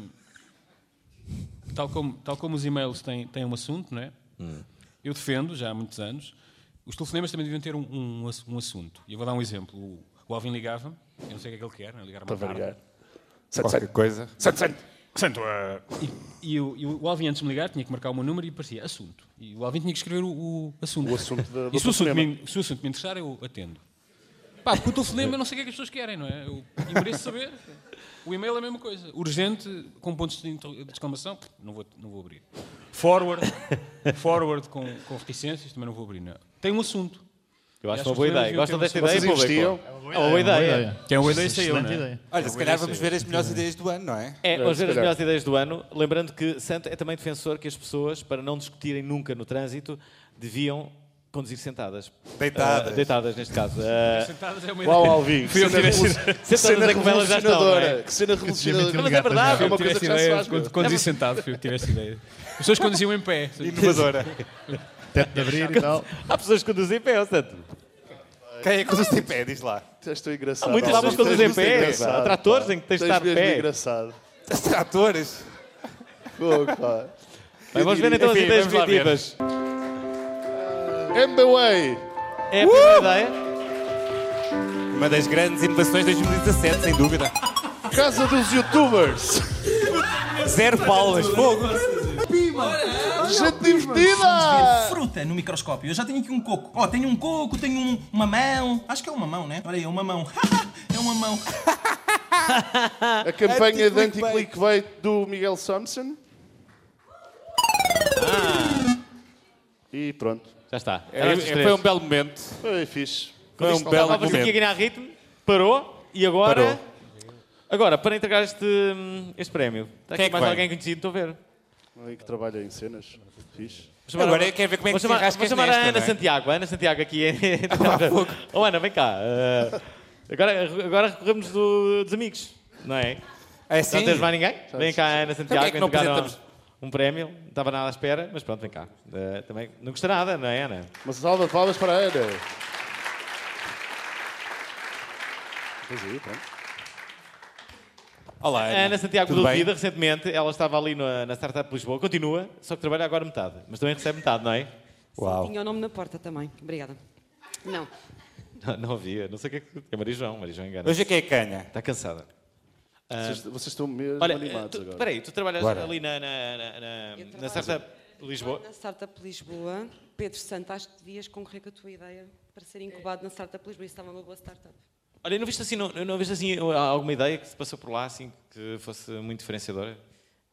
[SPEAKER 5] tal, como, tal como os e-mails têm, têm um assunto, não é?
[SPEAKER 8] Hum.
[SPEAKER 5] Eu defendo já há muitos anos. Os telefonemas também deviam ter um, um, ass- um assunto. E eu vou dar um exemplo. O, o Alvin ligava-me, eu não sei o que é que ele quer, né? ligar-me à
[SPEAKER 8] Para
[SPEAKER 5] tarde.
[SPEAKER 8] variar. Qualquer coisa.
[SPEAKER 3] Santo, santo.
[SPEAKER 5] Santo, é. E, e o, e o Alvin, antes de me ligar, tinha que marcar o meu número e aparecia assunto. E o Alvin tinha que escrever o, o assunto.
[SPEAKER 3] O assunto da-
[SPEAKER 5] e se
[SPEAKER 3] do
[SPEAKER 5] o assunto,
[SPEAKER 3] telefonema.
[SPEAKER 5] me, se o assunto me interessar, eu atendo. Pá, porque o telefonema eu não sei o que é que as pessoas querem, não é? Eu, eu mereço saber. O e-mail é a mesma coisa. Urgente, com pontos de, inter- de exclamação, não vou, não vou abrir. Forward, forward com, com reticências, também não vou abrir, não. Tem um assunto.
[SPEAKER 2] Eu acho
[SPEAKER 5] E
[SPEAKER 2] uma boa
[SPEAKER 5] que os
[SPEAKER 2] ideia. Gostam
[SPEAKER 5] telefonemas
[SPEAKER 2] desta
[SPEAKER 5] deviam ter
[SPEAKER 2] ideia,
[SPEAKER 5] um assunto.
[SPEAKER 2] público? É um uma boa ideia.
[SPEAKER 5] Quem é uma boa ideia sei eu, não é?
[SPEAKER 8] Olha, se calhar vamos ver as melhores ideias do ano, não é?
[SPEAKER 2] É,
[SPEAKER 8] se
[SPEAKER 2] vamos ver as
[SPEAKER 8] calhar.
[SPEAKER 2] melhores ideias do ano. Lembrando que Santo é também defensor que as pessoas, para não discutirem nunca no trânsito, deviam conduzir sentadas.
[SPEAKER 8] Deitadas.
[SPEAKER 2] Ah, deitadas, neste caso. Ah,
[SPEAKER 5] Sentadas é uma
[SPEAKER 3] Uau, Alvin, que
[SPEAKER 2] Fui eu que
[SPEAKER 3] cena
[SPEAKER 2] tive
[SPEAKER 3] revolu-
[SPEAKER 2] essa-
[SPEAKER 3] que
[SPEAKER 2] Sentadas
[SPEAKER 3] cena
[SPEAKER 2] é como elas já estão, não é?
[SPEAKER 3] revolucionadora, que cena revolucionadora.
[SPEAKER 2] Mas é verdade,
[SPEAKER 5] é
[SPEAKER 2] é uma coisa que já se faz.
[SPEAKER 5] Quando, quando disse sentado, fui eu que tive essa ideia. As pessoas conduziam em pé.
[SPEAKER 2] Inovadora.
[SPEAKER 4] Teto de abrir e tal.
[SPEAKER 2] Há pessoas que conduzem em pé, ó Santo.
[SPEAKER 8] Quem é que conduz em pé? Diz lá.
[SPEAKER 3] Estou engraçado.
[SPEAKER 2] Há muitas
[SPEAKER 3] Alvin,
[SPEAKER 2] pessoas que conduzem em
[SPEAKER 3] tens muito
[SPEAKER 2] pé.
[SPEAKER 3] engraçado,
[SPEAKER 2] Há tratores
[SPEAKER 3] pá.
[SPEAKER 2] em que tens de estar de
[SPEAKER 3] mesmo
[SPEAKER 2] pé.
[SPEAKER 3] engraçado.
[SPEAKER 8] Tratores?
[SPEAKER 3] Fogo, pá.
[SPEAKER 2] Bem, vamos ver então as
[SPEAKER 3] Enfim,
[SPEAKER 2] ideias
[SPEAKER 3] vamos lá ver.
[SPEAKER 2] criativas.
[SPEAKER 3] MBWay!
[SPEAKER 2] É a
[SPEAKER 8] primeira
[SPEAKER 3] Uh!
[SPEAKER 2] ideia?
[SPEAKER 8] Uma das grandes inovações de 2017, sem dúvida.
[SPEAKER 3] Casa dos Youtubers!
[SPEAKER 8] Zero
[SPEAKER 2] Tá
[SPEAKER 8] paulas, fogo!
[SPEAKER 3] Gente divertida!
[SPEAKER 18] Fruta no microscópio. Eu já tenho aqui um coco. Ó, tenho um coco, tenho um mamão. Acho que é um mamão, né? Olha aí, é um mamão. é um mamão.
[SPEAKER 3] A campanha de anti-clickbait do Miguel Samson. E pronto.
[SPEAKER 8] Já está.
[SPEAKER 3] Eram as três.
[SPEAKER 8] foi um belo momento.
[SPEAKER 3] Foi fixe.
[SPEAKER 8] Foi um
[SPEAKER 3] Isto
[SPEAKER 8] belo
[SPEAKER 3] faltava-
[SPEAKER 8] momento.
[SPEAKER 2] Tinha que ganhar ritmo, parou e agora.
[SPEAKER 8] Parou.
[SPEAKER 2] Agora, para entregar este, hum, este prémio, está
[SPEAKER 8] Quem
[SPEAKER 2] aqui
[SPEAKER 8] é que
[SPEAKER 2] mais
[SPEAKER 8] vai?
[SPEAKER 2] alguém conhecido, estou a ver.
[SPEAKER 3] Alguém que trabalha em cenas. Fixe.
[SPEAKER 2] a-
[SPEAKER 8] é
[SPEAKER 2] vou chamar, vou chamar a Ana Santiago. A Ana Santiago aqui. é- oh, Ana, vem
[SPEAKER 8] Ah.
[SPEAKER 2] cá. eh, agora, agora recorremos do- dos amigos, não é?
[SPEAKER 8] É sim?
[SPEAKER 2] Não tens mais ninguém?
[SPEAKER 8] Sim,
[SPEAKER 2] Vem cá a Ana
[SPEAKER 8] sim.
[SPEAKER 2] Santiago.
[SPEAKER 8] Então, é que não
[SPEAKER 2] entregar um-
[SPEAKER 8] apresentamos?
[SPEAKER 2] um prémio. Não estava nada à espera, mas pronto, vem cá. Eh, também não custa nada, não é, Ana?
[SPEAKER 3] Uma salva de palmas para a Ana. Pois é, pronto.
[SPEAKER 8] Olá,
[SPEAKER 2] A Ana Santiago do Vida, recentemente, ela estava ali na, na Startup de Lisboa, continua, só que trabalha agora metade, mas também recebe metade, não é? Uau!
[SPEAKER 7] Tinha o nome na porta também. Obrigada. Não.
[SPEAKER 2] Não, não havia, não sei o que é que. É Maria João, Maria João engana.
[SPEAKER 8] Hoje é que é canha.
[SPEAKER 2] Está cansada. Ah,
[SPEAKER 3] Vocês, vocês estão mesmo
[SPEAKER 2] olha,
[SPEAKER 3] animados
[SPEAKER 2] tu,
[SPEAKER 3] agora.
[SPEAKER 2] Espera aí, tu trabalhas
[SPEAKER 8] Bora.
[SPEAKER 2] ali na, na, na, na, na
[SPEAKER 7] trabalho.
[SPEAKER 2] Startup de Lisboa?
[SPEAKER 7] Na Startup Lisboa, Pedro Santo, acho que devias concorrer com a tua ideia para ser incubado na Startup Lisboa. Isso estava uma boa startup.
[SPEAKER 2] Olha, não viste assim, não, não viste assim alguma ideia que se passou por lá assim que fosse muito diferenciadora?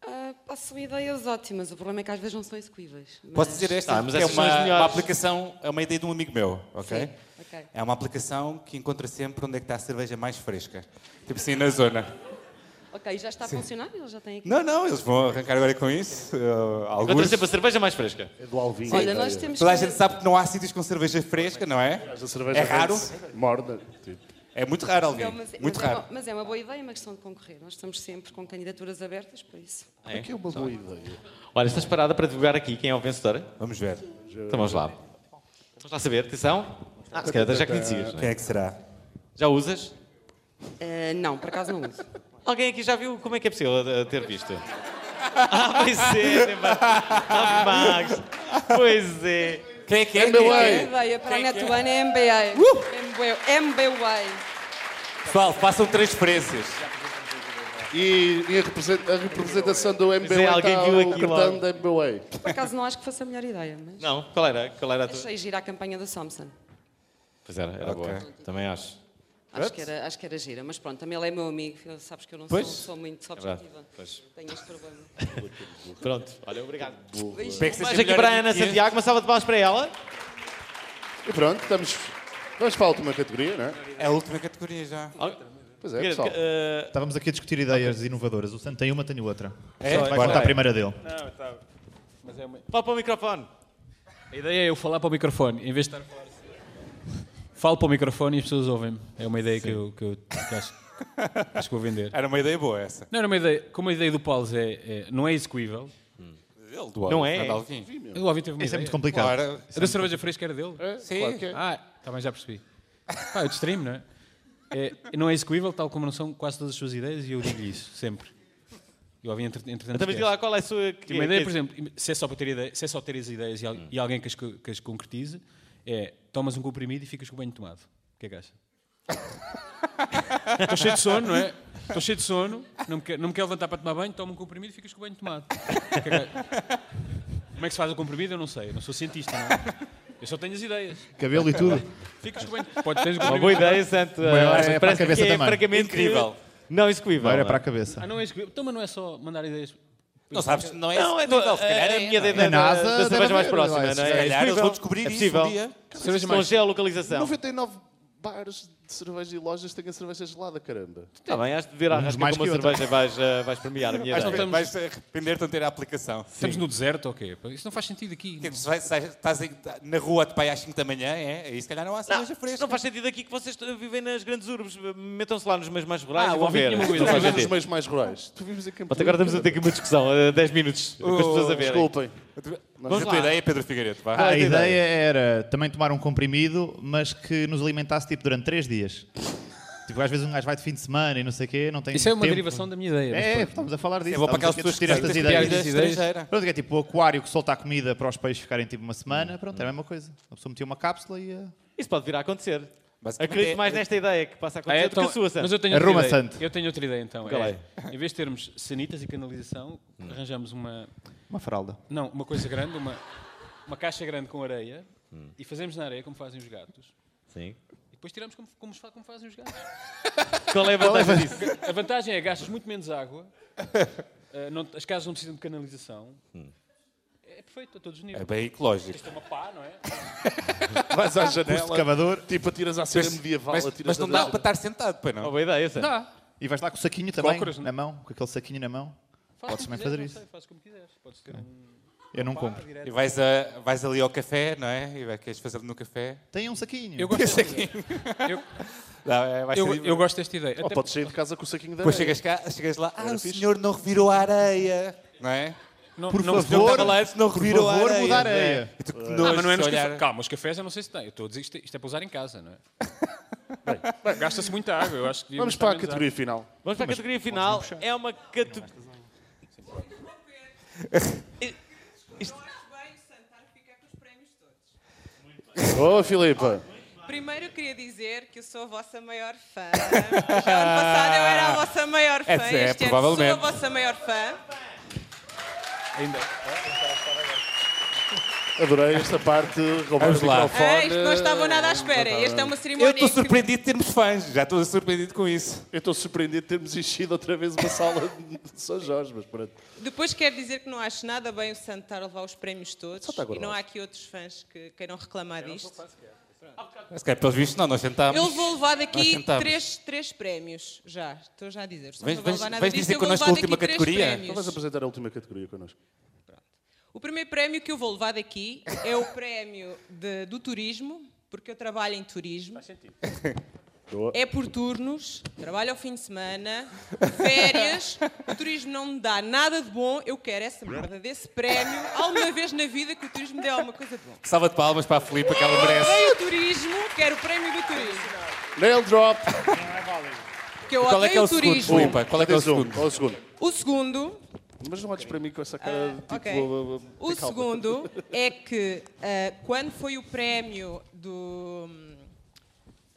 [SPEAKER 7] Ah, pá, são ideias ótimas. O problema é que às vezes não são execuíveis. mas-
[SPEAKER 8] Posso dizer esta?
[SPEAKER 2] Ah, mas
[SPEAKER 8] porque é
[SPEAKER 2] essas são as
[SPEAKER 8] uma,
[SPEAKER 2] melhores.
[SPEAKER 8] uma aplicação, é uma ideia de um amigo meu, ok?
[SPEAKER 7] Sim, ok.
[SPEAKER 8] É uma aplicação que encontra sempre onde é que está a cerveja mais fresca. Tipo assim, na zona.
[SPEAKER 7] Ok, já está a
[SPEAKER 8] Sim.
[SPEAKER 7] funcionar? Ele já tem aqui.
[SPEAKER 8] Não, não, eles vão arrancar agora com isso. Uh, alguns.
[SPEAKER 2] Encontra sempre a cerveja mais fresca. É
[SPEAKER 3] do Alvinho.
[SPEAKER 7] Olha, nós temos
[SPEAKER 8] Toda a
[SPEAKER 7] que-
[SPEAKER 8] gente sabe que não há sítios com cerveja fresca, não é?
[SPEAKER 3] cerveja
[SPEAKER 8] é raro.
[SPEAKER 3] vende-se morna.
[SPEAKER 2] tipo.
[SPEAKER 8] É muito raro, Alvin.
[SPEAKER 7] Não, mas,
[SPEAKER 8] muito
[SPEAKER 7] mas É
[SPEAKER 8] raro.
[SPEAKER 7] uma, mas é uma boa ideia, é uma questão de concorrer. Nós estamos sempre com candidaturas abertas para isso.
[SPEAKER 2] É?
[SPEAKER 3] que é uma boa ideia?
[SPEAKER 2] Olha, estás parada para divulgar aqui quem é o vencedor? Vamos ver. Então vamos lá. Vamos lá saber, atenção. Ah, se calhar até já conhecias. não
[SPEAKER 8] Quem é que será?
[SPEAKER 2] Já usas?
[SPEAKER 7] Ah, não, por acaso não uso.
[SPEAKER 2] Alguém aqui já viu como é que é possível eh, ter visto? Ah, pois é, tem ba- Ah, Max. Pois é.
[SPEAKER 8] Quem é que é?
[SPEAKER 7] MBA, para a NetOne é MBA. Uh! MBA.
[SPEAKER 8] Pessoal, façam transferências.
[SPEAKER 3] E, e a, represent- a representação do MBA
[SPEAKER 2] Mas é alguém
[SPEAKER 3] está
[SPEAKER 2] viu
[SPEAKER 3] o
[SPEAKER 2] aquilo
[SPEAKER 3] cartão
[SPEAKER 2] lá.
[SPEAKER 3] da MBA.
[SPEAKER 7] Por acaso não acho que fosse a melhor ideia, mas
[SPEAKER 2] Não, qual era, qual era a tua?
[SPEAKER 7] achei gira a campanha do Samsung.
[SPEAKER 2] Pois era, era boa. Também acho.
[SPEAKER 7] Acho que, era, acho que era gira, mas pronto, também ele é meu amigo, eu- sabes que eu não sou,
[SPEAKER 2] Pois.
[SPEAKER 7] sou muito
[SPEAKER 2] É verdade,
[SPEAKER 7] objetiva.
[SPEAKER 2] pois.
[SPEAKER 7] Tenho este problema.
[SPEAKER 2] Pronto, é olha, obrigado.
[SPEAKER 7] Beijinho.
[SPEAKER 2] Mais aqui para a Ana Santiago, uma salva de palmas para ela.
[SPEAKER 3] E pronto, estamos, vamos para a última categoria, não é?
[SPEAKER 8] É a última categoria já.
[SPEAKER 2] Ah,
[SPEAKER 3] Pois é, pessoal.
[SPEAKER 2] eh,
[SPEAKER 4] Estávamos aqui a discutir ideias inovadoras. O Santo tem uma, tenho outra.
[SPEAKER 5] É?
[SPEAKER 4] O Santo vai
[SPEAKER 5] Bora.
[SPEAKER 3] Tá
[SPEAKER 4] contar a primeira dele.
[SPEAKER 5] Não, está. Mas é uma...
[SPEAKER 2] Fala para o
[SPEAKER 3] Um
[SPEAKER 2] microfone.
[SPEAKER 5] A ideia é eu falar para o microfone, em vez de estar a falar assim. Falo para o microfone e as pessoas ouvem-me. É uma ideia que eu, que eu que acho, acho que vou vender.
[SPEAKER 8] Era uma ideia boa essa.
[SPEAKER 5] Não, era uma ideia. Eh, Como a ideia do Paulo é, é- não é execuível. Ele,
[SPEAKER 8] do Alvin, Não é? é do Alvin.
[SPEAKER 5] O Alvin teve
[SPEAKER 8] Isso
[SPEAKER 5] uma
[SPEAKER 8] é
[SPEAKER 5] ideia.
[SPEAKER 8] muito complicado. Claro. Isso é
[SPEAKER 5] A da
[SPEAKER 8] muito
[SPEAKER 5] cerveja
[SPEAKER 8] complicado.
[SPEAKER 5] fresca era dele?
[SPEAKER 8] É, Sim. claro que é.
[SPEAKER 5] Ah, também já percebi. Pá, eu distraí-me, não é? é? Não é execuível, tal como não são quase todas as suas ideias, e eu digo-lhe isso, sempre. E o Alvin, entre- entretanto,
[SPEAKER 2] Então, mas diga
[SPEAKER 5] esquece.
[SPEAKER 2] lá, qual é a sua- que-
[SPEAKER 5] Tipo, uma ideia,
[SPEAKER 2] que-
[SPEAKER 5] por exemplo, se é só, para ter ideia, se é só ter as ideias e, al-
[SPEAKER 8] Hum.
[SPEAKER 5] e alguém que as, co- que as concretize, é tomas um comprimido e ficas com o banho tomado. O que é que acha? Estou cheio de sono, não é? Estou cheio de sono, não me, quero, não me quero levantar para tomar banho, tomo um comprimido e ficas com o banho tomado. O que é que acha? Como é que se faz o comprimido? Eu não sei, eu não sou cientista, não é? Eu só tenho as ideias.
[SPEAKER 4] Cabelo e tudo.
[SPEAKER 5] Ficas com o banho. Pode ter o
[SPEAKER 2] Uma
[SPEAKER 5] comprimido
[SPEAKER 2] boa ideia,
[SPEAKER 5] tomado.
[SPEAKER 2] Santo.
[SPEAKER 4] Uma era
[SPEAKER 2] Mas
[SPEAKER 4] para a
[SPEAKER 2] parece
[SPEAKER 4] cabeça
[SPEAKER 2] que é
[SPEAKER 4] também.
[SPEAKER 2] francamente
[SPEAKER 4] Incrível.
[SPEAKER 2] Não execuível.
[SPEAKER 4] Uma era
[SPEAKER 2] não é?
[SPEAKER 4] para a cabeça.
[SPEAKER 5] Ah, não é execuível. Então, mas não é só mandar ideias.
[SPEAKER 8] Não sabes, não é
[SPEAKER 2] Não, é
[SPEAKER 8] execuível,
[SPEAKER 2] do-
[SPEAKER 8] se calhar
[SPEAKER 2] é
[SPEAKER 8] é,
[SPEAKER 2] a minha
[SPEAKER 8] não é?
[SPEAKER 2] da-
[SPEAKER 8] Na
[SPEAKER 2] da-
[SPEAKER 8] NASA,
[SPEAKER 2] da cerveja
[SPEAKER 8] deve
[SPEAKER 2] mais
[SPEAKER 8] haver,
[SPEAKER 2] próxima,
[SPEAKER 8] lá,
[SPEAKER 2] não é?
[SPEAKER 8] se calhar eles
[SPEAKER 2] Execuível.
[SPEAKER 8] vão descobrir
[SPEAKER 2] É
[SPEAKER 8] isso um
[SPEAKER 2] possível.
[SPEAKER 8] dia.
[SPEAKER 2] Cerveja mais- Com geolocalização.
[SPEAKER 3] 99 bares de cerveja e lojas têm a cerveja gelada, caramba.
[SPEAKER 8] Tá
[SPEAKER 2] Está bem, acho que deverá
[SPEAKER 3] Uns
[SPEAKER 2] arrascar
[SPEAKER 3] mais
[SPEAKER 2] com uma
[SPEAKER 3] que outra.
[SPEAKER 2] cerveja vais, eh, vais premiar a minha
[SPEAKER 8] Vais,
[SPEAKER 2] ideia.
[SPEAKER 8] vais arrepender-te de ter a aplicação.
[SPEAKER 5] Estamos no deserto ou quê? Isso não faz sentido aqui.
[SPEAKER 8] Tipo, se vais- se estás em- na rua de pai às 5 da manhã, é? Aí se calhar não há
[SPEAKER 2] Não,
[SPEAKER 8] cerveja fresca.
[SPEAKER 2] não faz sentido aqui que vocês t- vivem nas grandes urbes. Metam-se lá nos meios mais rurais
[SPEAKER 8] Ah,
[SPEAKER 2] e
[SPEAKER 8] o
[SPEAKER 2] vão
[SPEAKER 8] Alvin
[SPEAKER 2] ver.
[SPEAKER 8] tinha uma
[SPEAKER 3] Mas
[SPEAKER 2] Não
[SPEAKER 3] não
[SPEAKER 2] faz
[SPEAKER 3] vivemos nos
[SPEAKER 2] sentido.
[SPEAKER 3] meios mais rurais. Tu vives em Campo
[SPEAKER 2] Pronto, agora
[SPEAKER 3] Limpo,
[SPEAKER 2] estamos a ter aqui uma discussão, eh, 10 minutos, com as pessoas a verem.
[SPEAKER 3] Desculpem.
[SPEAKER 2] Vamos
[SPEAKER 8] a
[SPEAKER 2] lá.
[SPEAKER 8] tua ideia, Pedro Figueiredo. vá.
[SPEAKER 4] a ideia era também tomar um comprimido, mas que nos alimentasse tipo durante três dias. Tipo, às vezes um gajo vai de fim de semana e não sei o quê, não tem
[SPEAKER 5] Isso é uma
[SPEAKER 4] tempo.
[SPEAKER 5] derivação da minha ideia, mas
[SPEAKER 4] É,
[SPEAKER 5] pronto.
[SPEAKER 4] estamos a falar disso.
[SPEAKER 5] Eu vou para
[SPEAKER 4] Estamos
[SPEAKER 5] aquelas
[SPEAKER 4] aqui a
[SPEAKER 5] pessoas que
[SPEAKER 4] discutir
[SPEAKER 5] têm
[SPEAKER 4] estas
[SPEAKER 5] piadas
[SPEAKER 4] ideias.
[SPEAKER 5] estrangeiras.
[SPEAKER 4] Pronto, é tipo o aquário que solta a comida para os peixes ficarem tipo uma semana. Pronto, era a mesma coisa. A pessoa metia uma cápsula e ia...
[SPEAKER 2] Isso pode vir a acontecer.
[SPEAKER 8] Basicamente
[SPEAKER 2] Acredito
[SPEAKER 8] é-
[SPEAKER 2] mais nesta ideia que passa a
[SPEAKER 5] Ah,
[SPEAKER 2] acontecer
[SPEAKER 5] então-
[SPEAKER 2] do que a sua, Santo.
[SPEAKER 5] Mas eu tenho outra
[SPEAKER 4] Arruma,
[SPEAKER 5] ideia.
[SPEAKER 4] Santo.
[SPEAKER 5] Eu tenho outra ideia então.
[SPEAKER 4] Qual
[SPEAKER 5] É, em vez de termos sanitas e canalização, arranjamos uma.
[SPEAKER 4] Uma fralda.
[SPEAKER 5] Não, uma coisa grande, uma, uma caixa grande com areia e fazemos na areia como fazem os gatos.
[SPEAKER 2] Sim.
[SPEAKER 5] E depois tiramos como, como, fa- como fazem os gajos.
[SPEAKER 34] Qual é a vantagem disso?
[SPEAKER 5] A vantagem é gastas muito menos água, eh, não- as casas não precisam de canalização.
[SPEAKER 34] Hum.
[SPEAKER 5] É perfeito a todos os níveis.
[SPEAKER 34] É bem ecológico.
[SPEAKER 5] Tens de ter uma pá, não é?
[SPEAKER 3] Vais à janela,
[SPEAKER 4] Custo de cavador.
[SPEAKER 3] tipo, atiras à cena
[SPEAKER 4] Mas-
[SPEAKER 3] medieval.
[SPEAKER 4] mas-
[SPEAKER 3] atiras
[SPEAKER 4] mas não dá
[SPEAKER 3] a-
[SPEAKER 4] para estar sentado, pois não?
[SPEAKER 34] Uma boa ideia essa. né?
[SPEAKER 5] Dá.
[SPEAKER 4] E vais lá com o saquinho
[SPEAKER 5] Com
[SPEAKER 4] também,
[SPEAKER 5] cócoras,
[SPEAKER 4] na mão, com aquele saquinho na mão.
[SPEAKER 5] Faz
[SPEAKER 4] Podes
[SPEAKER 5] como
[SPEAKER 4] também
[SPEAKER 5] quiseres,
[SPEAKER 4] fazer
[SPEAKER 5] não
[SPEAKER 4] isso.
[SPEAKER 5] sei, fazes como quiseres. Podes ter um-
[SPEAKER 4] Eu não
[SPEAKER 5] uma pá
[SPEAKER 4] compro.
[SPEAKER 5] direto.
[SPEAKER 4] E
[SPEAKER 8] E vais, a, vais ali ao café, não é? E vai, queres fazer no café.
[SPEAKER 4] Tem um saquinho.
[SPEAKER 5] Eu gosto
[SPEAKER 4] Tem um saquinho.
[SPEAKER 5] Eu-
[SPEAKER 4] Não, é, vai
[SPEAKER 5] eu,
[SPEAKER 4] ser-
[SPEAKER 5] eu gosto desta ideia.
[SPEAKER 4] Ou
[SPEAKER 5] Até
[SPEAKER 4] podes sair
[SPEAKER 5] porque-
[SPEAKER 4] de casa com o saquinho da
[SPEAKER 8] Depois chegas, cá, chegas lá, Oh, ah,
[SPEAKER 4] Era
[SPEAKER 8] o
[SPEAKER 4] fixe.
[SPEAKER 8] senhor não revirou a areia. Não é?
[SPEAKER 5] Não-
[SPEAKER 8] Por
[SPEAKER 5] não-
[SPEAKER 8] favor,
[SPEAKER 5] estava lá antes, não
[SPEAKER 8] por
[SPEAKER 5] revirou
[SPEAKER 8] favor, muda a
[SPEAKER 5] não é?
[SPEAKER 8] areia. E tu que
[SPEAKER 5] Ah,
[SPEAKER 8] nojo
[SPEAKER 5] mas não é nos
[SPEAKER 8] se olhar.
[SPEAKER 5] cafés. Calma, os cafés eu não sei se tem. Eu estou a dizer isto, isto é para usar em casa, não é? Gasta-se muita água, eu acho que devia
[SPEAKER 3] Vamos
[SPEAKER 5] gastar
[SPEAKER 3] para a
[SPEAKER 5] menos
[SPEAKER 3] categoria
[SPEAKER 5] água.
[SPEAKER 3] final.
[SPEAKER 35] Vamos para a
[SPEAKER 5] Mas-
[SPEAKER 35] categoria final. É uma categoria.
[SPEAKER 3] Oh, Filipa.
[SPEAKER 15] Primeiro eu queria dizer que eu sou a vossa maior fã. Já ano passado eu era a vossa maior fã.
[SPEAKER 8] É, é,
[SPEAKER 15] este ano
[SPEAKER 8] provavelmente.
[SPEAKER 15] sou a vossa maior fã.
[SPEAKER 5] Ainda.
[SPEAKER 3] Adorei esta parte. Roubamos
[SPEAKER 8] Vamos
[SPEAKER 3] o
[SPEAKER 8] lá.
[SPEAKER 3] microfone.
[SPEAKER 15] É, isto não estavam nada à espera. Esta é uma
[SPEAKER 8] Eu
[SPEAKER 15] cerimónia.
[SPEAKER 8] estou
[SPEAKER 15] em que-
[SPEAKER 8] surpreendido de termos fãs, já estou surpreendido com isso.
[SPEAKER 3] Eu estou surpreendido de termos enchido outra vez uma sala de São Jorge, mas pronto.
[SPEAKER 15] Depois quero dizer que não acho nada bem o Santo estar a levar os prémios todos.
[SPEAKER 3] Só está
[SPEAKER 15] E
[SPEAKER 3] gordo.
[SPEAKER 15] não há aqui outros fãs que queiram reclamar disto.
[SPEAKER 8] Mas, cara, É pelos vistos, não, nós sentámos.
[SPEAKER 15] Eu vou levar
[SPEAKER 8] Nós
[SPEAKER 15] daqui
[SPEAKER 8] sentámos.
[SPEAKER 15] três, três prémios, já. Estou já a dizer. Só
[SPEAKER 8] Vens-
[SPEAKER 15] não vou
[SPEAKER 8] vens-
[SPEAKER 15] levar nada
[SPEAKER 8] vens
[SPEAKER 15] disto,
[SPEAKER 8] dizer
[SPEAKER 15] eu vou
[SPEAKER 8] connosco
[SPEAKER 15] levar
[SPEAKER 8] a última
[SPEAKER 15] daqui três
[SPEAKER 8] categoria?
[SPEAKER 3] Então
[SPEAKER 15] prémios.
[SPEAKER 3] vais apresentar a última categoria connosco.
[SPEAKER 15] O primeiro prémio que eu vou levar daqui é o prémio de- do turismo, porque eu trabalho em turismo. Faz sentido.
[SPEAKER 3] Boa.
[SPEAKER 15] É por turnos, trabalho ao fim de semana, férias, o turismo não me dá nada de bom, eu quero essa merda desse prémio. Alguma vez na vida que o turismo dê alguma coisa de bom.
[SPEAKER 8] Salva de palmas para a Filipa, que ela merece.
[SPEAKER 15] Odeio o turismo, quero o prémio do turismo.
[SPEAKER 3] Nail drop.
[SPEAKER 15] Porque eu
[SPEAKER 8] é
[SPEAKER 15] odeio o turismo.
[SPEAKER 8] Filipa? Qual é que é o
[SPEAKER 3] Tens um. Qual é o segundo?
[SPEAKER 15] O segundo.
[SPEAKER 3] Mas não olhes para mim com
[SPEAKER 8] Ah,
[SPEAKER 3] essa cara de tipo.
[SPEAKER 15] ok.
[SPEAKER 3] uh, uh,
[SPEAKER 15] O
[SPEAKER 3] calma.
[SPEAKER 15] segundo é que ah, quando foi o prémio do hum,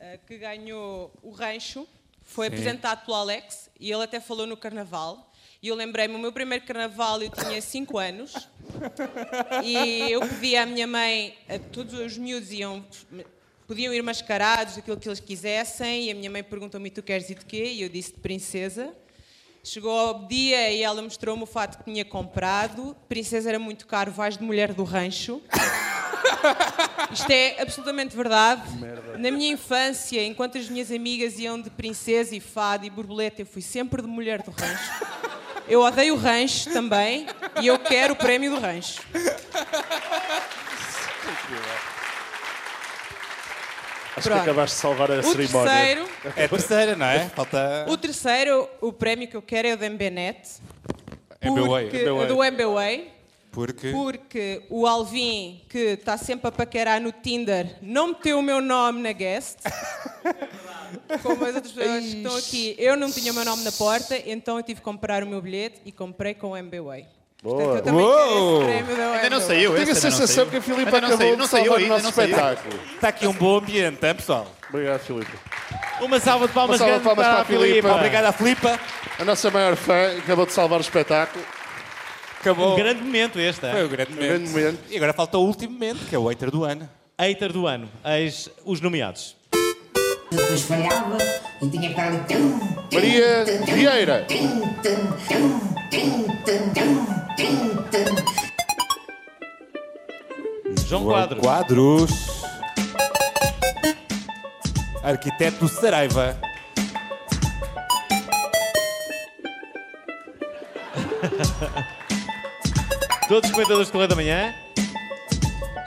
[SPEAKER 15] ah, que ganhou o rancho, foi
[SPEAKER 32] Sim.
[SPEAKER 15] apresentado pelo Alex e ele até falou no carnaval. E eu lembrei-me, o meu primeiro carnaval eu tinha 5 anos e eu pedi à minha mãe, a todos os miúdos iam, podiam ir mascarados, aquilo que eles quisessem, e a minha mãe perguntou-me: Tu queres ir de quê? E eu disse: De princesa. Chegou ao dia e ela mostrou-me o fato que tinha comprado. Princesa era muito caro, vais de mulher do rancho. Isto é absolutamente verdade.
[SPEAKER 36] Merda.
[SPEAKER 15] Na minha infância, enquanto as minhas amigas iam de princesa e fado e borboleta, eu fui sempre de mulher do rancho. Eu odeio o rancho também e eu quero o prémio do rancho.
[SPEAKER 3] Acho
[SPEAKER 15] Pronto.
[SPEAKER 3] que acabaste de salvar a
[SPEAKER 15] O
[SPEAKER 3] cerimónia.
[SPEAKER 15] terceiro-
[SPEAKER 8] É a terceira, não é? Falta.
[SPEAKER 15] O terceiro, o prémio que eu quero é o da MBNet.
[SPEAKER 8] MBWay.
[SPEAKER 15] porque- Do MBWay.
[SPEAKER 8] Porque.
[SPEAKER 15] Porque o Alvin, que está sempre a paquerar no Tinder, não meteu o meu nome na guest. Como as outras pessoas que estão aqui. Eu não tinha o meu nome na porta, então eu tive que comprar o meu bilhete e comprei com o MBWay. Portanto, eu também
[SPEAKER 8] Uou!
[SPEAKER 15] quero esse prémio da
[SPEAKER 4] Ainda não
[SPEAKER 15] MBWay.
[SPEAKER 4] saiu,
[SPEAKER 3] Tenho a
[SPEAKER 4] esse ainda não
[SPEAKER 3] sensação
[SPEAKER 4] saiu.
[SPEAKER 3] que a Filipa
[SPEAKER 4] Ainda não
[SPEAKER 3] acabou
[SPEAKER 4] saiu,
[SPEAKER 3] de
[SPEAKER 4] não saiu
[SPEAKER 3] salvar o
[SPEAKER 4] ainda,
[SPEAKER 3] nosso
[SPEAKER 4] não saiu.
[SPEAKER 3] espetáculo.
[SPEAKER 8] Está aqui um bom ambiente, hein, pessoal?
[SPEAKER 3] Obrigado, Filipe.
[SPEAKER 8] Uma salva de palmas, grande para a Filipa. Obrigado à Filipa.
[SPEAKER 3] A nossa maior fã acabou de salvar o espetáculo.
[SPEAKER 8] Um grande momento este. hein?
[SPEAKER 3] Foi um grande momento.
[SPEAKER 8] E agora falta o último momento, que é o hater do ano. Hater do ano. Eis os nomeados.
[SPEAKER 18] Depois falhava e tinha que estar ali. tum, tum,
[SPEAKER 3] Maria
[SPEAKER 18] tum, tum,
[SPEAKER 3] Vieira.
[SPEAKER 18] tum, tum, tum, tum, tum, tum, tum, tum.
[SPEAKER 8] João Quadros. Quadros. Arquiteto Saraiva. Todos os comentadores de Correio da Manhã.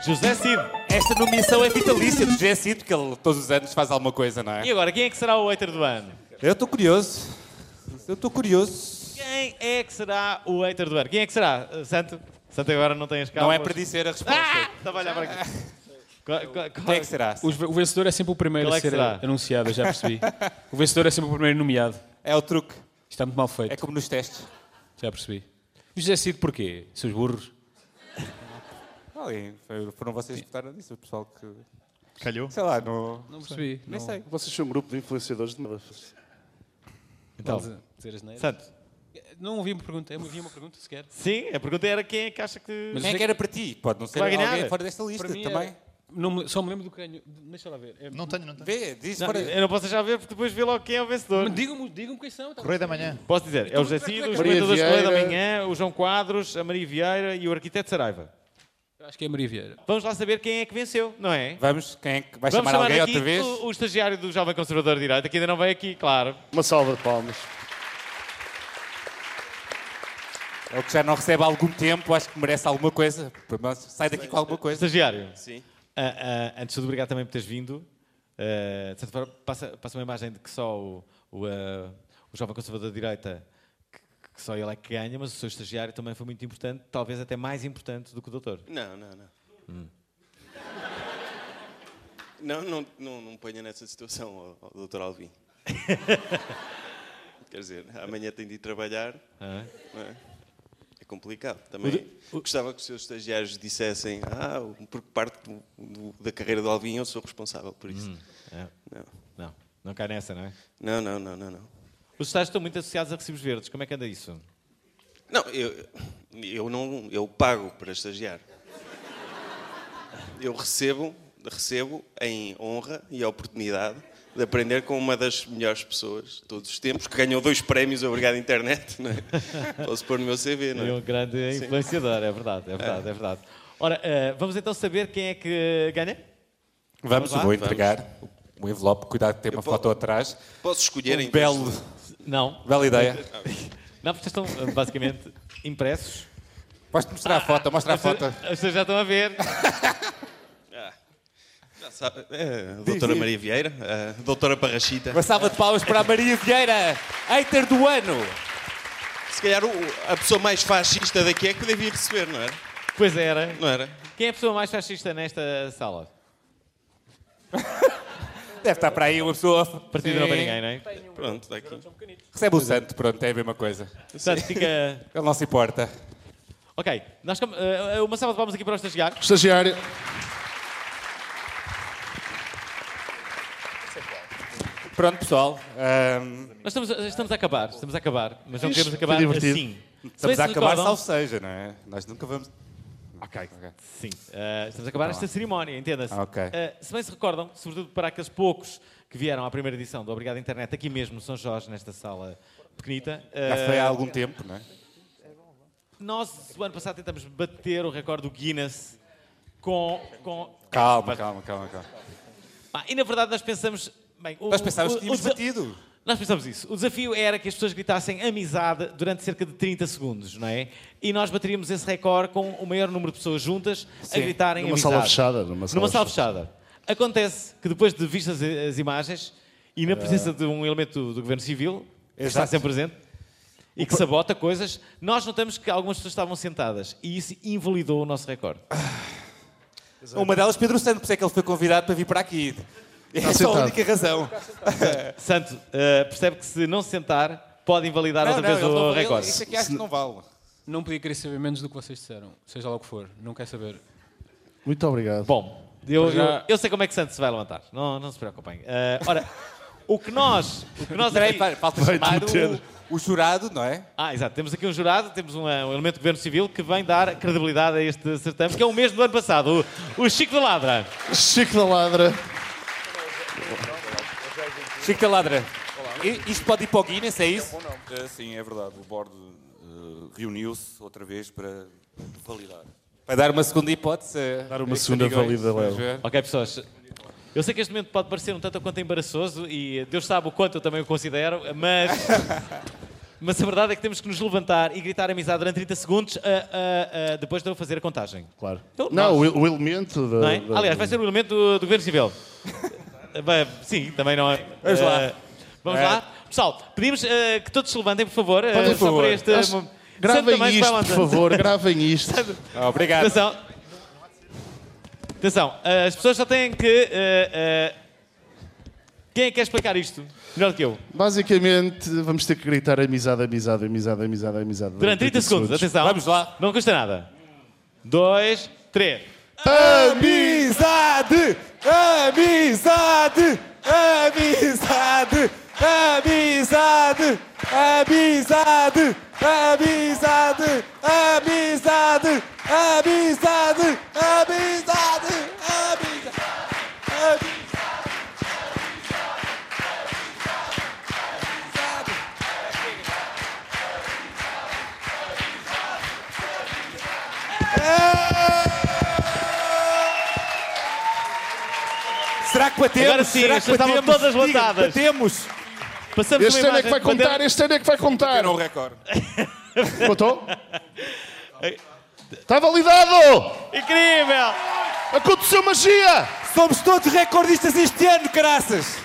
[SPEAKER 8] José Cid. Esta nomeação é vitalícia do José Cid, porque ele todos os anos faz alguma coisa, não é?
[SPEAKER 2] E agora, quem é que será o hater do ano?
[SPEAKER 8] Eu estou curioso. Eu estou curioso.
[SPEAKER 2] Quem é que será o hater do ano? Quem é que será? Uh, Santo? Santo agora não tens calma.
[SPEAKER 8] Não é para dizer a resposta.
[SPEAKER 2] Ah! Estava a olhar para aqui. Qual- qual- qual-
[SPEAKER 8] Quem é que será?
[SPEAKER 5] Os ve- o vencedor é sempre o primeiro
[SPEAKER 8] Qual é
[SPEAKER 5] a
[SPEAKER 8] que
[SPEAKER 5] ser
[SPEAKER 8] será?
[SPEAKER 5] anunciado, eu já percebi. o vencedor é sempre o primeiro nomeado.
[SPEAKER 8] É o truque.
[SPEAKER 5] Está muito mal feito. É
[SPEAKER 8] como nos testes.
[SPEAKER 5] Já percebi. O José Cid porquê? Seus burros.
[SPEAKER 8] Ah, e foi- Foram vocês que votaram nisso, o pessoal que.
[SPEAKER 4] Calhou?
[SPEAKER 8] Sei lá, não.
[SPEAKER 5] Não percebi,
[SPEAKER 8] Nem
[SPEAKER 5] não.
[SPEAKER 8] sei.
[SPEAKER 3] Vocês são um grupo de influenciadores de nada.
[SPEAKER 2] Então,
[SPEAKER 5] Vamos dizer as neiras.
[SPEAKER 2] Santo.
[SPEAKER 5] Não ouvi uma pergunta, eu ouvi uma pergunta sequer.
[SPEAKER 2] Sim, a pergunta era quem é que acha que.
[SPEAKER 5] Mas Quem é que era para
[SPEAKER 8] ti? Pode não
[SPEAKER 5] ser
[SPEAKER 2] Vai ganhar?
[SPEAKER 5] alguém
[SPEAKER 8] fora desta lista
[SPEAKER 5] Para mim,
[SPEAKER 8] também.
[SPEAKER 5] é- Não me- só me lembro do canho. Deixa lá ver. É-
[SPEAKER 8] Não tenho, não tenho.
[SPEAKER 2] Vê, diz para-
[SPEAKER 8] Eu não posso já ver porque depois vê logo quem é o vencedor.
[SPEAKER 5] Digam-me digam quem são. tá
[SPEAKER 8] Correio da
[SPEAKER 5] bem.
[SPEAKER 8] Manhã.
[SPEAKER 2] Posso dizer, é o José Cid, os comentadores de Correio da Manhã, o João Quadros, a Maria Vieira e o arquiteto Saraiva.
[SPEAKER 5] Acho que é a Maria Vieira.
[SPEAKER 2] Vamos lá saber quem é que venceu, não é?
[SPEAKER 8] Vamos, quem é que
[SPEAKER 2] Vamos chamar aqui O, o estagiário do Jovem Conservador de Direita, que ainda não veio aqui, claro.
[SPEAKER 3] Uma salva de palmas.
[SPEAKER 2] É o que já não recebe há algum tempo, acho que merece alguma coisa. Pelo menos Sai daqui com alguma coisa. Estagiário.
[SPEAKER 14] Sim.
[SPEAKER 2] ah, ah, antes de tudo, obrigado também por teres vindo. Ah, de certa forma, passa, passa uma imagem de que só o, o, ah, o jovem conservador de direita, que, que só ele é que ganha, mas o seu estagiário também foi muito importante, talvez até mais importante do que o doutor.
[SPEAKER 14] Não, não, não.
[SPEAKER 2] Hum.
[SPEAKER 14] Não, não, não, não me ponha nessa situação, ó, ó, Dr. Alvim. Quer dizer, amanhã tem de ir trabalhar.
[SPEAKER 2] Ah.
[SPEAKER 14] não é? É complicado. Também gostava que os seus estagiários dissessem: Ah, porque parte do- do- da carreira do Alvim eu sou responsável por isso.
[SPEAKER 2] Hum, é.
[SPEAKER 14] Não.
[SPEAKER 2] Não, não cai nessa, não é?
[SPEAKER 14] Não, não, não, não, não.
[SPEAKER 2] Os estágios estão muito associados a recibos verdes, como é que anda isso?
[SPEAKER 14] Não, eu, eu não, eu pago para estagiar. Eu recebo, recebo em honra e oportunidade de aprender com uma das melhores pessoas de todos os tempos, que ganhou dois prémios, obrigado internet, não é? Posso pôr no meu CV, não é?
[SPEAKER 2] É um grande
[SPEAKER 14] Sim.
[SPEAKER 2] influenciador, é verdade, é verdade, é verdade. Ora, ah, vamos então saber quem é que ganha?
[SPEAKER 14] Vamos,
[SPEAKER 2] lá?
[SPEAKER 14] vou entregar
[SPEAKER 2] o um envelope, cuidado que tem
[SPEAKER 14] uma foto
[SPEAKER 2] atrás.
[SPEAKER 14] Posso escolher
[SPEAKER 2] um
[SPEAKER 14] entre
[SPEAKER 2] belo,
[SPEAKER 14] estes?
[SPEAKER 2] Não.
[SPEAKER 14] Bela ideia.
[SPEAKER 2] Não, porque estão ah, basicamente impressos. Podes
[SPEAKER 14] mostrar a foto, mostra a foto.
[SPEAKER 2] Vocês já estão a ver.
[SPEAKER 14] Ah, Já sabe, é, a doutora Maria Vieira, a doutora Parrachita.
[SPEAKER 2] Uma salva de palmas para a Maria Vieira, hater do ano.
[SPEAKER 14] Se calhar o- a pessoa mais fascista daqui é que devia receber, não era?
[SPEAKER 2] Pois era.
[SPEAKER 14] Não era?
[SPEAKER 2] Quem é a pessoa mais fascista nesta sala?
[SPEAKER 14] Deve estar para aí uma pessoa.
[SPEAKER 2] Partida não para ninguém, não é?
[SPEAKER 14] Pronto, está aqui.
[SPEAKER 2] Recebe o santo, pronto, é a mesma coisa. Santo fica... Ele não se importa. Ok, nós, com- eh, uma salva de palmas aqui para o estagiário.
[SPEAKER 3] Estagiário.
[SPEAKER 2] Pronto, pessoal. Nós estamos, a- estamos a acabar, estamos a acabar, mas não
[SPEAKER 8] É Fixe,
[SPEAKER 2] queremos
[SPEAKER 8] foi
[SPEAKER 2] acabar
[SPEAKER 8] divertido.
[SPEAKER 2] assim.
[SPEAKER 8] Estamos a
[SPEAKER 2] Se
[SPEAKER 8] acabar,
[SPEAKER 2] recordam-
[SPEAKER 8] salvo seja, não é? Nós nunca vamos. Então
[SPEAKER 2] Ok. Sim. Eh, estamos a acabar esta cerimónia, entenda-se.
[SPEAKER 8] Tá Ah, Ok.
[SPEAKER 2] Eh, se bem se recordam, sobretudo para aqueles poucos que vieram à primeira edição do Obrigado Internet, aqui mesmo, no São Jorge, nesta sala pequenita.
[SPEAKER 8] Já
[SPEAKER 2] eh,
[SPEAKER 8] foi há algum tempo, não é?
[SPEAKER 2] Nós, o ano passado, tentamos bater o recorde do Guinness com... com...
[SPEAKER 8] Calma, calma, calma, calma.
[SPEAKER 2] Ah, e na verdade nós pensamos... Bem, o-
[SPEAKER 8] Nós pensávamos
[SPEAKER 2] o-
[SPEAKER 8] que tínhamos
[SPEAKER 2] o desa-
[SPEAKER 8] batido.
[SPEAKER 2] Nós pensamos isso. O desafio era que as pessoas gritassem amizade durante cerca de 30 segundos, não é? E nós bateríamos esse recorde com o maior número de pessoas juntas a
[SPEAKER 3] Sim.
[SPEAKER 2] gritarem
[SPEAKER 3] Numa
[SPEAKER 2] amizade.
[SPEAKER 3] sala fechada, numa sala
[SPEAKER 2] fechada. Acontece que depois de vistas a- as imagens e
[SPEAKER 3] É.
[SPEAKER 2] na presença de um elemento do, do Governo Civil, que está
[SPEAKER 8] Exato.
[SPEAKER 2] sempre presente, e que sabota coisas, nós notamos que algumas pessoas estavam sentadas e isso invalidou o nosso recorde.
[SPEAKER 18] Uma delas, Pedro Santo, por isso é que ele foi convidado para vir para aqui. Essa é
[SPEAKER 2] sentado.
[SPEAKER 18] a única razão.
[SPEAKER 2] Santo, eh, percebe que se não se sentar, pode invalidar outra vez o recorde.
[SPEAKER 18] vale.
[SPEAKER 5] Não podia querer saber menos do que vocês disseram, seja lá o que for. Não quer saber.
[SPEAKER 3] Muito obrigado.
[SPEAKER 2] Bom, Eu,
[SPEAKER 5] Para já-
[SPEAKER 2] eu- eu sei como é que Santos se vai levantar. Não, não se preocupem. Eh, ora, o que nós. O que nós
[SPEAKER 18] Espera aí,
[SPEAKER 2] aqui-
[SPEAKER 18] pera, falta Vai-te chamar o- meter.
[SPEAKER 2] o, jurado, não é? Ah, exato. Temos aqui um jurado, temos um, eh, um elemento do governo civil que vem dar credibilidade a este certame, que é o mesmo do ano passado, o, o Chico da Ladra.
[SPEAKER 3] Chico da Ladra.
[SPEAKER 2] Chico da Ladra.
[SPEAKER 18] I- Isto pode ir para o Guinness, é isso?
[SPEAKER 13] Eh, sim, é verdade. O board eh, reuniu-se outra vez para validar.
[SPEAKER 18] Vai dar uma segunda hipótese.
[SPEAKER 8] eh,
[SPEAKER 3] Dar
[SPEAKER 8] é
[SPEAKER 18] a estes amigões, vamos ver.
[SPEAKER 2] Ok, pessoas. Eu sei que este momento pode parecer um tanto quanto embaraçoso e Deus sabe o quanto eu também o considero, mas. Mas a verdade é que temos que nos levantar e gritar amizade durante 30 segundos ah, ah, ah, depois de eu fazer a contagem.
[SPEAKER 3] Claro.
[SPEAKER 2] Então,
[SPEAKER 3] não,
[SPEAKER 2] nós-
[SPEAKER 3] o, o elemento da.
[SPEAKER 2] Não é?
[SPEAKER 3] da-
[SPEAKER 2] Aliás, vai ser o elemento do, do Governo Civil. Bem, Sim, também não é.
[SPEAKER 3] Vamos lá.
[SPEAKER 2] Eh, vamos
[SPEAKER 3] É.
[SPEAKER 2] lá. Pessoal, pedimos eh, que todos se levantem, por favor. eh,
[SPEAKER 3] Podem, É, por
[SPEAKER 2] só
[SPEAKER 3] favor.
[SPEAKER 2] para este.
[SPEAKER 3] Acho-
[SPEAKER 2] mo- Santo
[SPEAKER 3] Gravem
[SPEAKER 2] também se vai
[SPEAKER 3] isto, por
[SPEAKER 2] levantar.
[SPEAKER 3] favor, gravem isto.
[SPEAKER 2] Obrigado. Atenção. Atenção, eh, as pessoas só têm que. eh, eh, quem é que quer explicar isto? Melhor do que eu.
[SPEAKER 3] Basicamente, vamos ter que gritar amizade, amizade, amizade, amizade, amizade.
[SPEAKER 2] Durante 30 segundos, atenção. Vamos lá. Não custa nada. Dois, três.
[SPEAKER 18] Amizade! Amizade! Amizade! Amizade! Amizade! Amizade! Amizade! Amizade! Amizade! Amizade!
[SPEAKER 8] Será que batemos?
[SPEAKER 4] Agora sim,
[SPEAKER 8] Será
[SPEAKER 4] estas estavam todas
[SPEAKER 8] Diga,
[SPEAKER 4] lançadas.
[SPEAKER 8] Batemos.
[SPEAKER 4] Passamos
[SPEAKER 3] este
[SPEAKER 4] uma
[SPEAKER 3] ano é que
[SPEAKER 4] imagem
[SPEAKER 3] vai
[SPEAKER 4] de
[SPEAKER 3] contar,
[SPEAKER 4] bandeira-
[SPEAKER 3] este ano é que vai contar.
[SPEAKER 8] Não, recorde.
[SPEAKER 3] Contou? Está validado!
[SPEAKER 8] Incrível!
[SPEAKER 3] Aconteceu magia!
[SPEAKER 8] Somos todos recordistas este ano, caraças!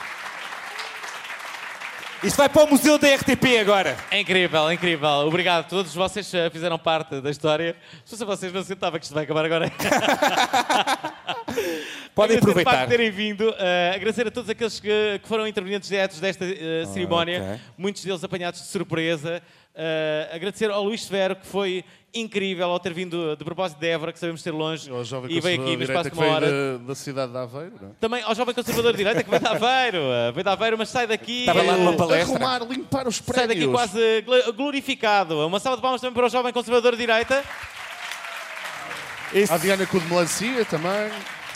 [SPEAKER 8] Isto vai para o Museu da RTP agora.
[SPEAKER 2] É incrível, é incrível. Obrigado. Todos vocês eh, fizeram parte da história. Se fosse vocês, não sentava que isto vai acabar agora.
[SPEAKER 8] Podem
[SPEAKER 2] Agradecer, de
[SPEAKER 8] aproveitar.
[SPEAKER 2] facto, terem vindo. eh, agradecer a todos aqueles que, que foram intervenientes diretos desta eh, cerimónia.
[SPEAKER 8] ok.
[SPEAKER 2] Muitos deles apanhados de surpresa. Eh, agradecer ao Luís Severo, que foi incrível ao ter vindo de propósito de Évora, que sabemos ter longe.
[SPEAKER 3] O jovem
[SPEAKER 2] E veio
[SPEAKER 3] conservador
[SPEAKER 2] aqui no
[SPEAKER 3] direita
[SPEAKER 2] espaço
[SPEAKER 3] que
[SPEAKER 2] de uma
[SPEAKER 3] veio
[SPEAKER 2] hora.
[SPEAKER 3] Da, da cidade de Aveiro, não é?
[SPEAKER 2] Também ao jovem conservador de direita que veio de Aveiro, eh, veio de Aveiro, mas sai daqui.
[SPEAKER 3] Estava lá numa
[SPEAKER 2] eh,
[SPEAKER 3] palestra. Arrumar, limpar os
[SPEAKER 2] Sai daqui
[SPEAKER 3] prédios.
[SPEAKER 2] quase gl- glorificado. Uma salva de palmas também para o jovem conservador de direita.
[SPEAKER 3] Há Diana Cu de Melancia também.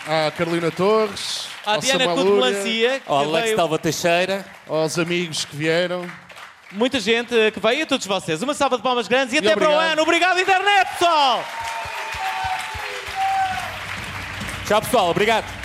[SPEAKER 3] Há a Carolina Torres.
[SPEAKER 2] Há
[SPEAKER 3] ao
[SPEAKER 2] Diana
[SPEAKER 3] Samuel
[SPEAKER 2] Cu de
[SPEAKER 3] Lúria,
[SPEAKER 2] Melancia, que Ao Alex veio- Dalva
[SPEAKER 8] Teixeira.
[SPEAKER 3] Aos amigos que vieram.
[SPEAKER 2] Muita gente eh, que veio e a todos vocês. Uma salva de palmas grandes e, até para o
[SPEAKER 8] obrigado.
[SPEAKER 2] ano. Obrigado, internet, pessoal!
[SPEAKER 8] Tchau, pessoal. Obrigado.